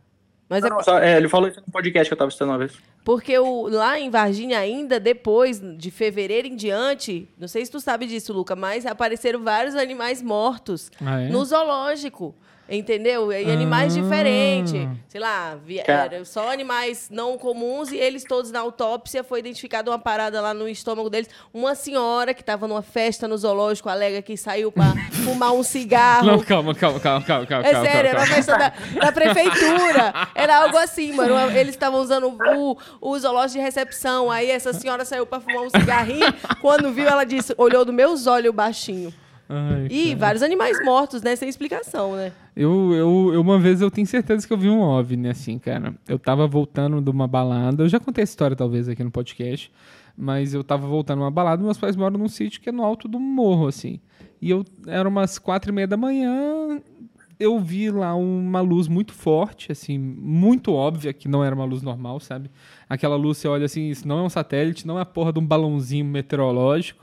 Speaker 4: Mas é
Speaker 6: Não, não, só- é, ele falou isso no podcast que eu tava estudando uma vez.
Speaker 4: porque o, lá em Varginha ainda, depois de fevereiro em diante, não sei se tu sabe disso, Luca, mas apareceram vários animais mortos
Speaker 3: Ah, é?
Speaker 4: no zoológico. Entendeu? E animais
Speaker 3: Ah.
Speaker 4: diferentes. Sei lá, vi-
Speaker 6: Cara.
Speaker 4: era só animais não comuns e eles todos na autópsia foi identificada uma parada lá no estômago deles. Uma senhora que estava numa festa no zoológico alega que saiu para fumar um cigarro.
Speaker 3: Não, calma, calma, calma, calma, calma.
Speaker 4: É
Speaker 3: calma,
Speaker 4: sério, era
Speaker 3: calma.
Speaker 4: uma festa da, da prefeitura. Era algo assim, mano. Eles estavam usando o, o zoológico de recepção. Aí essa senhora saiu pra fumar um cigarrinho. Quando viu, ela disse, olhou dos meus olhos baixinho.
Speaker 3: Ai,
Speaker 4: E vários animais mortos, né? Sem explicação, né?
Speaker 3: Eu, eu, eu, uma vez eu tenho certeza que eu vi um OVNI, assim, cara. Eu tava voltando de uma balada, eu já contei essa história, talvez, aqui no podcast, mas eu tava voltando de uma balada, meus pais moram num sítio que é no alto do morro, assim. E eu, era umas quatro e meia da manhã, eu vi lá uma luz muito forte, assim, muito óbvia, que não era uma luz normal, sabe? Aquela luz, você olha assim, isso não é um satélite, não é a porra de um balãozinho meteorológico.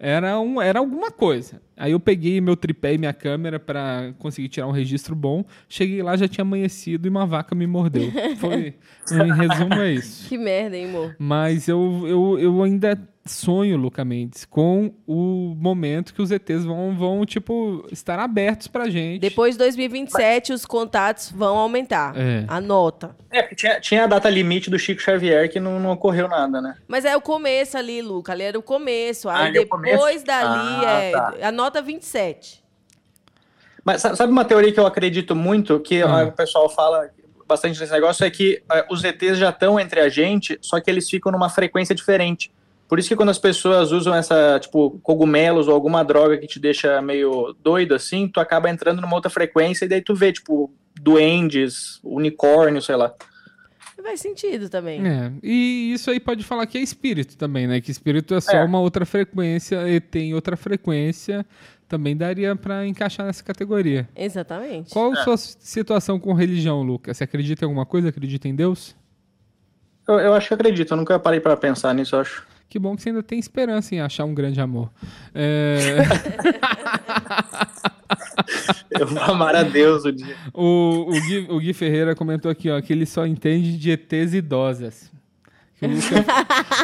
Speaker 3: Era, um, era alguma coisa. Aí eu peguei meu tripé e minha câmera pra conseguir tirar um registro bom. Cheguei lá, já tinha amanhecido e uma vaca me mordeu. Foi, em resumo, é isso.
Speaker 4: Que merda, hein, amor?
Speaker 3: Mas eu, eu, eu ainda sonho, Luca Mendes, com o momento que os ETs vão, vão tipo, estar abertos pra gente.
Speaker 4: Depois de 2027, os contatos vão aumentar.
Speaker 3: É.
Speaker 4: Anota.
Speaker 6: É, porque tinha, tinha a data limite do Chico Xavier que não, não ocorreu nada, né?
Speaker 4: Mas é o começo ali, Luca. Ali era o começo.
Speaker 6: Ah,
Speaker 4: Aí
Speaker 6: ali é o
Speaker 4: depois
Speaker 6: começo?
Speaker 4: dali
Speaker 6: Ah,
Speaker 4: é.
Speaker 6: tá.
Speaker 4: Anota 27.
Speaker 6: Mas sa- sabe uma teoria que eu acredito muito, que
Speaker 3: Ah.
Speaker 6: ah, o pessoal fala bastante nesse negócio, é que ah, os ETs já estão entre a gente, só que eles ficam numa frequência diferente. Por isso que quando as pessoas usam essa, tipo, cogumelos ou alguma droga que te deixa meio doido, assim, tu acaba entrando numa outra frequência e daí tu vê, tipo, duendes, unicórnio, sei lá.
Speaker 4: Faz sentido também.
Speaker 3: É, e isso aí pode falar que é espírito também, né? Que espírito é só
Speaker 6: É.
Speaker 3: uma outra frequência e tem outra frequência, também daria pra encaixar nessa categoria.
Speaker 4: Exatamente.
Speaker 3: É. Qual a sua situação com religião, Lucas? Você acredita em alguma coisa? Acredita em Deus?
Speaker 6: Eu, eu acho que acredito, eu nunca parei pra pensar nisso, eu acho.
Speaker 3: Que bom que você ainda tem esperança em achar um grande amor. É,
Speaker 6: Eu vou amar a Deus o dia.
Speaker 3: o, o Gui, o Gui Ferreira comentou aqui, ó, que ele só entende de ETs idosas. Que O Luca,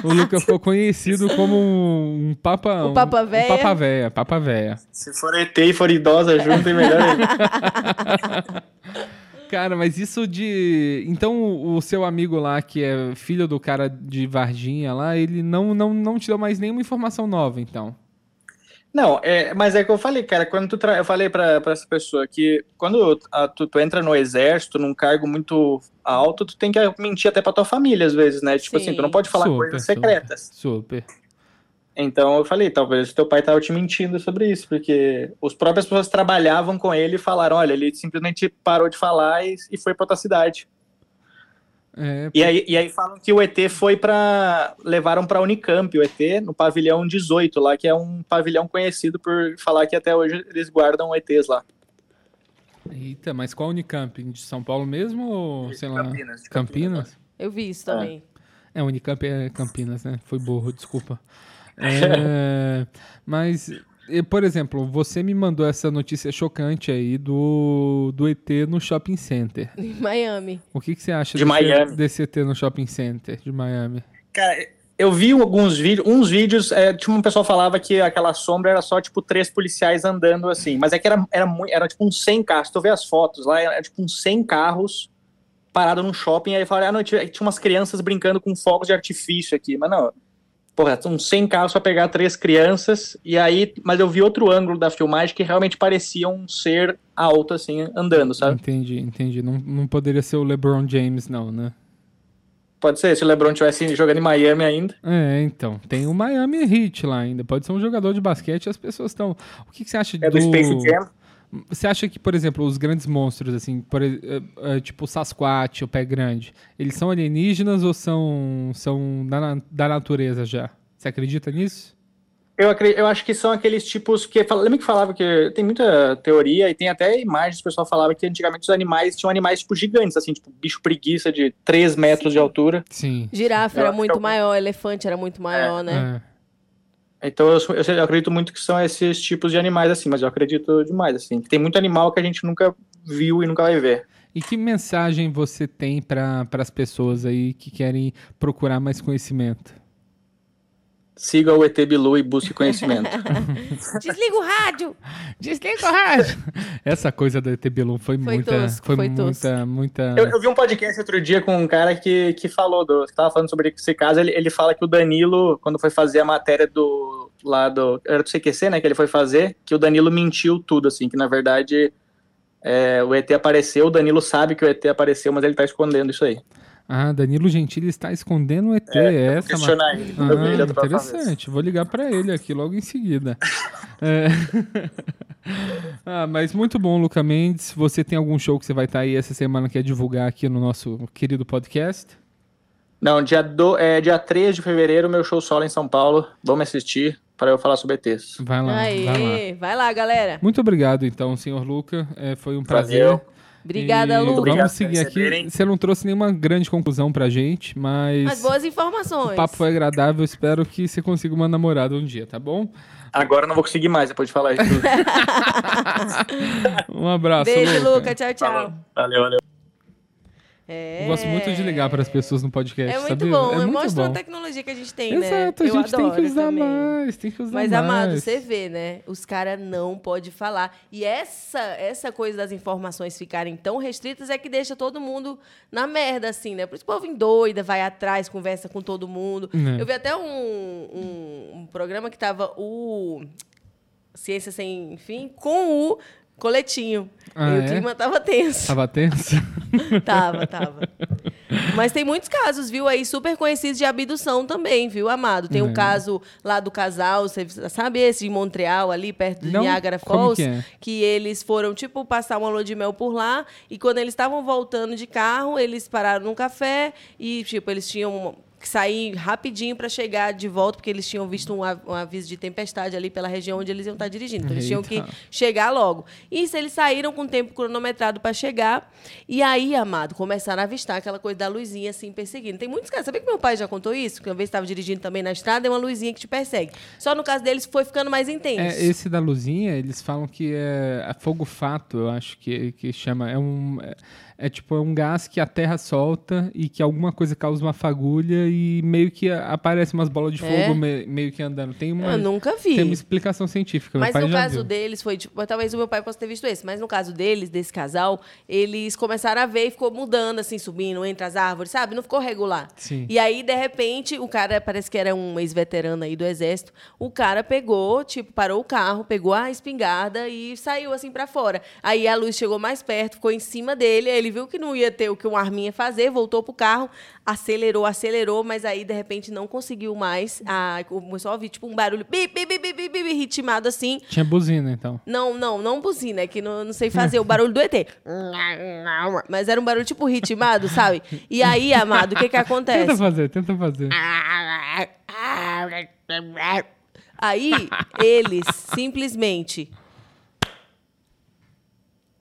Speaker 3: o Luca ficou conhecido como um, um papa...
Speaker 4: O papa
Speaker 3: um- um
Speaker 4: véia.
Speaker 3: papa véia, papa véia.
Speaker 6: Se for ET e for idosa junto, é melhor ainda.
Speaker 3: Cara, mas isso de. Então, o- o seu amigo lá, que é filho do cara de Varginha lá, ele não, não, não te deu mais nenhuma informação nova, então.
Speaker 6: Não, é, mas é que eu falei, cara, quando tu tra... eu falei pra, pra essa pessoa que quando a- tu, tu entra no exército, num cargo muito alto, tu tem que mentir até pra tua família às vezes, né? Tipo
Speaker 4: Sim.
Speaker 6: assim, tu não pode falar coisas secretas.
Speaker 3: Super.
Speaker 6: Então eu falei, talvez teu pai tava te mentindo sobre isso, porque os próprias pessoas trabalhavam com ele e falaram, olha, ele simplesmente parou de falar e, e foi pra outra cidade.
Speaker 3: É,
Speaker 6: E aí, e aí falam que o ET foi pra. levaram pra Unicamp o ET no pavilhão 18 lá, que é um pavilhão conhecido por falar que até hoje eles guardam ETs lá.
Speaker 3: eita, mas qual Unicamp? De São Paulo mesmo ou, sei lá,
Speaker 6: Campinas, de Campinas.
Speaker 3: Campinas?
Speaker 4: Eu vi isso também.
Speaker 3: É, Unicamp é Campinas, né? Foi burro, desculpa. É, mas, e, por exemplo, você me mandou essa notícia chocante aí do, do ET no shopping center.
Speaker 4: Em Miami.
Speaker 3: O que, que você acha
Speaker 6: De
Speaker 3: desse-
Speaker 6: Miami.
Speaker 3: desse ET no shopping center de Miami?
Speaker 6: Cara, eu vi alguns vídeos, uns vídeos, é, tipo, um pessoal falava que aquela sombra era só, tipo, três policiais andando assim, mas é que era, era, muito, era tipo uns 100 carros, se tu vê as fotos lá, era tipo uns 100 carros parado num shopping, aí falaram, ah, não, tinha, tinha umas crianças brincando com fogos de artifício aqui, mas não, porra, uns 100 carros pra pegar três crianças, e aí, mas eu vi outro ângulo da filmagem que realmente parecia um ser alto, assim, andando, sabe?
Speaker 3: Entendi, entendi. Não, não poderia ser o LeBron James, não, né?
Speaker 6: Pode ser, se o LeBron tivesse jogando em Miami ainda.
Speaker 3: É, então. Tem o Miami Heat lá ainda. Pode ser um jogador de basquete e as pessoas estão. O que, que você acha
Speaker 6: É do Space Jam.
Speaker 3: Você acha que, por exemplo, os grandes monstros, assim, por e- é, é, tipo o Sasquatch, o Pé Grande, eles são alienígenas ou são, são da, na- da natureza já? Você acredita nisso?
Speaker 6: Eu, acre- eu acho que são aqueles tipos que. fala- Lembra que falava que tem muita teoria e tem até imagens, o pessoal falava que antigamente os animais tinham animais tipo gigantes, assim, tipo bicho preguiça de 3 metros de altura.
Speaker 3: Sim.
Speaker 4: Girafa
Speaker 6: Eu
Speaker 4: era
Speaker 6: acho
Speaker 4: muito
Speaker 6: que é eu-
Speaker 4: maior, elefante era muito
Speaker 6: É.
Speaker 4: maior, né?
Speaker 3: É.
Speaker 6: Então eu, sou- eu sei- eu acredito muito que são esses tipos de animais, assim, mas eu acredito demais, assim. que Tem muito animal que a gente nunca viu e nunca vai ver.
Speaker 3: E que mensagem você tem para as pessoas aí que querem procurar mais conhecimento?
Speaker 6: Siga o ET Bilu e busque conhecimento.
Speaker 4: Desliga o rádio!
Speaker 3: Desliga o rádio. Essa coisa do ET Bilu foi, muita,
Speaker 4: tosco,
Speaker 3: foi,
Speaker 4: foi
Speaker 3: muita,
Speaker 4: tosco.
Speaker 3: muita.
Speaker 6: Eu, eu vi um podcast outro dia com um cara que, que falou, do, que tava falando sobre esse caso, ele, ele fala que o Danilo, quando foi fazer a matéria do, lá do, era do CQC, né, que ele foi fazer, que o Danilo mentiu tudo, assim, que na verdade É, o ET apareceu, o Danilo sabe que o ET apareceu, mas ele tá escondendo isso aí.
Speaker 3: Ah, Danilo Gentili está escondendo o ET. É, essa, ma-
Speaker 6: Questionar ele. pra ver ele é
Speaker 3: Ah,
Speaker 6: da próxima vez.
Speaker 3: interessante. Vou ligar pra ele aqui logo em seguida. É. ah, mas muito bom, Luca Mendes. Você tem algum show que você vai estar aí essa semana que é divulgar aqui no nosso querido podcast?
Speaker 6: Não, dia, do, é, dia 3 de fevereiro, meu show solo em São Paulo. Vão me assistir para eu falar sobre ETs.
Speaker 3: Vai lá,
Speaker 4: Aê,
Speaker 3: vai lá.
Speaker 4: vai lá, galera.
Speaker 3: Muito obrigado, então, senhor Luca. É, foi um prazer.
Speaker 6: Valeu.
Speaker 4: Obrigada,
Speaker 3: E
Speaker 4: Lu.
Speaker 6: obrigado
Speaker 3: Vamos
Speaker 6: por
Speaker 3: seguir aqui.
Speaker 6: receberem.
Speaker 3: Você não trouxe nenhuma grande conclusão pra gente,
Speaker 4: As
Speaker 3: mas
Speaker 4: boas
Speaker 3: o
Speaker 4: informações.
Speaker 3: papo foi agradável. Espero que você consiga uma namorada um dia, tá bom?
Speaker 6: Agora eu não vou conseguir mais depois de falar isso. tudo.
Speaker 3: Um abraço,
Speaker 4: Beijo,
Speaker 3: Luca.
Speaker 4: Luca. Tchau,
Speaker 6: Falou.
Speaker 4: tchau.
Speaker 6: Valeu, valeu.
Speaker 4: É...
Speaker 3: Eu gosto muito de ligar para as pessoas no podcast,
Speaker 4: É muito
Speaker 3: sabia?
Speaker 4: bom.
Speaker 3: É muito
Speaker 4: Mostra
Speaker 3: bom.
Speaker 4: a tecnologia que a gente tem, né?
Speaker 3: Exato, a
Speaker 4: Eu
Speaker 3: gente tem que
Speaker 4: adoro
Speaker 3: usar
Speaker 4: também.
Speaker 3: mais, tem que usar
Speaker 4: Mas,
Speaker 3: mais.
Speaker 4: amado, você vê, né? Os caras não podem falar. E essa essa coisa das informações ficarem tão restritas é que deixa todo mundo na merda, assim, né? Por isso o povo endoida, vai atrás, conversa com todo mundo.
Speaker 3: É.
Speaker 4: Eu vi até um, um, um programa que tava o Ciência Sem Fim com o Coletinho.
Speaker 3: Ah,
Speaker 4: e
Speaker 3: é?
Speaker 4: o clima tava tenso.
Speaker 3: Tava tensa?
Speaker 4: Tava, tava. Mas tem muitos casos, viu, aí super conhecidos de abdução também, viu, amado? Tem o
Speaker 3: É.
Speaker 4: caso lá do casal, você sabe esse de Montreal, ali perto de
Speaker 3: Não?
Speaker 4: Niagara
Speaker 3: Como
Speaker 4: Falls?
Speaker 3: que é?
Speaker 4: que eles foram, tipo, passar uma lua de mel por lá. E quando eles estavam voltando de carro, eles pararam num café e, tipo, eles tinham que sair rapidinho para chegar de volta, porque eles tinham visto um, av- um aviso de tempestade ali pela região onde eles iam estar dirigindo. Então, eles tinham que
Speaker 3: Eita.
Speaker 4: chegar logo. E se eles saíram com o tempo cronometrado para chegar. E aí, amado, começaram a avistar aquela coisa da luzinha assim perseguindo. Tem muitos casos. Sabia que meu pai já contou isso? Que uma vez estava dirigindo também na estrada, é uma luzinha que te persegue. Só no caso deles foi ficando mais intenso.
Speaker 3: É, esse da luzinha, eles falam que é fogo fato, eu acho que, que chama. É um. É, é tipo é um gás que a terra solta e que alguma coisa causa uma fagulha e meio que a- aparece umas bolas de
Speaker 4: É?
Speaker 3: fogo me- meio que andando. Tem uma,
Speaker 4: Eu nunca vi.
Speaker 3: tem uma explicação científica. meu
Speaker 4: Mas
Speaker 3: pai
Speaker 4: no
Speaker 3: já
Speaker 4: caso
Speaker 3: viu.
Speaker 4: deles foi, tipo, talvez o meu pai possa ter visto esse, mas no caso deles, desse casal, eles começaram a ver e ficou mudando, assim, subindo entre as árvores, sabe? Não ficou regular.
Speaker 3: Sim.
Speaker 4: E aí, de repente, o cara, parece que era um ex-veterano aí do exército, o cara pegou, tipo, parou o carro, pegou a espingarda e saiu, assim, pra fora. Aí a luz chegou mais perto, ficou em cima dele, aí ele viu que não ia ter o que um arminha fazer, voltou pro carro, acelerou, acelerou, mas aí, de repente, não conseguiu mais. Ah, começou a ouvir, tipo, um barulho, bip, bip, bip, bip, bip, bip, ritmado, assim,
Speaker 3: Tinha buzina, então.
Speaker 4: não, não, não buzina, é que não, não sei fazer o barulho do ET. Mas era um barulho tipo ritmado, sabe? E aí, amado, o que que
Speaker 3: Tenta
Speaker 4: acontece? Ah.
Speaker 3: fazer, tenta fazer.
Speaker 4: Aí, eles simplesmente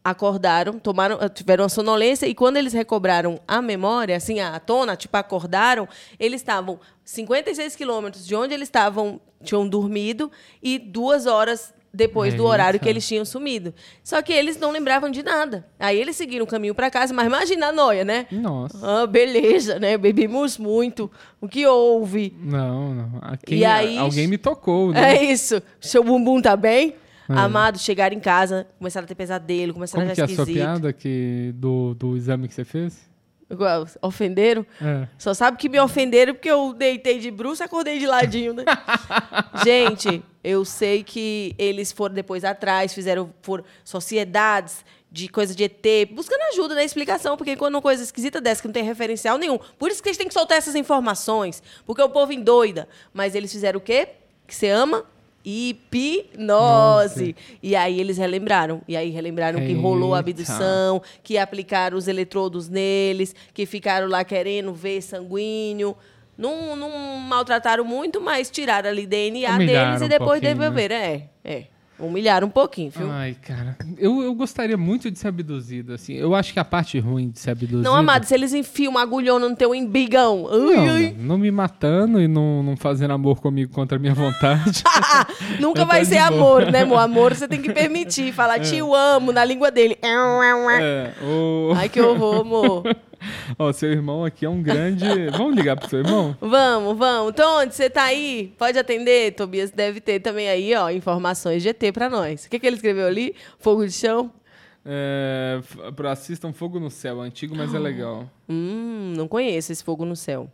Speaker 4: acordaram, tomaram, tiveram a sonolência e quando eles recobraram a memória, assim, a tona, tipo, acordaram, eles estavam 56 quilômetros de onde eles estavam, tinham dormido e duas horas depois do
Speaker 3: Eita.
Speaker 4: horário que eles tinham sumido. Só que eles não lembravam de nada. Aí eles seguiram o caminho para casa, mas imagina a noia, né?
Speaker 3: Nossa.
Speaker 4: Ah, beleza, né? Bebemos muito. O que houve?
Speaker 3: Não, não. Ah, quem-
Speaker 4: E aí-
Speaker 3: Alguém me tocou, né?
Speaker 4: É isso. Seu bumbum tá bem?
Speaker 3: É.
Speaker 4: Amado, chegaram em casa, começaram a ter pesadelo, começaram
Speaker 3: Como
Speaker 4: a
Speaker 3: que é
Speaker 4: achar
Speaker 3: a sua
Speaker 4: esquisito.
Speaker 3: piada que, do, do exame que você fez?
Speaker 4: Igual, Ofenderam?
Speaker 3: É.
Speaker 4: Só sabe que me ofenderam porque eu deitei de bruxo e acordei de ladinho, né? Gente, eu sei que eles foram depois atrás, fizeram foram sociedades de coisa de ET, buscando ajuda, né? Explicação, porque quando uma coisa esquisita dessa que não tem referencial nenhum. Por isso que eles têm que soltar essas informações, porque o povo endoida. Mas eles fizeram o quê? Que você ama? Hipnose. E aí eles relembraram. E aí relembraram que rolou a
Speaker 3: Eita.
Speaker 4: abdução coração, que aplicaram os eletrodos neles, que ficaram lá querendo ver sanguíneo. Não, não maltrataram muito, mas tiraram ali DNA
Speaker 3: Humilharam
Speaker 4: deles
Speaker 3: um
Speaker 4: e depois
Speaker 3: pouquinho, Ah,
Speaker 4: devolveram. É, é. Humilharam um pouquinho, viu?
Speaker 3: Ai, cara. Eu, eu gostaria muito de ser abduzido, assim. Eu acho que a parte ruim de ser abduzido...
Speaker 4: não, amado, se eles enfiam uma agulhona no teu embigão. Ai,
Speaker 3: Não,
Speaker 4: ai.
Speaker 3: né? não me matando e não, não fazendo amor comigo contra a minha vontade.
Speaker 4: Nunca
Speaker 3: Eu tô
Speaker 4: vai
Speaker 3: de
Speaker 4: ser
Speaker 3: boa.
Speaker 4: amor, né, amor? Amor você tem que permitir. Falar te amo na língua dele.
Speaker 3: é, o...
Speaker 4: Ai, que horror, amor.
Speaker 3: Ó, seu irmão aqui é um grande... Vamos ligar pro seu irmão?
Speaker 4: Vamos, vamos. Tonte, você tá aí? Pode atender? Tobias deve ter também aí, ó, informações de ET pra nós. O que, que ele escreveu ali? Fogo de chão?
Speaker 3: É, f- pro- assistam Fogo no Céu, é antigo, mas é legal.
Speaker 4: Hum, não conheço esse fogo no céu.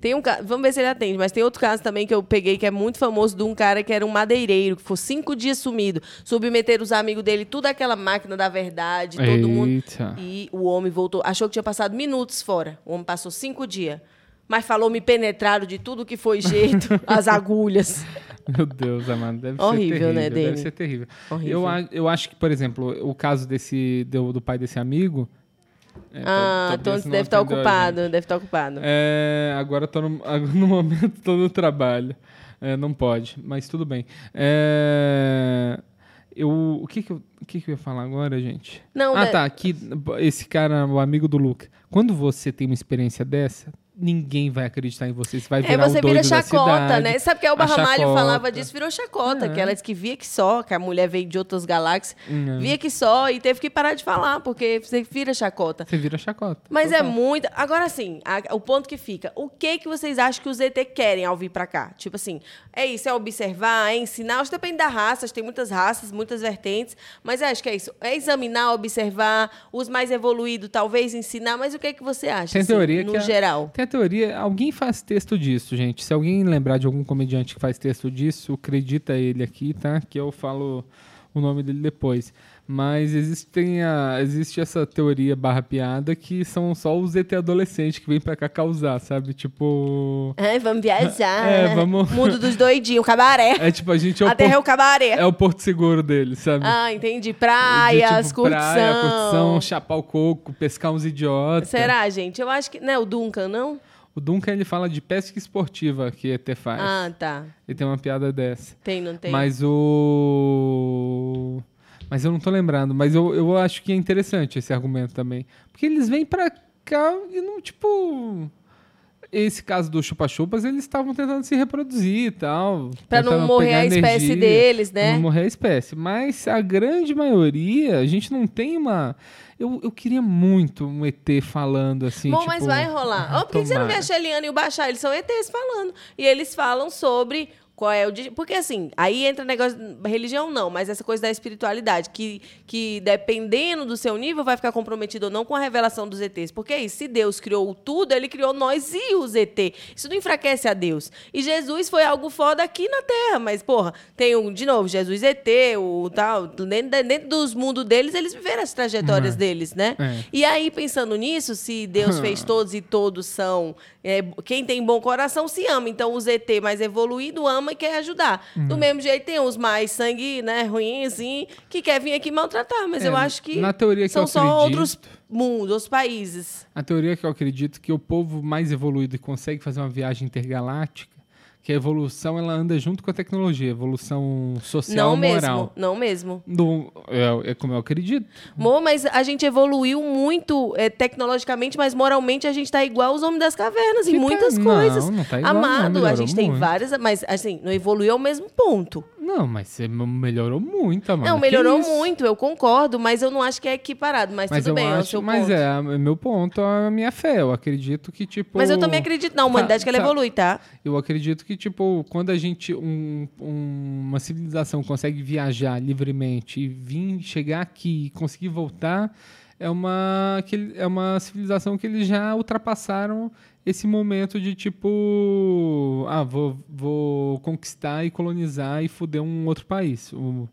Speaker 4: Tem um caso, vamos ver se ele atende, mas tem outro caso também que eu peguei que é muito famoso de um cara que era um madeireiro, que foi cinco dias sumido. Submeter os amigos dele, tudo aquela máquina da verdade, todo mundo.
Speaker 3: Eita.
Speaker 4: E o homem voltou, achou que tinha passado minutos fora. O homem passou cinco dias. Mas falou, me penetraram de tudo que foi jeito, as agulhas.
Speaker 3: Meu Deus, amado. Deve
Speaker 4: Horrível,
Speaker 3: ser terrível,
Speaker 4: né,
Speaker 3: Deve
Speaker 4: Dani?
Speaker 3: ser terrível.
Speaker 4: Horrível.
Speaker 3: Eu, a- eu acho que, por exemplo, o caso desse do, do pai desse amigo. é,
Speaker 4: ah,
Speaker 3: talvez
Speaker 4: então
Speaker 3: não
Speaker 4: deve estar
Speaker 3: atendeu a
Speaker 4: ocupado, deve estar ocupado.
Speaker 3: né? É, agora eu tô no, agora no momento tô no trabalho. É, não pode, mas tudo bem. É, eu, o que que eu, o que que eu ia falar agora, gente?
Speaker 4: Não,
Speaker 3: ah,
Speaker 4: da-
Speaker 3: tá. Que esse cara, o amigo do Luca. Quando você tem uma experiência dessa, ninguém vai acreditar em você. Você vai
Speaker 4: É,
Speaker 3: virar o
Speaker 4: você vira
Speaker 3: doido da
Speaker 4: chacota,
Speaker 3: cidade.
Speaker 4: né? Sabe que a
Speaker 3: a
Speaker 4: Elba Ramalho
Speaker 3: chacota. É.
Speaker 4: falava disso, virou chacota. Que ela disse que via que só, que a mulher veio de outras galáxias,
Speaker 3: É.
Speaker 4: via que só e teve que parar de falar, porque você vira chacota.
Speaker 3: Você vira chacota. Então tá.
Speaker 4: Mas é
Speaker 3: Total.
Speaker 4: muito. Agora sim, a- o ponto que fica. O que que vocês acham que os ET querem ao vir pra cá? Tipo assim, é isso, é observar, é ensinar. Acho que depende da raça, acho que tem muitas raças, muitas vertentes. Mas eu acho que é isso. É examinar, observar, os mais evoluídos, talvez ensinar. Mas o que que você acha?
Speaker 3: Tem
Speaker 4: assim,
Speaker 3: teoria
Speaker 4: no
Speaker 3: que é- a-
Speaker 4: geral.
Speaker 3: Tem a teoria, alguém faz texto disso, gente. Se alguém lembrar de algum comediante que faz texto disso, acredita ele aqui, tá? Que eu falo o nome dele depois. Mas existem a, existe essa teoria barra piada que são só os ET adolescentes que vêm pra cá causar, sabe? Tipo.
Speaker 4: É, vamos viajar. né?
Speaker 3: É, vamos-
Speaker 4: Mundo dos doidinhos, cabaré.
Speaker 3: É tipo, a gente é
Speaker 4: a
Speaker 3: o,
Speaker 4: terra é o
Speaker 3: porto,
Speaker 4: cabaré.
Speaker 3: é o porto seguro dele, sabe?
Speaker 4: Ah, entendi.
Speaker 3: De,
Speaker 4: Praias,
Speaker 3: tipo,
Speaker 4: curtição.
Speaker 3: praia, curtição, chapar o coco, pescar uns idiotas.
Speaker 4: Será, gente? Eu acho que. Não é o Duncan, não?
Speaker 3: O Duncan ele fala de pesca esportiva que ET faz.
Speaker 4: Ah, tá.
Speaker 3: Ele tem uma piada dessa.
Speaker 4: Tem, não tem?
Speaker 3: é. Mas o. Mas eu não tô lembrando. Mas eu, eu acho que é interessante esse argumento também. Porque eles vêm pra cá e não, tipo. Esse caso do chupa-chupas, eles estavam tentando se reproduzir e tal.
Speaker 4: Pra não
Speaker 3: tentando
Speaker 4: morrer
Speaker 3: pegar
Speaker 4: a espécie
Speaker 3: energia,
Speaker 4: deles,
Speaker 3: pra Não
Speaker 4: né?
Speaker 3: morrer a espécie. Mas a grande maioria, a gente não tem uma. Eu, eu queria muito um ET falando assim.
Speaker 4: Bom,
Speaker 3: tipo,
Speaker 4: mas vai rolar. Ó, por que que você não vê a
Speaker 3: tomara.
Speaker 4: Sheliana e o Baixar? Eles são ETs falando. E eles falam sobre qual é o. di- Porque assim, aí entra negócio. Religião não, mas essa coisa da espiritualidade. Que, que dependendo do seu nível, vai ficar comprometido ou não com a revelação dos ETs. Porque aí, se Deus criou tudo, ele criou nós e os ET. Isso não enfraquece a Deus. E Jesus foi algo foda aqui na Terra, mas, porra, tem um, de novo, Jesus ET, o tal. Dentro, da- dentro dos mundos deles, eles viveram as trajetórias deles, né?
Speaker 3: É.
Speaker 4: E aí, pensando nisso, se Deus fez todos e todos são. é, quem tem bom coração se ama. Então, os ET mais evoluído ama e quer ajudar. Do
Speaker 3: Uhum.
Speaker 4: mesmo jeito, tem os mais sangue, né, ruins, que quer vir aqui maltratar. Mas
Speaker 3: É,
Speaker 4: eu acho que
Speaker 3: na teoria que
Speaker 4: são
Speaker 3: eu
Speaker 4: só
Speaker 3: acredito-
Speaker 4: outros mundos, outros países.
Speaker 3: A teoria que eu acredito é que o povo mais evoluído e consegue fazer uma viagem intergaláctica, que a evolução ela anda junto com a tecnologia, a evolução social
Speaker 4: não
Speaker 3: e é moral.
Speaker 4: mesmo, não mesmo.
Speaker 3: Do- é, é como eu acredito.
Speaker 4: Mô, mas a gente evoluiu muito é, tecnologicamente, mas moralmente a gente tá igual os homens das cavernas em
Speaker 3: Que tá-
Speaker 4: muitas
Speaker 3: não,
Speaker 4: coisas.
Speaker 3: não tá igual, não,
Speaker 4: Amado, a
Speaker 3: melhorou
Speaker 4: gente tem
Speaker 3: muito.
Speaker 4: várias, mas assim, não evoluiu ao mesmo ponto.
Speaker 3: Não, mas você m- melhorou muito, mano.
Speaker 4: Não, melhorou muito, eu concordo, mas eu não acho que é equiparado, mas,
Speaker 3: Mas
Speaker 4: tudo
Speaker 3: eu
Speaker 4: bem, é o
Speaker 3: acho,
Speaker 4: seu
Speaker 3: mas
Speaker 4: ponto.
Speaker 3: é, é meu ponto, é a minha fé. Eu acredito que tipo
Speaker 4: Mas eu também acredito na humanidade
Speaker 3: Tá,
Speaker 4: que ela
Speaker 3: tá.
Speaker 4: evolui, tá?
Speaker 3: Eu acredito que, tipo, quando a gente, um- um- uma civilização consegue viajar livremente e vir, chegar aqui e conseguir voltar, é uma, que ele- é uma civilização que eles já ultrapassaram esse momento de, tipo, ah, vou, vou conquistar e colonizar e fuder um outro país. O,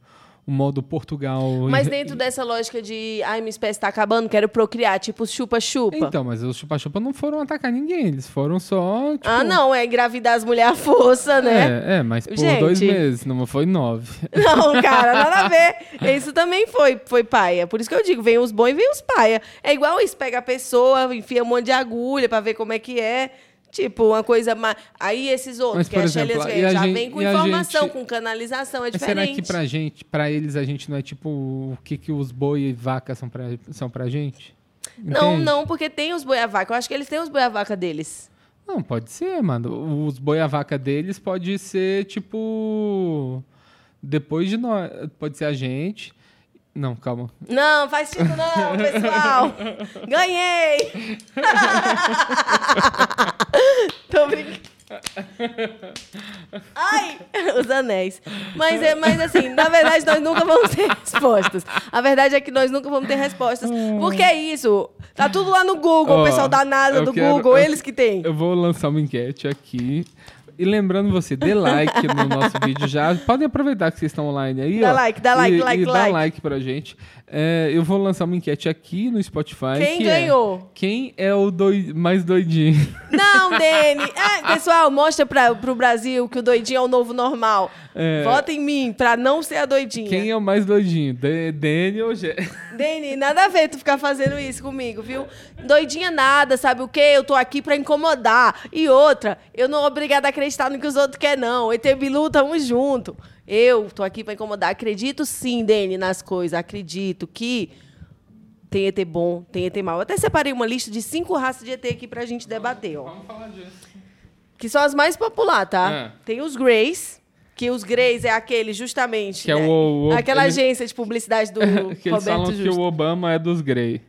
Speaker 3: o modo Portugal...
Speaker 4: Mas
Speaker 3: em-
Speaker 4: dentro dessa lógica de, ai, minha espécie tá acabando, quero procriar, tipo chupa-chupa.
Speaker 3: Então, mas os chupa-chupa não foram atacar ninguém, eles foram só, tipo...
Speaker 4: ah, não, é engravidar as mulheres à força, né?
Speaker 3: É, é, mas por
Speaker 4: Gente.
Speaker 3: dois meses, não foi nove.
Speaker 4: Não, cara, nada a ver. Isso também foi, foi paia. Por isso que eu digo, vem os bons e vem os paia. É igual isso, pega a pessoa, enfia um monte de agulha pra ver como é que é. Tipo, uma coisa mais... Aí esses outros,
Speaker 3: Mas,
Speaker 4: que é
Speaker 3: por
Speaker 4: a
Speaker 3: exemplo,
Speaker 4: Shelly
Speaker 3: e a
Speaker 4: já
Speaker 3: gente-
Speaker 4: vem com
Speaker 3: e a
Speaker 4: informação,
Speaker 3: gente-
Speaker 4: com canalização, é
Speaker 3: Mas
Speaker 4: diferente.
Speaker 3: Será que pra gente, pra eles, a gente não é tipo o que, que os boi e vaca são pra, são pra gente?
Speaker 4: Não,
Speaker 3: Entende?
Speaker 4: não, porque tem os boiavaca. Eu acho que eles têm os boiavaca deles.
Speaker 3: Não, pode ser, mano. Os boi e a vaca deles pode ser tipo. Depois de nós. Pode ser a gente. Não, calma.
Speaker 4: Não, faz tipo não, pessoal. Ganhei! Tô brincando. Ai, os anéis. Mas, é, mas assim, na verdade, nós nunca vamos ter respostas. A verdade é que nós nunca vamos ter respostas. Porque é isso. Tá tudo lá no Google,
Speaker 3: Ó,
Speaker 4: o pessoal da NASA,
Speaker 3: eu
Speaker 4: do
Speaker 3: quero-
Speaker 4: Google,
Speaker 3: eu-
Speaker 4: eles que têm.
Speaker 3: Eu vou lançar uma enquete aqui. E lembrando você, dê like no nosso vídeo já. Podem aproveitar que vocês estão online aí.
Speaker 4: Dá
Speaker 3: ó,
Speaker 4: like, dá like,
Speaker 3: e,
Speaker 4: like,
Speaker 3: e dá
Speaker 4: like.
Speaker 3: like pra gente. É, eu vou lançar uma enquete aqui no Spotify.
Speaker 4: Quem
Speaker 3: que é,
Speaker 4: ganhou?
Speaker 3: quem é o doi- mais doidinho?
Speaker 4: Não, Dene. É, pessoal, mostra pra, pro Brasil que o doidinho é o novo normal.
Speaker 3: É.
Speaker 4: Vota em mim pra não ser a doidinha.
Speaker 3: Quem é o mais doidinho? D- Daniel ou Jé?
Speaker 4: Dene, nada a ver tu ficar fazendo isso comigo, viu? Doidinha nada, sabe o quê? Eu tô aqui pra incomodar. E outra, eu não sou obrigada a acreditar no que os outros querem, não. ET Bilu, tamo junto. Eu tô aqui pra incomodar. Acredito sim, Dene, nas coisas. Acredito que tem ET bom, tem ET mau. Eu até separei uma lista de cinco raças de ET aqui pra gente debater, ó.
Speaker 3: Vamos falar disso.
Speaker 4: Que são as mais populares, tá?
Speaker 3: Ah.
Speaker 4: Tem os Greys, que os Greys é aquele justamente.
Speaker 3: Que é
Speaker 4: né?
Speaker 3: o- o-
Speaker 4: Aquela
Speaker 3: eles-
Speaker 4: agência de publicidade do
Speaker 3: que eles falam
Speaker 4: Roberto
Speaker 3: que
Speaker 4: Justo.
Speaker 3: o Obama é dos Grey.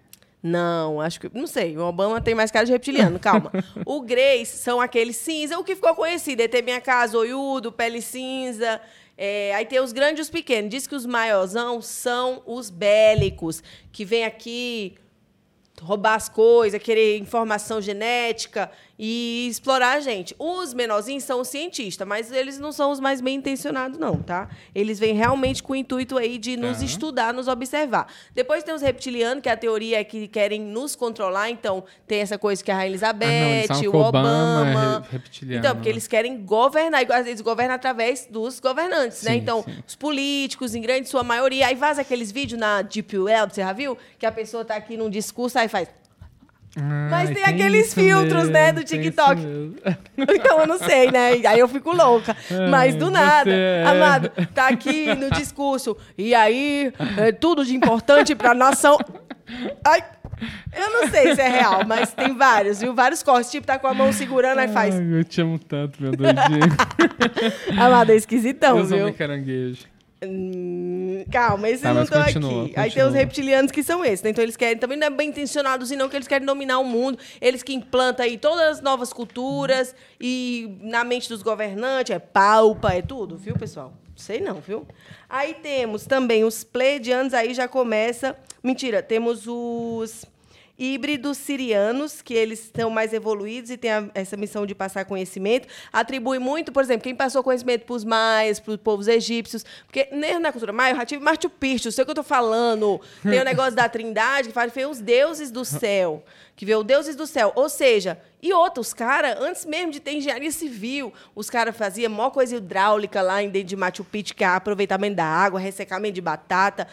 Speaker 4: Não, acho que. Não sei. O Obama tem mais cara de reptiliano, calma. o Greys são aqueles cinza, o que ficou conhecido. ET Minha Casa, Oiudo, Pele Cinza. É, aí tem os grandes e os pequenos. Diz que os maiorzão são os bélicos, que vem aqui roubar as coisas, querer informação genética e explorar a gente. Os menorzinhos são os cientistas, mas eles não são os mais bem intencionados, não, tá? Eles vêm realmente com o intuito aí de nos
Speaker 3: Aham.
Speaker 4: estudar, nos observar. Depois tem os reptilianos, que a teoria é que querem nos controlar, então tem essa coisa que a Rainha
Speaker 3: Ah,
Speaker 4: Elizabeth,
Speaker 3: falam que
Speaker 4: o Obama.
Speaker 3: é re- reptiliano.
Speaker 4: Então, porque
Speaker 3: né?
Speaker 4: eles querem governar, e às vezes governam através dos governantes, né?
Speaker 3: Sim,
Speaker 4: Então,
Speaker 3: sim.
Speaker 4: os políticos, em grande sua maioria, aí vaza aqueles vídeos na Deep Web, você já viu? Que a pessoa tá aqui num discurso, aí faz. Mas
Speaker 3: Ai,
Speaker 4: tem aqueles
Speaker 3: isso
Speaker 4: filtros, né, do
Speaker 3: tem isso
Speaker 4: TikTok.
Speaker 3: mesmo.
Speaker 4: Então eu não sei, né? Aí eu fico louca. Mas do
Speaker 3: você
Speaker 4: nada,
Speaker 3: é-
Speaker 4: amado, tá aqui no discurso. E aí, é tudo de importante pra nação. Ai, eu não sei se é real, mas tem vários, viu? Vários cortes. Tipo, tá com a mão segurando, aí faz.
Speaker 3: Ai, eu te amo tanto, meu doidinho.
Speaker 4: Amado, é esquisitão,
Speaker 3: eu sou
Speaker 4: viu?
Speaker 3: meio caranguejo.
Speaker 4: Hum, calma, esses
Speaker 3: Tá,
Speaker 4: não
Speaker 3: mas
Speaker 4: estão aqui.
Speaker 3: continua,
Speaker 4: Aí tem
Speaker 3: continua.
Speaker 4: os reptilianos que são esses, né? Então eles querem, também não é bem intencionados, e não que eles querem dominar o mundo. Eles que implantam aí todas as novas culturas e na mente dos governantes, é palpa, é tudo, viu, pessoal? Sei não, viu? Aí temos também os pleiadianos, aí já começa. Mentira, temos os híbridos sirianos, que eles estão mais evoluídos e têm a- essa missão de passar conhecimento. Atribui muito, por exemplo, quem passou conhecimento para os maias, para os povos egípcios, porque nem na cultura maia eu já tive Machu Picchu, sei o que eu tô falando. Tem o negócio da trindade, que fala que foi os deuses do céu, que veio os deuses do céu. Ou seja, e outra, os caras, antes mesmo de ter engenharia civil, os caras faziam mó coisa hidráulica lá em dentro de Machu Picchu, que é aproveitamento da água, ressecamento de batata,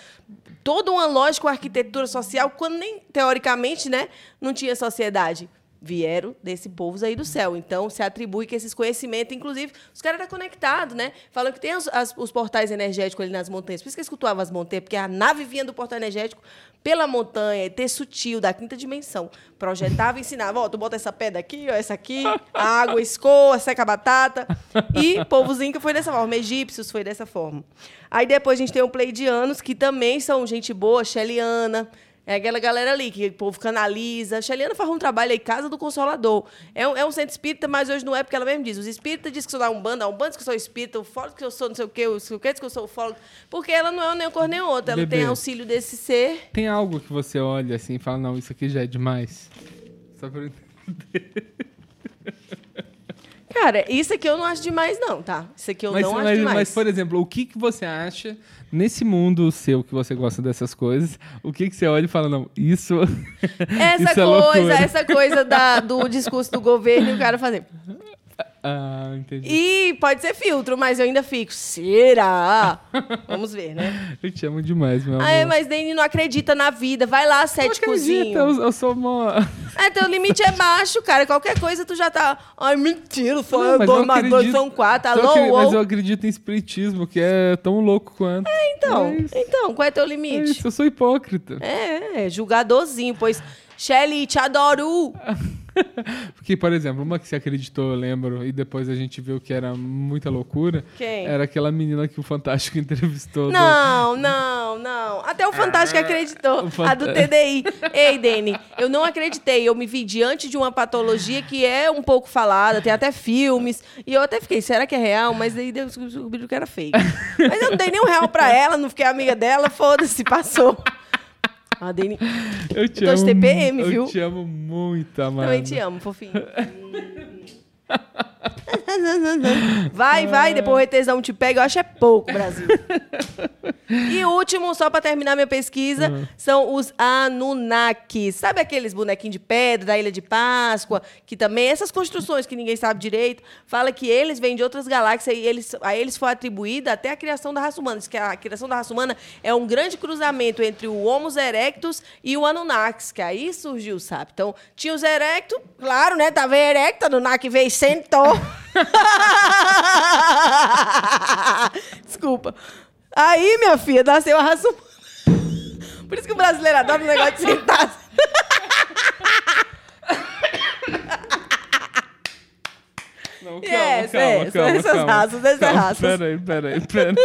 Speaker 4: toda uma lógica, uma arquitetura social, quando nem, teoricamente, né, não tinha sociedade. Vieram desse povo aí do céu. Então, se atribui que esses conhecimentos, inclusive, os caras eram conectados, né? Falam que tem as- as- os portais energéticos ali nas montanhas. Por isso que eles cultuavam as montanhas, porque a nave vinha do portal energético pela montanha, ET sutil, da quinta dimensão. Projetava e ensinava, ó, tu bota essa pedra aqui, ó, essa aqui, a água escoa, seca a batata. E povos inca foi dessa forma, egípcios foi dessa forma. Aí depois a gente tem o pleidianos, que também são gente boa, Sheliana, é aquela galera ali que o povo canaliza. Xeliana faz um trabalho aí, Casa do Consolador. É um, é um centro espírita, mas hoje não é, porque ela mesmo diz. Os espíritas dizem que sou da Umbanda, a Umbanda diz que eu sou espírita, o fólogo que eu sou não sei o quê, o que diz que eu sou fólogo. Porque ela não é nem cor nem outra. Ela
Speaker 3: Bebê.
Speaker 4: tem auxílio desse ser.
Speaker 3: Tem algo que você olha assim e fala, não, isso aqui já é demais. Só pra... eu entender.
Speaker 4: Cara, isso aqui eu não acho demais, não, tá? Isso aqui eu
Speaker 3: mas, é
Speaker 4: não acho
Speaker 3: mas,
Speaker 4: demais.
Speaker 3: mas, por exemplo, o que, que você acha nesse mundo seu que você gosta dessas coisas? O que, que você olha e fala, não, isso.
Speaker 4: essa
Speaker 3: isso é
Speaker 4: coisa,
Speaker 3: loucura.
Speaker 4: essa coisa da- do discurso do governo e o cara fazer.
Speaker 3: Ah, entendi.
Speaker 4: E pode ser filtro, mas eu ainda fico. Será? Vamos ver, né?
Speaker 3: Eu te amo demais, meu amor.
Speaker 4: Ah, é, tipo mas Dani não acredita na vida. Vai lá,
Speaker 3: Não
Speaker 4: sete
Speaker 3: acredita,
Speaker 4: cozinhos.
Speaker 3: eu, eu sou mó.
Speaker 4: É, teu limite é baixo, cara. Qualquer coisa tu já tá. Ai, mentira,
Speaker 3: Não,
Speaker 4: foi
Speaker 3: mas
Speaker 4: dois
Speaker 3: eu
Speaker 4: mais dois,
Speaker 3: acredito-
Speaker 4: são quatro.
Speaker 3: Só
Speaker 4: Alô,
Speaker 3: que- mas eu
Speaker 4: uou.
Speaker 3: acredito em espiritismo, que é tão louco quanto. É,
Speaker 4: Então,
Speaker 3: É isso,
Speaker 4: então, qual é teu
Speaker 3: é
Speaker 4: limite?
Speaker 3: isso, eu sou hipócrita.
Speaker 4: É, é, julgadorzinho, pois. Shelly, te adoro!
Speaker 3: Porque, por exemplo, uma que você acreditou, eu lembro, e depois a gente viu que era muita loucura,
Speaker 4: Quem?
Speaker 3: era aquela menina que o Fantástico entrevistou. do-
Speaker 4: Não, não, não. Até o Fantástico acreditou.
Speaker 3: Ah, o
Speaker 4: A do
Speaker 3: Fanta-
Speaker 4: TDI. Ei, Dene, eu não acreditei. Eu me vi diante de uma patologia que é um pouco falada, tem até filmes. E eu até fiquei, será que é real? Mas daí deu- descobriram que era fake. Mas eu não dei nenhum real pra ela, não fiquei amiga dela, foda-se, passou. Ah, A Dene,
Speaker 3: Eu te
Speaker 4: Eu tô de
Speaker 3: amo.
Speaker 4: TPM,
Speaker 3: eu
Speaker 4: viu?
Speaker 3: te amo muito, amado.
Speaker 4: também te amo, fofinho. Vai, vai, depois o retesão te pega. Eu acho é pouco, Brasil. E o último, só pra terminar minha pesquisa, são os Anunnakis. Sabe aqueles bonequinhos de pedra da Ilha de Páscoa? Que também, essas construções que ninguém sabe direito, fala que eles vêm de outras galáxias e eles, a eles foi atribuída até a criação da raça humana. Diz que a criação da raça humana é um grande cruzamento entre o Homo erectus e o Anunnakis, que aí surgiu, sabe? Então, tinha os erectos, claro, né? Tava erecto, Anunnaki veio e sentou. Desculpa. Aí, minha filha, nasceu a raça humana. Por isso que o brasileiro adora o negócio de sentar.
Speaker 3: Não, calma,
Speaker 4: Yes,
Speaker 3: calma,
Speaker 4: yes,
Speaker 3: calma,
Speaker 4: essas
Speaker 3: calma.
Speaker 4: raças, essas
Speaker 3: Calma,
Speaker 4: raças.
Speaker 3: Peraí, peraí, peraí.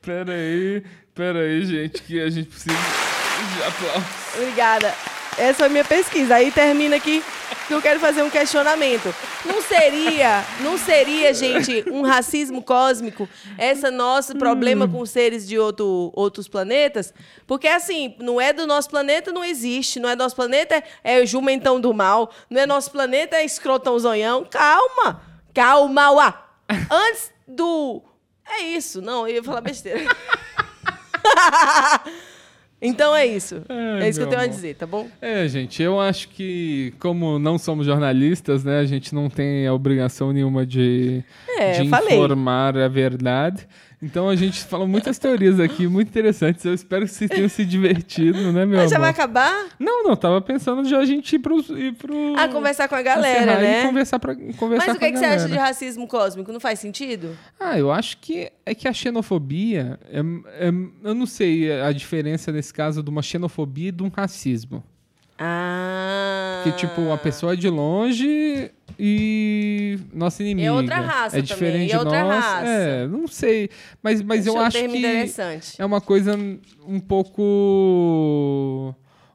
Speaker 3: Peraí, peraí, gente, que a gente precisa de aplausos.
Speaker 4: Obrigada. Essa foi minha pesquisa. Aí termina aqui que eu quero fazer um questionamento. Não seria, não seria, gente, um racismo cósmico esse nosso problema
Speaker 3: Hum.
Speaker 4: com seres de outro- outros planetas? Porque, assim, não é do nosso planeta, não existe. Não é do nosso planeta, é o jumentão do mal. Não é nosso planeta, é escrotão zonhão. Calma, calma, uá. Antes do... É isso. Não, eu ia falar besteira. Então é isso.
Speaker 3: Ai,
Speaker 4: é isso que eu
Speaker 3: meu
Speaker 4: tenho a
Speaker 3: amor.
Speaker 4: dizer, tá bom?
Speaker 3: É, gente, eu acho que, como não somos jornalistas, né, a gente não tem a obrigação nenhuma de,
Speaker 4: É,
Speaker 3: de
Speaker 4: eu falei.
Speaker 3: informar a verdade. Então a gente falou muitas teorias aqui, muito interessantes. Eu espero que vocês tenham se divertido, né, meu
Speaker 4: Mas é já vai
Speaker 3: amor?
Speaker 4: acabar
Speaker 3: Não, não, tava pensando já a gente ir pro. Ir pro
Speaker 4: a Ah, conversar com a galera,
Speaker 3: encerrar e
Speaker 4: né?
Speaker 3: Hum. Assim, Conversar pra, conversar
Speaker 4: Mas o
Speaker 3: com a
Speaker 4: que, que você acha de
Speaker 3: galera.
Speaker 4: racismo cósmico? Não faz sentido?
Speaker 3: Ah, eu acho que é que a xenofobia. é- é- eu não sei a diferença nesse caso de uma xenofobia e de um racismo.
Speaker 4: Ah.
Speaker 3: Que, tipo, uma pessoa é de longe e nossa inimiga.
Speaker 4: outra raça também,
Speaker 3: É diferente
Speaker 4: é outra
Speaker 3: de nós.
Speaker 4: raça.
Speaker 3: É, não sei. Mas, mas eu
Speaker 4: Achei um
Speaker 3: acho
Speaker 4: termo
Speaker 3: que
Speaker 4: interessante.
Speaker 3: é uma coisa um pouco...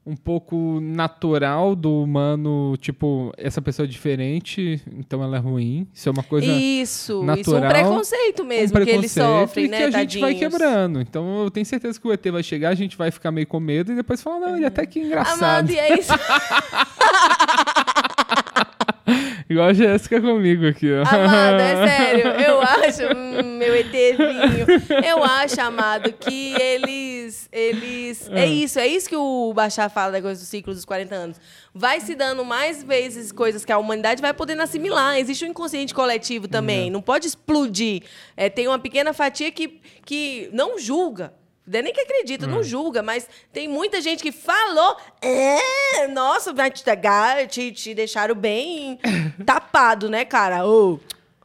Speaker 3: Um pouco natural do humano, tipo, essa pessoa é diferente, então ela é ruim. Isso é uma coisa...
Speaker 4: isso, isso é um
Speaker 3: natural,
Speaker 4: preconceito mesmo
Speaker 3: um
Speaker 4: que eles
Speaker 3: preconceito
Speaker 4: sofrem,
Speaker 3: e
Speaker 4: né,
Speaker 3: que a gente vai
Speaker 4: tadinhos?
Speaker 3: quebrando. Então eu tenho certeza que o ET vai chegar, a gente vai ficar meio com medo e depois falar, não, ele até que é engraçado.
Speaker 4: Amado, e é isso.
Speaker 3: Igual a Jéssica comigo aqui, ó.
Speaker 4: Amado, é sério, eu acho, hum, meu ETzinho, eu acho, amado, que eles, eles, é isso, é isso que o Bachar fala da coisa do ciclo dos 40 anos. Vai se dando mais vezes coisas que a humanidade vai podendo assimilar. Existe um inconsciente coletivo também, não pode explodir. É, tem uma pequena fatia que, que não julga. Não é nem que acredita, não julga, mas tem muita gente que falou. É, nossa, vai te, dar- te, te deixaram bem tapado, né, cara? Ô,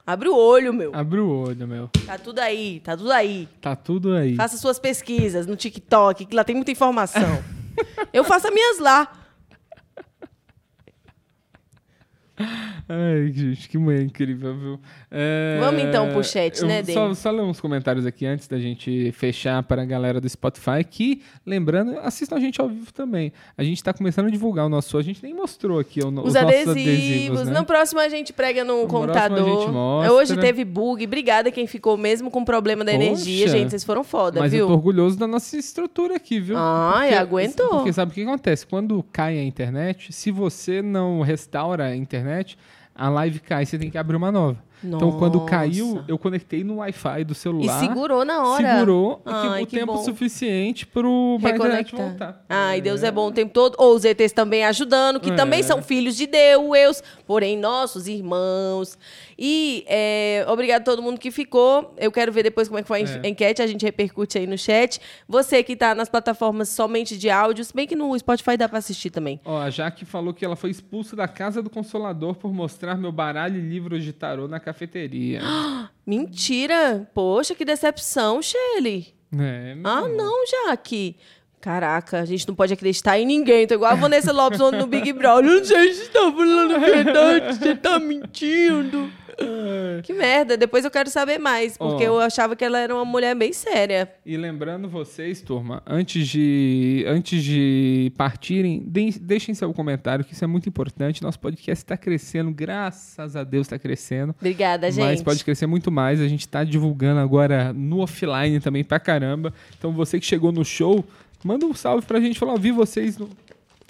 Speaker 4: abre o olho, meu.
Speaker 3: Abre o olho, meu.
Speaker 4: Tá tudo aí, tá tudo aí.
Speaker 3: Tá tudo aí.
Speaker 4: Faça suas pesquisas no TikTok, que lá tem muita informação. Eu faço as minhas lá.
Speaker 3: Ai, gente, que manhã incrível, viu? É,
Speaker 4: Vamos então pro chat,
Speaker 3: eu
Speaker 4: né,
Speaker 3: Só,
Speaker 4: Dani?
Speaker 3: só ler uns comentários aqui antes da gente fechar para a galera do Spotify, que, lembrando, assistam a gente ao vivo também. A gente tá começando a divulgar o nosso, a gente nem mostrou aqui o, no-
Speaker 4: Os,
Speaker 3: os
Speaker 4: adesivos.
Speaker 3: nossos adesivos, né?
Speaker 4: No próximo a gente prega no,
Speaker 3: No próximo a
Speaker 4: computador.
Speaker 3: gente mostra. né?
Speaker 4: Hoje teve bug. Obrigada quem ficou mesmo com problema da
Speaker 3: Poxa.
Speaker 4: energia, gente. Vocês foram foda,
Speaker 3: Mas eu
Speaker 4: viu? Ah,
Speaker 3: tô orgulhoso da nossa estrutura aqui, viu?
Speaker 4: Ai, aguentou.
Speaker 3: Porque sabe o que acontece? Quando cai a internet, se você não restaura a internet, a live cai, você tem que abrir uma nova. Então, quando
Speaker 4: Nossa.
Speaker 3: caiu, eu conectei no Wi-Fi do
Speaker 4: E
Speaker 3: celular.
Speaker 4: segurou na hora.
Speaker 3: Segurou o
Speaker 4: Ai,
Speaker 3: que- o
Speaker 4: que
Speaker 3: tempo
Speaker 4: bom.
Speaker 3: suficiente pro pra internet voltar.
Speaker 4: Ai, Deus é bom o tempo todo. Ou os ETs também ajudando, que
Speaker 3: É.
Speaker 4: também são filhos de Deus, porém nossos irmãos. E é, obrigado a todo mundo que ficou. Eu quero ver depois como é que foi a en-
Speaker 3: É.
Speaker 4: enquete, a gente repercute aí no chat. Você que tá nas plataformas somente de áudio, se bem que no Spotify dá pra assistir também.
Speaker 3: Ó, a Jaque falou que ela foi expulsa da casa do Consolador por mostrar meu baralho e livros de tarô na cafeteria.
Speaker 4: Mentira! Poxa, que decepção, Shelly.
Speaker 3: é, meu
Speaker 4: Ah,
Speaker 3: amor.
Speaker 4: não, Jaque. Caraca, a gente não pode acreditar em ninguém. Tô igual a Vanessa Lopes ontem no Big Brother. Eu Não sei se tá falando a verdade, você tá mentindo. Que merda, depois eu quero saber mais, porque
Speaker 3: Ó.
Speaker 4: eu achava que ela era uma mulher bem séria.
Speaker 3: E lembrando vocês, turma, antes de, antes de partirem, de- deixem seu comentário, que isso é muito importante. Nosso podcast está crescendo, graças a Deus está crescendo.
Speaker 4: Obrigada, gente.
Speaker 3: Mas pode crescer muito mais. A gente tá divulgando agora no offline também pra caramba. Então você que chegou no show, manda um salve pra gente. Falar, "Ó, vi vocês no...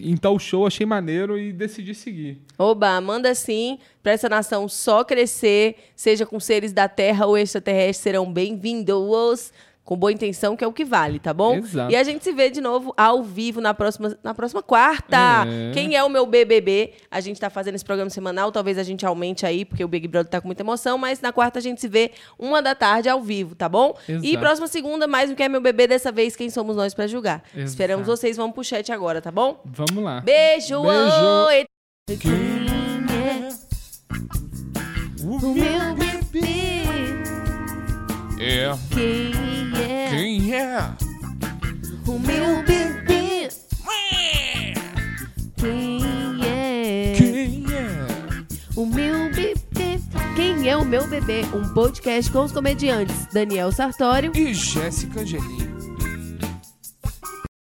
Speaker 3: em tal show, achei maneiro e decidi seguir.
Speaker 4: Oba, manda sim, pra essa nação só crescer, seja com seres da terra ou extraterrestres, serão bem-vindos, com boa intenção, que é o que vale, tá bom?
Speaker 3: Exato.
Speaker 4: E a gente se vê de novo ao vivo na próxima, na próxima quarta.
Speaker 3: É.
Speaker 4: Quem é o meu BBB? A gente tá fazendo esse programa semanal, talvez a gente aumente aí, porque o Big Brother tá com muita emoção, mas na quarta a gente se vê uma da tarde ao vivo, tá bom? E
Speaker 3: Exato.
Speaker 4: próxima segunda, mais um Quem é meu bebê, dessa vez, quem somos nós pra julgar.
Speaker 3: Exato.
Speaker 4: Esperamos vocês, vamos pro chat agora, tá bom?
Speaker 3: Vamos lá.
Speaker 4: Beijo!
Speaker 3: Beijo.
Speaker 4: oi!
Speaker 1: O meu bebê,
Speaker 2: É.
Speaker 1: quem é?
Speaker 2: Quem é?
Speaker 1: O meu bebê, quem é?
Speaker 2: Quem é?
Speaker 1: O meu bebê, quem é o meu bebê? Um podcast com os comediantes Daniel Sartório
Speaker 2: E Jéssica Angelim.